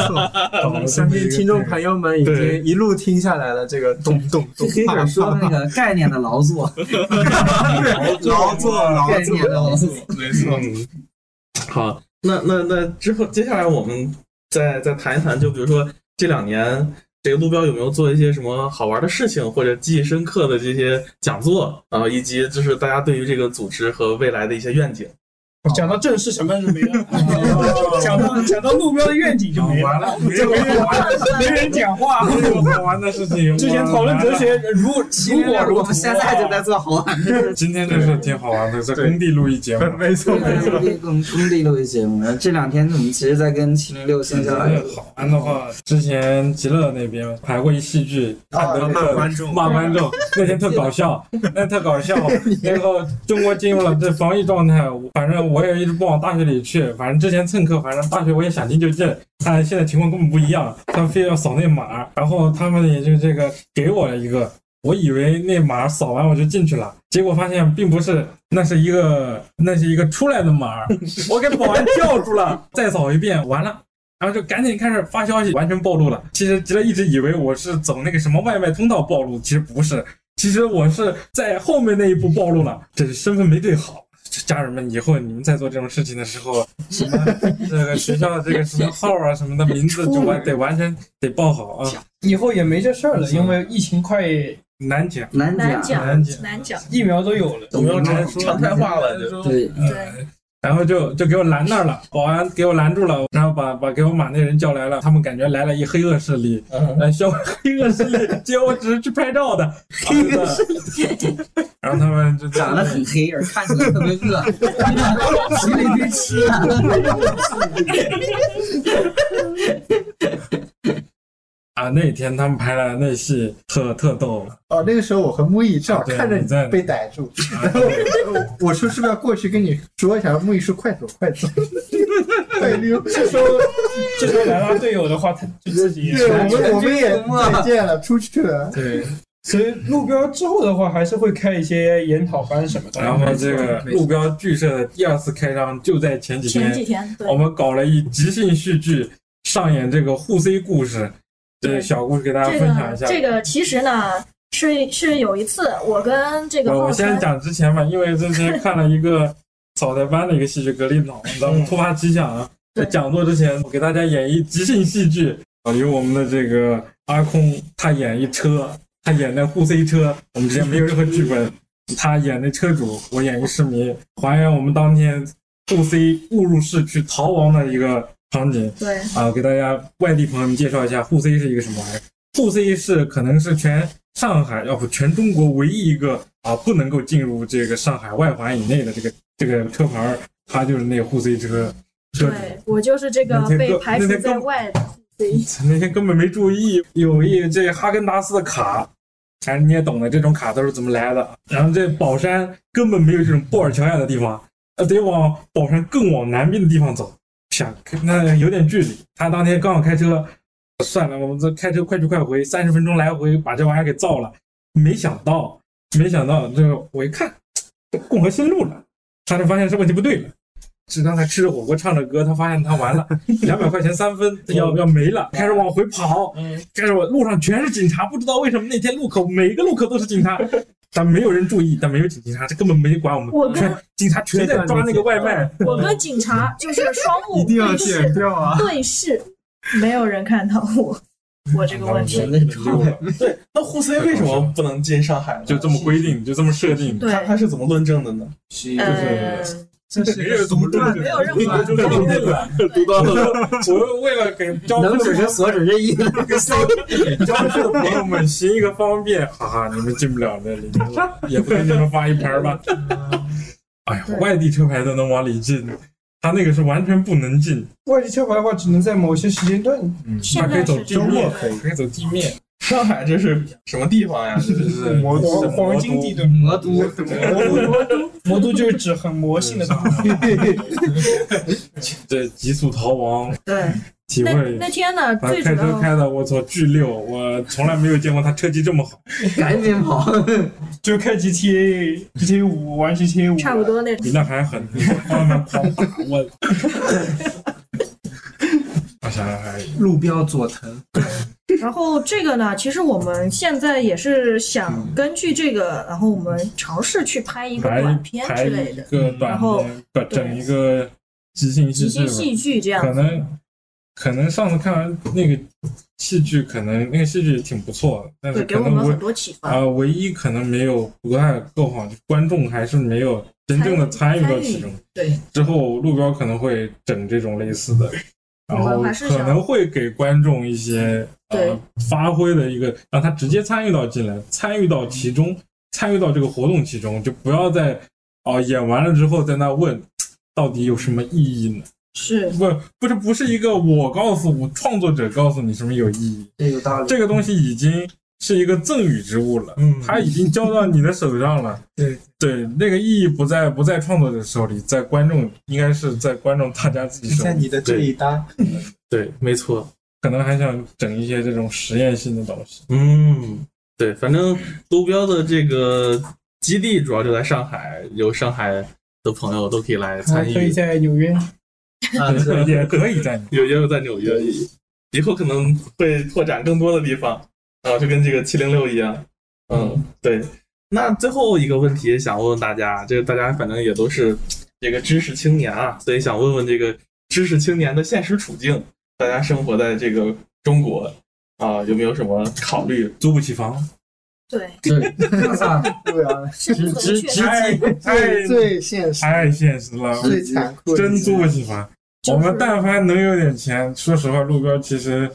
[SPEAKER 4] 搞了
[SPEAKER 10] 错，
[SPEAKER 7] 哦
[SPEAKER 4] 这
[SPEAKER 10] 相
[SPEAKER 4] 么一
[SPEAKER 10] 信
[SPEAKER 4] 个
[SPEAKER 10] 听众朋友们已经一路听下来了，这个咚咚
[SPEAKER 6] 就
[SPEAKER 10] 咚，
[SPEAKER 6] 黑格尔说的
[SPEAKER 7] 啊
[SPEAKER 6] 那个概念的劳作，
[SPEAKER 10] 劳作劳
[SPEAKER 6] 概
[SPEAKER 10] 作
[SPEAKER 6] 念的劳作，
[SPEAKER 10] 没错，
[SPEAKER 3] 嗯，好，那那那之后，接下来我们再再谈一谈，就比如说这两年这个路标有没有做一些什么好玩的事情，或者记忆深刻的这些讲座啊、以及就是大家对于这个组织和未来的一些愿景。
[SPEAKER 7] 讲到正式想办就没 了，讲到讲到路标的愿景就没
[SPEAKER 8] 完
[SPEAKER 7] 了。
[SPEAKER 8] 了，没人
[SPEAKER 7] 没人讲话。
[SPEAKER 8] 没有好玩的事情。
[SPEAKER 7] 之前讨论哲学，如如果如
[SPEAKER 6] 我们现在就在做好玩的事
[SPEAKER 8] 今天就是挺好玩的，在工地录一节目，
[SPEAKER 3] 没错没
[SPEAKER 6] 情，
[SPEAKER 3] 错
[SPEAKER 6] 工。地工工地录一节目。这两天我们其实在跟七零六线下来
[SPEAKER 8] 好玩的话，之前极乐那边排过一戏剧，看德克
[SPEAKER 14] 哦观众
[SPEAKER 8] 骂观众，那天特 搞笑，那特搞笑。然后中国进入了这防疫状态，我反正我也一直不往大学里去，反正之前蹭课，反正大学我也想进就进，但现在情况根本不一样，他们非要扫那码，然后他们也就这个给我了一个。我以为那码扫完我就进去了，结果发现并不是，那是一个那是一个出来的码，我给保安叫住了，再扫一遍，完了。然后就赶紧开始发消息，完全暴露了。其实吉乐一直以为我是走那个什么外卖通道暴露，其实不是，其实我是在后面那一步暴露了，这是身份没对好。家人们，以后你们在做这种事情的时候，什么这个学校的这个什么号啊什么的名字就完得完全得报好啊，
[SPEAKER 7] 以后也没这事儿了，因为疫情快
[SPEAKER 8] 难讲。
[SPEAKER 6] 南
[SPEAKER 5] 难
[SPEAKER 6] 讲，
[SPEAKER 5] 讲
[SPEAKER 8] 难讲
[SPEAKER 5] 难讲，
[SPEAKER 7] 疫苗都有了，
[SPEAKER 6] 我们
[SPEAKER 8] 常
[SPEAKER 3] 常态化了就
[SPEAKER 6] 对，
[SPEAKER 8] 嗯
[SPEAKER 5] 对，
[SPEAKER 8] 然后就就给我拦那儿了，保安给我拦住了，然后把把给我码那人叫来了，他们感觉来了一黑恶势力，来消黑恶势力，结果我只是去拍照的，黑恶势力， 然后他们就
[SPEAKER 6] 长得很黑，而看起来特别饿，心里边吃
[SPEAKER 8] 啊，那天他们拍了那戏特特逗，
[SPEAKER 9] 哦，那个时候我和木易正好
[SPEAKER 8] 对
[SPEAKER 9] 看着
[SPEAKER 8] 你在
[SPEAKER 9] 你被逮住， 然后我我说是不是要过去跟你说一下？木易说快走快走，快溜！
[SPEAKER 7] 这时候这时候来拉队友的话，他就自己
[SPEAKER 9] 对，我们我们也
[SPEAKER 6] 全军覆没
[SPEAKER 9] 再见了，出去了。
[SPEAKER 7] 对。所以路标之后的话，还是会开一些研讨班什么的。
[SPEAKER 8] 然后这个路标剧社的第二次开张就在前几
[SPEAKER 5] 前
[SPEAKER 8] 天，
[SPEAKER 5] 几天对
[SPEAKER 8] 我们搞了一即兴戏剧，上演这个互 C 故事，这
[SPEAKER 5] 对
[SPEAKER 8] 小故事给大家
[SPEAKER 5] 这
[SPEAKER 8] 分享一
[SPEAKER 5] 个
[SPEAKER 8] 下。
[SPEAKER 5] 这个其实呢是是有一次我跟这个
[SPEAKER 8] 我
[SPEAKER 5] 浩
[SPEAKER 8] 我先
[SPEAKER 5] 川
[SPEAKER 8] 讲之前吧，因为之前看了一个 草台班的一个戏剧《格力脑》，咱们突发奇想啊，在
[SPEAKER 5] 对
[SPEAKER 8] 讲座之前，我给大家演绎即兴戏剧，啊，由我们的这个阿空，他演一车，他演那互 C 车，我们之前没有任何剧本，他演那车主，我演一市民，还原我们当天互 C 误入市区逃亡的一个场景。
[SPEAKER 5] 对
[SPEAKER 8] 啊，给大家外地朋友们介绍一下沪 C 是一个什么玩意儿。沪 C 是可能是全上海，哦要不全中国唯一一个啊不能够进入这个上海外环以内的这个这个车牌儿，它就是那个沪 C 车车主。
[SPEAKER 5] 对，我就是这个
[SPEAKER 8] 那天
[SPEAKER 5] 被
[SPEAKER 8] 更
[SPEAKER 5] 排
[SPEAKER 8] 那
[SPEAKER 5] 除
[SPEAKER 8] 天
[SPEAKER 5] 在
[SPEAKER 8] 更
[SPEAKER 5] 外的。对，
[SPEAKER 8] 那天根本没注意，有一这哈根达斯的卡，反正你也懂的，这种卡都是怎么来的。然后这宝山根本没有这种布尔乔亚的地方，呃，得往宝山更往南边的地方走，想那有点距离。他当天刚好开车，算了，我们这开车快去快回，三十分钟来回把这玩意儿给造了。没想到，没想到，这个我一看，这共和新路了，他就发现这问题不对了。只让他吃着火锅唱着歌，他发现他完了，两百块钱三分要要没了，开始往回跑，开始往路上全是警察，不知道为什么那天路口每个路口都是警察， 但没有人注意，但没有警察，这根本没管我们，
[SPEAKER 5] 我 跟
[SPEAKER 8] 全警察全在抓那个外卖，
[SPEAKER 5] 我跟警察就是双目对视
[SPEAKER 9] 掉啊！
[SPEAKER 5] 对视，没有人看到我，
[SPEAKER 8] 嗯
[SPEAKER 5] 我这个问题。
[SPEAKER 6] 那种。
[SPEAKER 3] 对，那沪 C 为什么不能进上海呢？
[SPEAKER 8] 就这么规定，就这么设定。
[SPEAKER 5] 对，
[SPEAKER 3] 他是怎么论证的呢？
[SPEAKER 5] 呃，
[SPEAKER 7] 这是
[SPEAKER 8] 没有怎么论证，
[SPEAKER 5] 没有任何
[SPEAKER 8] 就是读那个，读到了。 我为了给交
[SPEAKER 6] 能
[SPEAKER 8] 通
[SPEAKER 6] 指是所指之一的那个 C，
[SPEAKER 8] 交通的朋友们行一个方便，哈哈，你们进不了那里，也不给你们发一盘吧。 哎呀，
[SPEAKER 5] 对
[SPEAKER 8] 外地车牌都能往里进，他那个是完全不能进，
[SPEAKER 7] 外地车牌的话，只能在某些时间段。
[SPEAKER 8] 他
[SPEAKER 5] 现
[SPEAKER 8] 可以
[SPEAKER 5] 在
[SPEAKER 8] 走
[SPEAKER 5] 是
[SPEAKER 8] 地面，可以走地面。
[SPEAKER 3] 上海这是什么地方呀？这是
[SPEAKER 7] 魔
[SPEAKER 8] 哎是
[SPEAKER 7] 都
[SPEAKER 8] 魔
[SPEAKER 7] 黄金地段，
[SPEAKER 6] 魔都
[SPEAKER 7] 魔都魔都就是指很魔性的东西。
[SPEAKER 8] 这急速逃亡，
[SPEAKER 5] 对。
[SPEAKER 8] 体
[SPEAKER 5] 那
[SPEAKER 8] 会
[SPEAKER 5] 那。天呢，
[SPEAKER 8] 他
[SPEAKER 5] 最主
[SPEAKER 8] 开车
[SPEAKER 5] 要
[SPEAKER 8] 开的，我操，巨溜！我从来没有见过他车技这么好。
[SPEAKER 6] 赶紧跑！
[SPEAKER 7] 就开 GTA GTA 五玩 GTA 五，
[SPEAKER 5] 差不。多那
[SPEAKER 8] 比那还狠，慢慢狂打啊我。我想想还
[SPEAKER 15] 路标佐藤，
[SPEAKER 5] 然后这个呢，其实我们现在也是想根据这个，然后我们尝试去拍一个
[SPEAKER 8] 排
[SPEAKER 5] 短片
[SPEAKER 8] 排
[SPEAKER 5] 之类
[SPEAKER 8] 一
[SPEAKER 5] 的，
[SPEAKER 8] 个短
[SPEAKER 5] 然后
[SPEAKER 8] 片，短
[SPEAKER 5] 对
[SPEAKER 8] 整一个即兴
[SPEAKER 5] 即
[SPEAKER 8] 戏
[SPEAKER 5] 兴
[SPEAKER 8] 剧
[SPEAKER 5] 戏剧这
[SPEAKER 8] 吧，
[SPEAKER 5] 样
[SPEAKER 8] 可
[SPEAKER 5] 子。
[SPEAKER 8] 能可能上次看完那个戏剧，可能那个戏剧也挺不错的，但是
[SPEAKER 5] 对，给
[SPEAKER 8] 可
[SPEAKER 5] 我
[SPEAKER 8] 能
[SPEAKER 5] 们
[SPEAKER 8] 唯
[SPEAKER 5] 很多启
[SPEAKER 8] 啊、
[SPEAKER 5] 发。
[SPEAKER 8] 唯一可能没有不太够好，就观众还是没有真正的参与到其中。
[SPEAKER 5] 对，
[SPEAKER 8] 之后路标可能会整这种类似的， 然后
[SPEAKER 5] 我还是
[SPEAKER 8] 可
[SPEAKER 5] 想
[SPEAKER 8] 能会给观众一些呃
[SPEAKER 5] 对
[SPEAKER 8] 发挥的一个，让他直接参与到进来，参与到其中，参与到这个活动其中，就不要再哦、演完了之后在那问到底有什么意义呢？
[SPEAKER 5] 是
[SPEAKER 8] 不不是不是一个我告诉我创作者告诉你什么有意义，
[SPEAKER 6] 这有道理。
[SPEAKER 8] 这个东西已经是一个赠与之物了，嗯，它已经交到你的手上了。
[SPEAKER 7] 对
[SPEAKER 8] 对，那个意义不在不在创作者手里，在观众应该是在观众大家自己手里。
[SPEAKER 7] 在你的这一搭，
[SPEAKER 3] 对，没错。
[SPEAKER 8] 可能还想整一些这种实验性的东西。
[SPEAKER 3] 嗯，对，反正路标的这个基地主要就在上海，有上海的朋友都可以来
[SPEAKER 7] 还
[SPEAKER 3] 参
[SPEAKER 7] 可以
[SPEAKER 3] 与，
[SPEAKER 7] 在纽约。
[SPEAKER 3] 啊对
[SPEAKER 8] 也可以在你
[SPEAKER 3] 有也有在纽约，以后可能会拓展更多的地方，啊，就跟这个七零六一样，嗯，对。那最后一个问题想问问大家，这个大家反正也都是这个知识青年啊，所以想问问这个知识青年的现实处境，大家生活在这个中国啊，有没有什么考虑？
[SPEAKER 8] 租不起房，
[SPEAKER 5] 对，
[SPEAKER 9] 对啊，
[SPEAKER 5] 生存
[SPEAKER 6] 直
[SPEAKER 5] 确
[SPEAKER 6] 直
[SPEAKER 5] 实
[SPEAKER 8] 太
[SPEAKER 9] 最
[SPEAKER 8] 太
[SPEAKER 9] 最现实、
[SPEAKER 8] 太现实了，
[SPEAKER 9] 最残酷的
[SPEAKER 8] 真租不
[SPEAKER 9] 一
[SPEAKER 8] 起房。我们但凡能有点钱，说实话，路标其实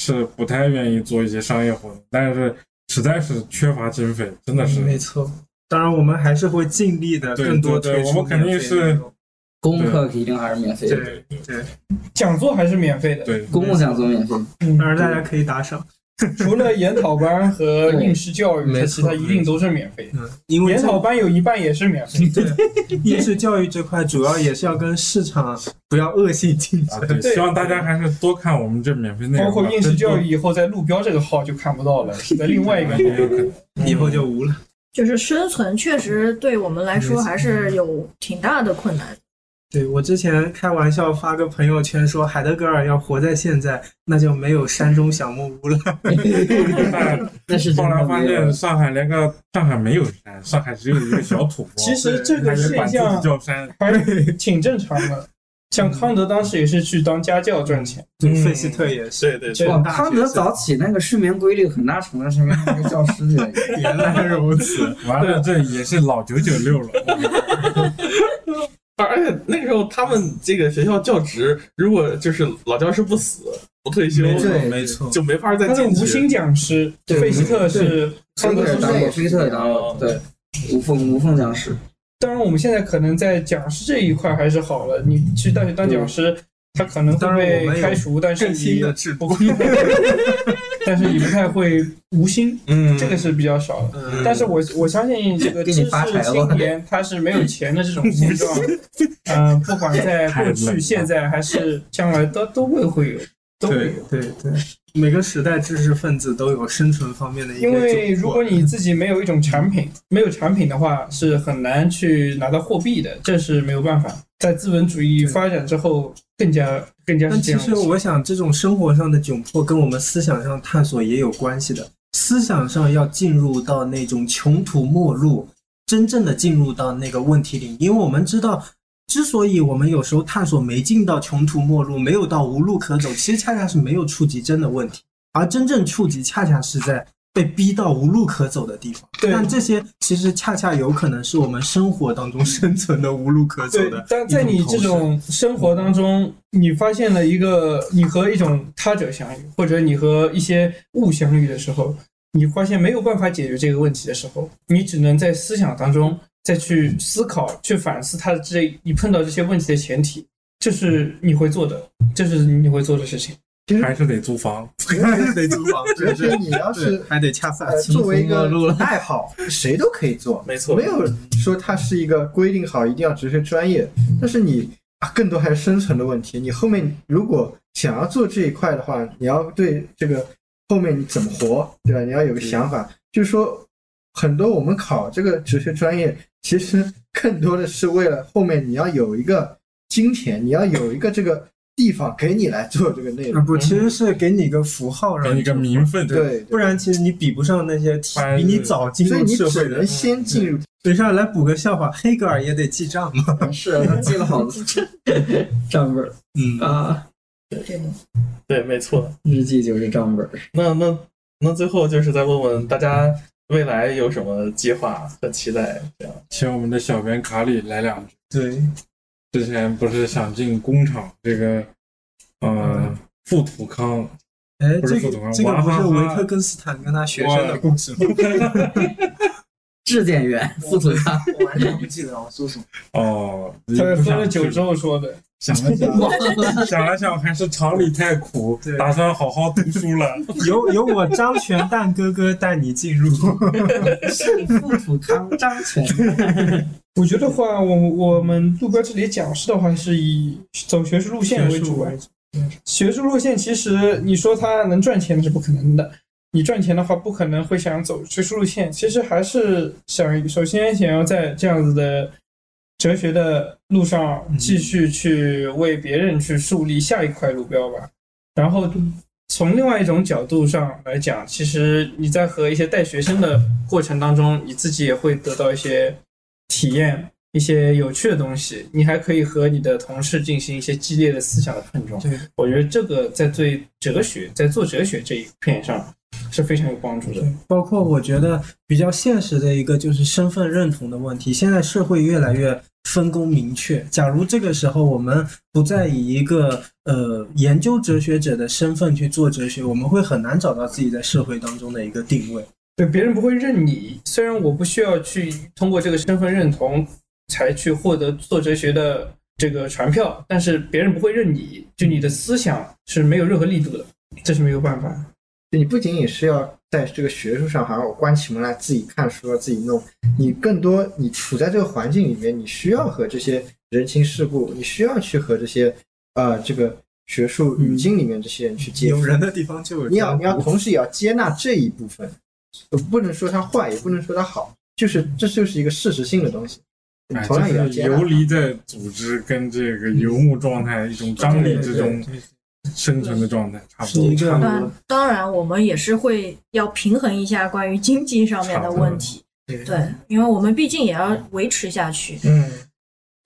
[SPEAKER 8] 是不太愿意做一些商业活动，但是实在是缺乏经费，真的是。
[SPEAKER 7] 没错，当然我们还是会尽力的，
[SPEAKER 8] 对
[SPEAKER 7] 更多
[SPEAKER 8] 对对
[SPEAKER 7] 推出
[SPEAKER 8] 我们肯定
[SPEAKER 7] 免费内容
[SPEAKER 6] 功课一定还是免费的，
[SPEAKER 7] 对对，讲座还是免费的，嗯
[SPEAKER 8] 对，
[SPEAKER 6] 公共讲座免费。
[SPEAKER 7] 当然大家可以打赏。除了研讨班和应试教育，它其他一定都是免费的。
[SPEAKER 10] 因为
[SPEAKER 7] 研
[SPEAKER 10] 这
[SPEAKER 7] 讨班有一半也是免费的。
[SPEAKER 10] 应试教育这块主要也是要跟市场不要恶性竞
[SPEAKER 8] 啊，
[SPEAKER 10] 争，
[SPEAKER 8] 对，
[SPEAKER 7] 对
[SPEAKER 8] 希望大家还是多看我们这免费内容
[SPEAKER 7] 包
[SPEAKER 8] 吧，
[SPEAKER 7] 括应试教
[SPEAKER 8] 真
[SPEAKER 7] 育以后在路标这个号就看不到 了，在另外一个
[SPEAKER 8] 多，也有可能。
[SPEAKER 10] 以后就无了。
[SPEAKER 5] 就是生存确实对我们来说还是有挺大的困难。
[SPEAKER 7] 对我之前开玩笑发个朋友圈说海德格尔要活在现在，那就没有山中小木屋了。
[SPEAKER 8] 但
[SPEAKER 6] 那是
[SPEAKER 8] 后
[SPEAKER 6] 真
[SPEAKER 8] 来
[SPEAKER 6] 的
[SPEAKER 8] 发
[SPEAKER 6] 没有
[SPEAKER 8] 现上海连个上海没有山，上海只有一个小土包，
[SPEAKER 7] 其实这个
[SPEAKER 8] 也
[SPEAKER 7] 现
[SPEAKER 8] 管自己
[SPEAKER 7] 象
[SPEAKER 8] 叫 山，
[SPEAKER 7] 还是挺正常 的。像
[SPEAKER 10] 嗯
[SPEAKER 7] 康德当时也是去当家教赚钱，
[SPEAKER 10] 对
[SPEAKER 8] 嗯
[SPEAKER 10] 费希特也是，
[SPEAKER 3] 对对
[SPEAKER 10] 这
[SPEAKER 6] 哇，
[SPEAKER 10] 大学
[SPEAKER 6] 康德
[SPEAKER 10] 生
[SPEAKER 6] 早起那个睡眠规律很大程度上面那个教师的原因。
[SPEAKER 10] 原来如此。
[SPEAKER 8] 完了这也是老九九六了。
[SPEAKER 3] 而且那时候他们这个学校教职，如果就是老教师不死不退休，
[SPEAKER 9] 没错对
[SPEAKER 10] 没错，
[SPEAKER 3] 就没法再
[SPEAKER 7] 他是
[SPEAKER 3] 进
[SPEAKER 7] 无
[SPEAKER 3] 去。
[SPEAKER 7] 薪讲师，
[SPEAKER 6] 对
[SPEAKER 7] 费希特是康德
[SPEAKER 6] 对
[SPEAKER 7] 出
[SPEAKER 6] 打
[SPEAKER 7] 身。
[SPEAKER 6] 我菲特打我，对，无缝无缝讲师。
[SPEAKER 7] 当然，我们现在可能在讲师这一块还是好了。你去大学当讲师，他可能
[SPEAKER 10] 当
[SPEAKER 7] 会
[SPEAKER 10] 然我们
[SPEAKER 7] 被
[SPEAKER 10] 有
[SPEAKER 7] 开除，但是
[SPEAKER 10] 更新
[SPEAKER 7] 你
[SPEAKER 10] 的制度
[SPEAKER 7] 不， 但是你不太会无薪，
[SPEAKER 3] 嗯
[SPEAKER 7] 这个是比较少的。
[SPEAKER 3] 嗯
[SPEAKER 7] 但是我我相信这个
[SPEAKER 6] 给
[SPEAKER 7] 知
[SPEAKER 6] 你
[SPEAKER 7] 识
[SPEAKER 6] 发财了
[SPEAKER 7] 青年他是没有钱的这种现状，嗯、不管在
[SPEAKER 8] 太
[SPEAKER 7] 过
[SPEAKER 8] 冷
[SPEAKER 7] 去、
[SPEAKER 8] 了
[SPEAKER 7] 现在还是将来都都会会有，都会
[SPEAKER 10] 对
[SPEAKER 7] 有。
[SPEAKER 10] 对对，每个时代知识分子都有生存方面的一个
[SPEAKER 7] 因为
[SPEAKER 10] 窘
[SPEAKER 7] 如果
[SPEAKER 10] 迫
[SPEAKER 7] 你自己没有一种产品，没有产品的话，是很难去拿到货币的，这是没有办法。在资本主义发展之后，更加更加是
[SPEAKER 10] 但
[SPEAKER 7] 这
[SPEAKER 10] 其
[SPEAKER 7] 样
[SPEAKER 10] 实
[SPEAKER 7] 的。
[SPEAKER 10] 我想，这种生活上的窘迫跟我们思想上探索也有关系的。思想上要进入到那种穷途末路，真正的进入到那个问题里，因为我们知道，之所以我们有时候探索没进到穷途末路，没有到无路可走，其实恰恰是没有触及真的问题，而真正触及恰恰是在被逼到无路可走的地方。
[SPEAKER 7] 对
[SPEAKER 10] 但这些其实恰恰有可能是我们生活当中生存的无路可走
[SPEAKER 7] 对
[SPEAKER 10] 的，一
[SPEAKER 7] 但在你
[SPEAKER 10] 投
[SPEAKER 7] 这
[SPEAKER 10] 射
[SPEAKER 7] 种生活当中，你发现了一个你和一种他者相遇，或者你和一些物相遇的时候，你发现没有办法解决这个问题的时候，你只能在思想当中再去思考、去反思他的这你碰到这些问题的前提，这是你会做的，这是你会做的事情。
[SPEAKER 8] 还是得租房，
[SPEAKER 10] 还是得租房，对
[SPEAKER 9] 而且你要是
[SPEAKER 10] 对，还得恰饭
[SPEAKER 9] 呃，作为一个
[SPEAKER 10] 路了。
[SPEAKER 9] 爱好，谁都可以做，
[SPEAKER 3] 没错
[SPEAKER 9] 没有说它是一个规定好一定要只是专业，但是你啊，更多还是生存的问题。你后面如果想要做这一块的话，你要对这个后面你怎么活，对吧？你要有个想法，就是说很多我们考这个哲学专业，其实更多的是为了后面你要有一个金钱，你要有一个这个地方给你来做这个内
[SPEAKER 10] 啊
[SPEAKER 9] 容。
[SPEAKER 10] 不，其实是给你一个符号，
[SPEAKER 8] 给
[SPEAKER 10] 让
[SPEAKER 8] 你个名分。
[SPEAKER 9] 对，
[SPEAKER 10] 不然其实你比不上那些提比你早进
[SPEAKER 9] 所以
[SPEAKER 10] 入
[SPEAKER 9] 你
[SPEAKER 10] 社
[SPEAKER 9] 只
[SPEAKER 10] 会
[SPEAKER 9] 能
[SPEAKER 10] 的。
[SPEAKER 9] 先
[SPEAKER 8] 嗯
[SPEAKER 9] 进入
[SPEAKER 10] 等一下来补个笑话，黑格尔也得记账嘛。
[SPEAKER 6] 是啊，他记了好多 账本儿
[SPEAKER 10] 嗯，
[SPEAKER 6] 啊，
[SPEAKER 5] 对的，
[SPEAKER 3] 对，没错。
[SPEAKER 6] 日记就是账本儿。
[SPEAKER 3] 那那那最后就是再问问大家，未来有什么计划和期待？这样，
[SPEAKER 8] 请我们的小编卡里来两句。
[SPEAKER 10] 对，
[SPEAKER 8] 之前不是想进工厂这个，呃
[SPEAKER 10] 嗯，
[SPEAKER 8] 富土康，
[SPEAKER 10] 哎，
[SPEAKER 8] 不
[SPEAKER 10] 这
[SPEAKER 8] 是
[SPEAKER 10] 个
[SPEAKER 8] 富土康，
[SPEAKER 10] 这个
[SPEAKER 8] 娃
[SPEAKER 10] 不
[SPEAKER 8] 哈
[SPEAKER 10] 是
[SPEAKER 8] 哈
[SPEAKER 10] 维特根斯坦跟他学生的故事吗？
[SPEAKER 6] 质检员副组长，
[SPEAKER 16] 我完全不记得我说什么。
[SPEAKER 8] 哦，
[SPEAKER 10] 他
[SPEAKER 8] 不
[SPEAKER 10] 喝
[SPEAKER 8] 想
[SPEAKER 10] 了酒
[SPEAKER 8] 去
[SPEAKER 10] 之后说的。
[SPEAKER 8] 想了 想，想了想，还是厂里太苦
[SPEAKER 10] 对，
[SPEAKER 8] 打算好好读书了。
[SPEAKER 10] 由由我张全蛋哥哥带你进入。
[SPEAKER 6] 副土康张全，
[SPEAKER 7] 我觉得话，我我们路标这里讲师的话是以走学术路线为主啊。学术路线其实你说它能赚钱是不可能的，你赚钱的话不可能会想走学术路线，其实还是想首先想要在这样子的哲学的路上继续去为别人去树立下一块路标吧。然后从另外一种角度上来讲，其实你在和一些带学生的过程当中，你自己也会得到一些体验。一些有趣的东西，你还可以和你的同事进行一些激烈的思想的碰撞。
[SPEAKER 10] 对，
[SPEAKER 7] 我觉得这个在对哲学，在做哲学这一片上是非常有帮助的。
[SPEAKER 10] 包括我觉得比较现实的一个就是身份认同的问题。现在社会越来越分工明确，假如这个时候我们不再以一个呃研究哲学者的身份去做哲学，我们会很难找到自己在社会当中的一个定位。
[SPEAKER 7] 对，别人不会认你。虽然我不需要去通过这个身份认同才去获得做哲学的这个传票，但是别人不会认你，就你的思想是没有任何力度的，这是没有办法的。
[SPEAKER 9] 你不仅仅是要在这个学术上，好像我关起门来自己看书啊，自己弄，你更多你处在这个环境里面，你需要和这些人情世故，你需要去和这些呃这个学术语境里面这些人去接触
[SPEAKER 10] 有。人的地方就有
[SPEAKER 9] 你要
[SPEAKER 10] 江湖
[SPEAKER 9] 你要同时也要接纳这一部分，呃不能说它坏，也不能说它好，就是这就是一个事实性的东西，你
[SPEAKER 8] 哎，
[SPEAKER 9] 同样也要
[SPEAKER 8] 就是
[SPEAKER 9] 接纳
[SPEAKER 8] 游。离在组织跟这个游牧状态一种张力之中生存的状态，差不
[SPEAKER 10] 是
[SPEAKER 8] 多
[SPEAKER 10] 一。个
[SPEAKER 5] 当当然，我们也是会要平衡一下关于经济上面的问题，对，因为我们毕竟也要维持下去。
[SPEAKER 7] 嗯，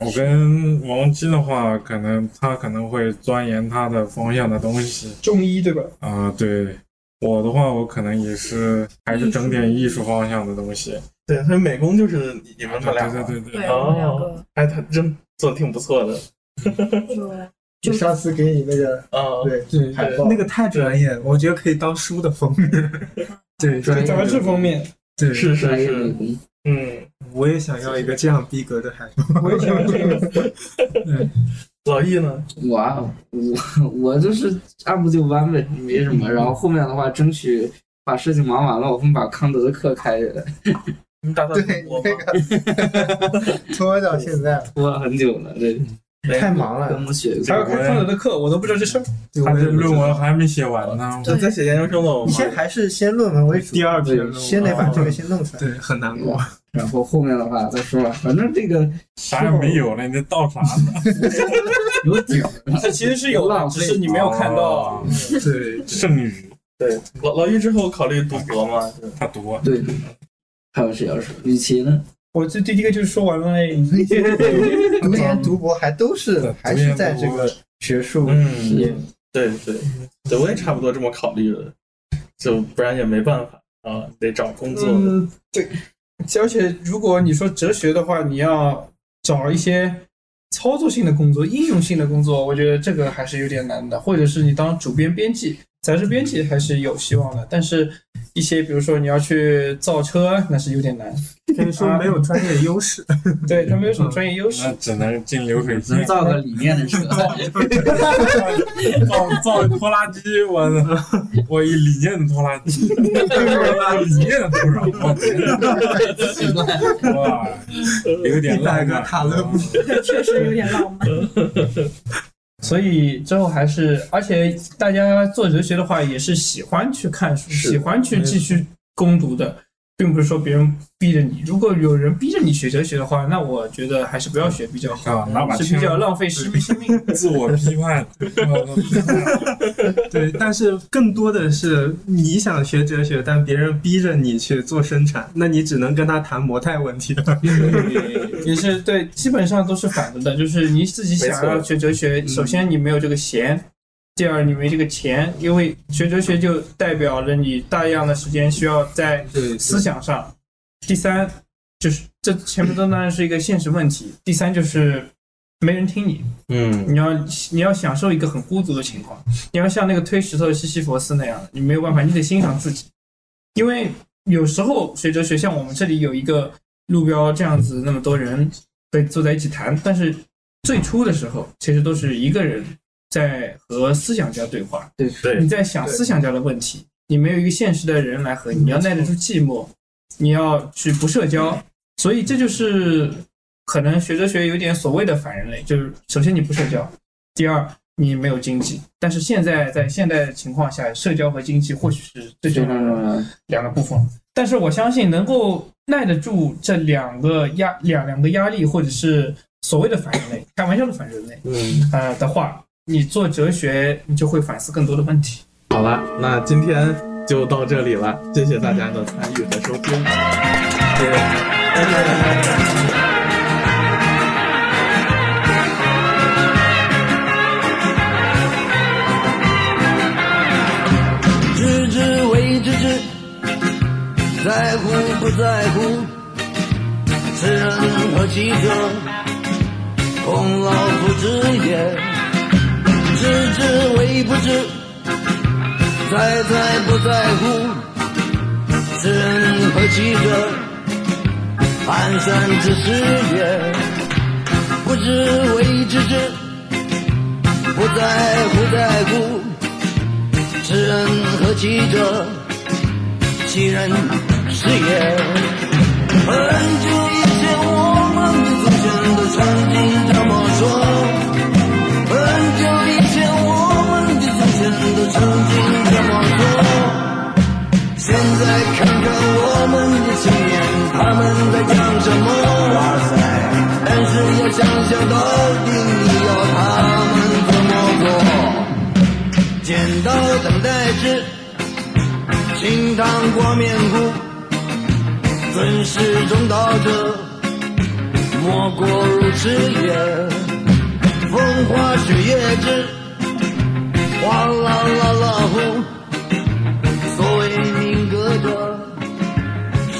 [SPEAKER 8] 我跟王姬的话，可能他可能会钻研他的方向的东西
[SPEAKER 7] 中医对吧？
[SPEAKER 8] 啊、对我的话，我可能也是还是整点艺术方向的东西。
[SPEAKER 3] 对，所以美工就是你你们
[SPEAKER 8] 对
[SPEAKER 3] 这俩
[SPEAKER 8] 对
[SPEAKER 3] 嘛，
[SPEAKER 8] 对对
[SPEAKER 5] 对，
[SPEAKER 8] 对，
[SPEAKER 5] 我们两
[SPEAKER 3] 哦
[SPEAKER 5] 个，
[SPEAKER 3] 哎，他真做的挺不错的，
[SPEAKER 5] 对，
[SPEAKER 9] 就上次给你那个
[SPEAKER 3] 啊，
[SPEAKER 9] 对
[SPEAKER 10] 对
[SPEAKER 9] 海报
[SPEAKER 10] 那个太专业，我觉得可以当书的封面。对，
[SPEAKER 6] 专业
[SPEAKER 7] 杂志方面，
[SPEAKER 10] 对，
[SPEAKER 3] 是是
[SPEAKER 6] 专业
[SPEAKER 3] 是
[SPEAKER 6] 美，工，
[SPEAKER 3] 嗯，
[SPEAKER 10] 我也想要一个这样逼格的海报。
[SPEAKER 7] 我也想要这个。
[SPEAKER 3] 老易呢？
[SPEAKER 6] 我啊我我就是按部就班呗，没什么。然后后面的话，争取把事情忙完了，我们把康德的课开着，
[SPEAKER 3] 你们打算
[SPEAKER 9] 对
[SPEAKER 3] 我
[SPEAKER 9] 你
[SPEAKER 3] 吗？
[SPEAKER 9] 那个拖到现在
[SPEAKER 6] 拖了很久了，对，
[SPEAKER 9] 太忙
[SPEAKER 6] 跟我
[SPEAKER 9] 了，
[SPEAKER 6] 们学
[SPEAKER 7] 还有
[SPEAKER 6] 过。
[SPEAKER 7] 开康德的课，我都不知道这事儿。
[SPEAKER 10] 对，
[SPEAKER 8] 他
[SPEAKER 10] 我也
[SPEAKER 8] 的论文还没写完呢。
[SPEAKER 5] 对
[SPEAKER 3] 你在写研究生了
[SPEAKER 9] 你
[SPEAKER 3] 吗？
[SPEAKER 9] 先还是先论文为 主，
[SPEAKER 10] 第二篇了，
[SPEAKER 9] 先得把这个先弄出来。
[SPEAKER 10] 对很难过。
[SPEAKER 6] 然后后面的话再说吧，反正这个
[SPEAKER 8] 啥也没有了，你这倒啥呢？
[SPEAKER 6] 有底儿，
[SPEAKER 7] 这其实是有的，
[SPEAKER 6] 浪
[SPEAKER 7] 只
[SPEAKER 6] 费
[SPEAKER 7] 是你没有看到。啊
[SPEAKER 8] 哦
[SPEAKER 10] 对，
[SPEAKER 8] 剩余
[SPEAKER 3] 对，老老易之后考虑读博吗？
[SPEAKER 8] 他多。
[SPEAKER 6] 对。还有谁要说？雨琦呢？
[SPEAKER 7] 我这第一个就是说完了，
[SPEAKER 9] 读研读博还都是
[SPEAKER 8] 对
[SPEAKER 9] 还是在这个学术
[SPEAKER 3] 嗯
[SPEAKER 9] 研
[SPEAKER 3] 对对对，我也差不多这么考虑的，就不然也没办法啊，得找工作。
[SPEAKER 7] 嗯，对，而且如果你说哲学的话，你要找一些操作性的工作、应用性的工作，我觉得这个还是有点难的。或者是你当主编、编辑、杂志编辑还是有希望的，但是一些比如说你要去造车，那是有点难。
[SPEAKER 10] 可以说没有专业优 势。
[SPEAKER 7] 对，它没有什么专业优势
[SPEAKER 8] 那。只能进流 水
[SPEAKER 6] 能
[SPEAKER 8] 线，
[SPEAKER 6] 造个理念的车，
[SPEAKER 8] 造造个拖拉机，我操！我一理念的拖拉机，我理念的土壤，
[SPEAKER 6] 奇怪，
[SPEAKER 8] 哇，有点浪漫。啊
[SPEAKER 5] 确实有点浪漫。
[SPEAKER 7] 所以之后还是，而且大家做哲学的话，也是喜欢去看书，喜欢去继续攻读的，并不是说别人逼着你。如果有人逼着你学哲学的话，那我觉得还是不要学比较好，
[SPEAKER 8] 啊，拿把
[SPEAKER 7] 是比
[SPEAKER 8] 枪
[SPEAKER 7] 较浪费生命生命。
[SPEAKER 8] 自我批判，
[SPEAKER 10] 对，但是更多的是你想学哲学，但别人逼着你去做生产，那你只能跟他谈模态问题了。
[SPEAKER 7] 也是对，基本上都是反着的，就是你自己想
[SPEAKER 3] 没
[SPEAKER 7] 要
[SPEAKER 3] 错
[SPEAKER 7] 学哲学，首先你没有这个弦，第二，你没这个钱，因为学哲学就代表着你大量的时间需要在思想上。第三，就是这前面都当然是一个现实问题。第三就是没人听你，
[SPEAKER 3] 嗯，
[SPEAKER 7] 你要你要享受一个很孤独的情况，你要像那个推石头的西西弗斯那样的，你没有办法，你得欣赏自己。因为有时候学哲学像我们这里有一个路标这样子，那么多人被坐在一起谈，但是最初的时候其实都是一个人在和思想家对话，
[SPEAKER 6] 对
[SPEAKER 3] 对
[SPEAKER 7] 你在想思想家的问题，你没有一个现实的人来和你，你要耐得住寂寞，你要去不社交，所以这就是可能学哲学有点所谓的反人类，就是首先你不社交，第二你没有经济，但是现在在现代的情况下，社交和经济或许是最重要的两个部分。但是我相信能够耐得住这两个压两两个压力，或者是所谓的反人类，开玩笑的反人类，
[SPEAKER 3] 嗯
[SPEAKER 7] 呃的话，你做哲学你就会反思更多的问题。
[SPEAKER 3] 好了，那今天就到这里了，谢谢大家的参与和收听。谢谢
[SPEAKER 10] 知之为知之，在乎不在乎，此人何其者？孔老夫子也。知之为不知，在在不在乎，此人何其者？蹒跚之师也。不知为知之，不在乎在乎。知人何其者？其人是也。很久以前，我们的祖先都曾经这么说。很久以前，我们的祖先都曾经这么说。现在看看我们的青年，他们在讲什么？哇塞！但是要想想到底，你要他们怎么做？剪刀等待之，清汤挂面糊，尊师重道者，莫过如此也。风花雪月之，哗啦啦啦呼，所谓民歌者，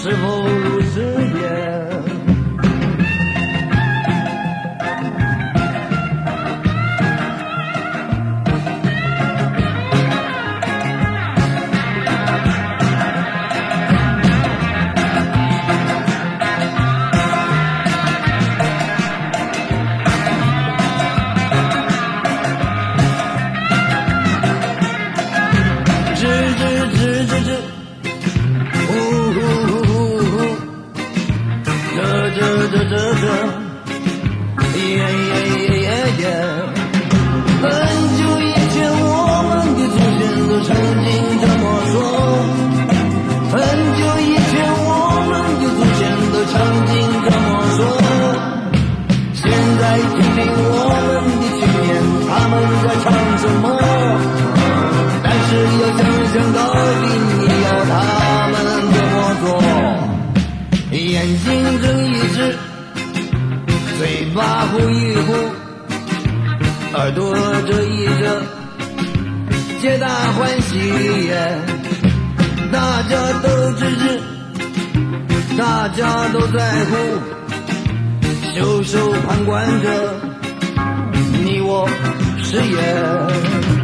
[SPEAKER 10] 是否如此也？吱吱吱吱吱，呼呼呼呼呼，这这这这这，耶耶耶耶耶。很久以前，我们的祖先都曾经这么说。很久以前，我们的祖先都曾经这么说。现在听听我们的青年，他们在唱什么？但是要想想到底，你要他们怎么做？眼睛睁一只，嘴巴呼一呼，耳朵遮一遮，皆大欢喜也。大家都知知，大家都在乎，袖手旁观着，你我是也。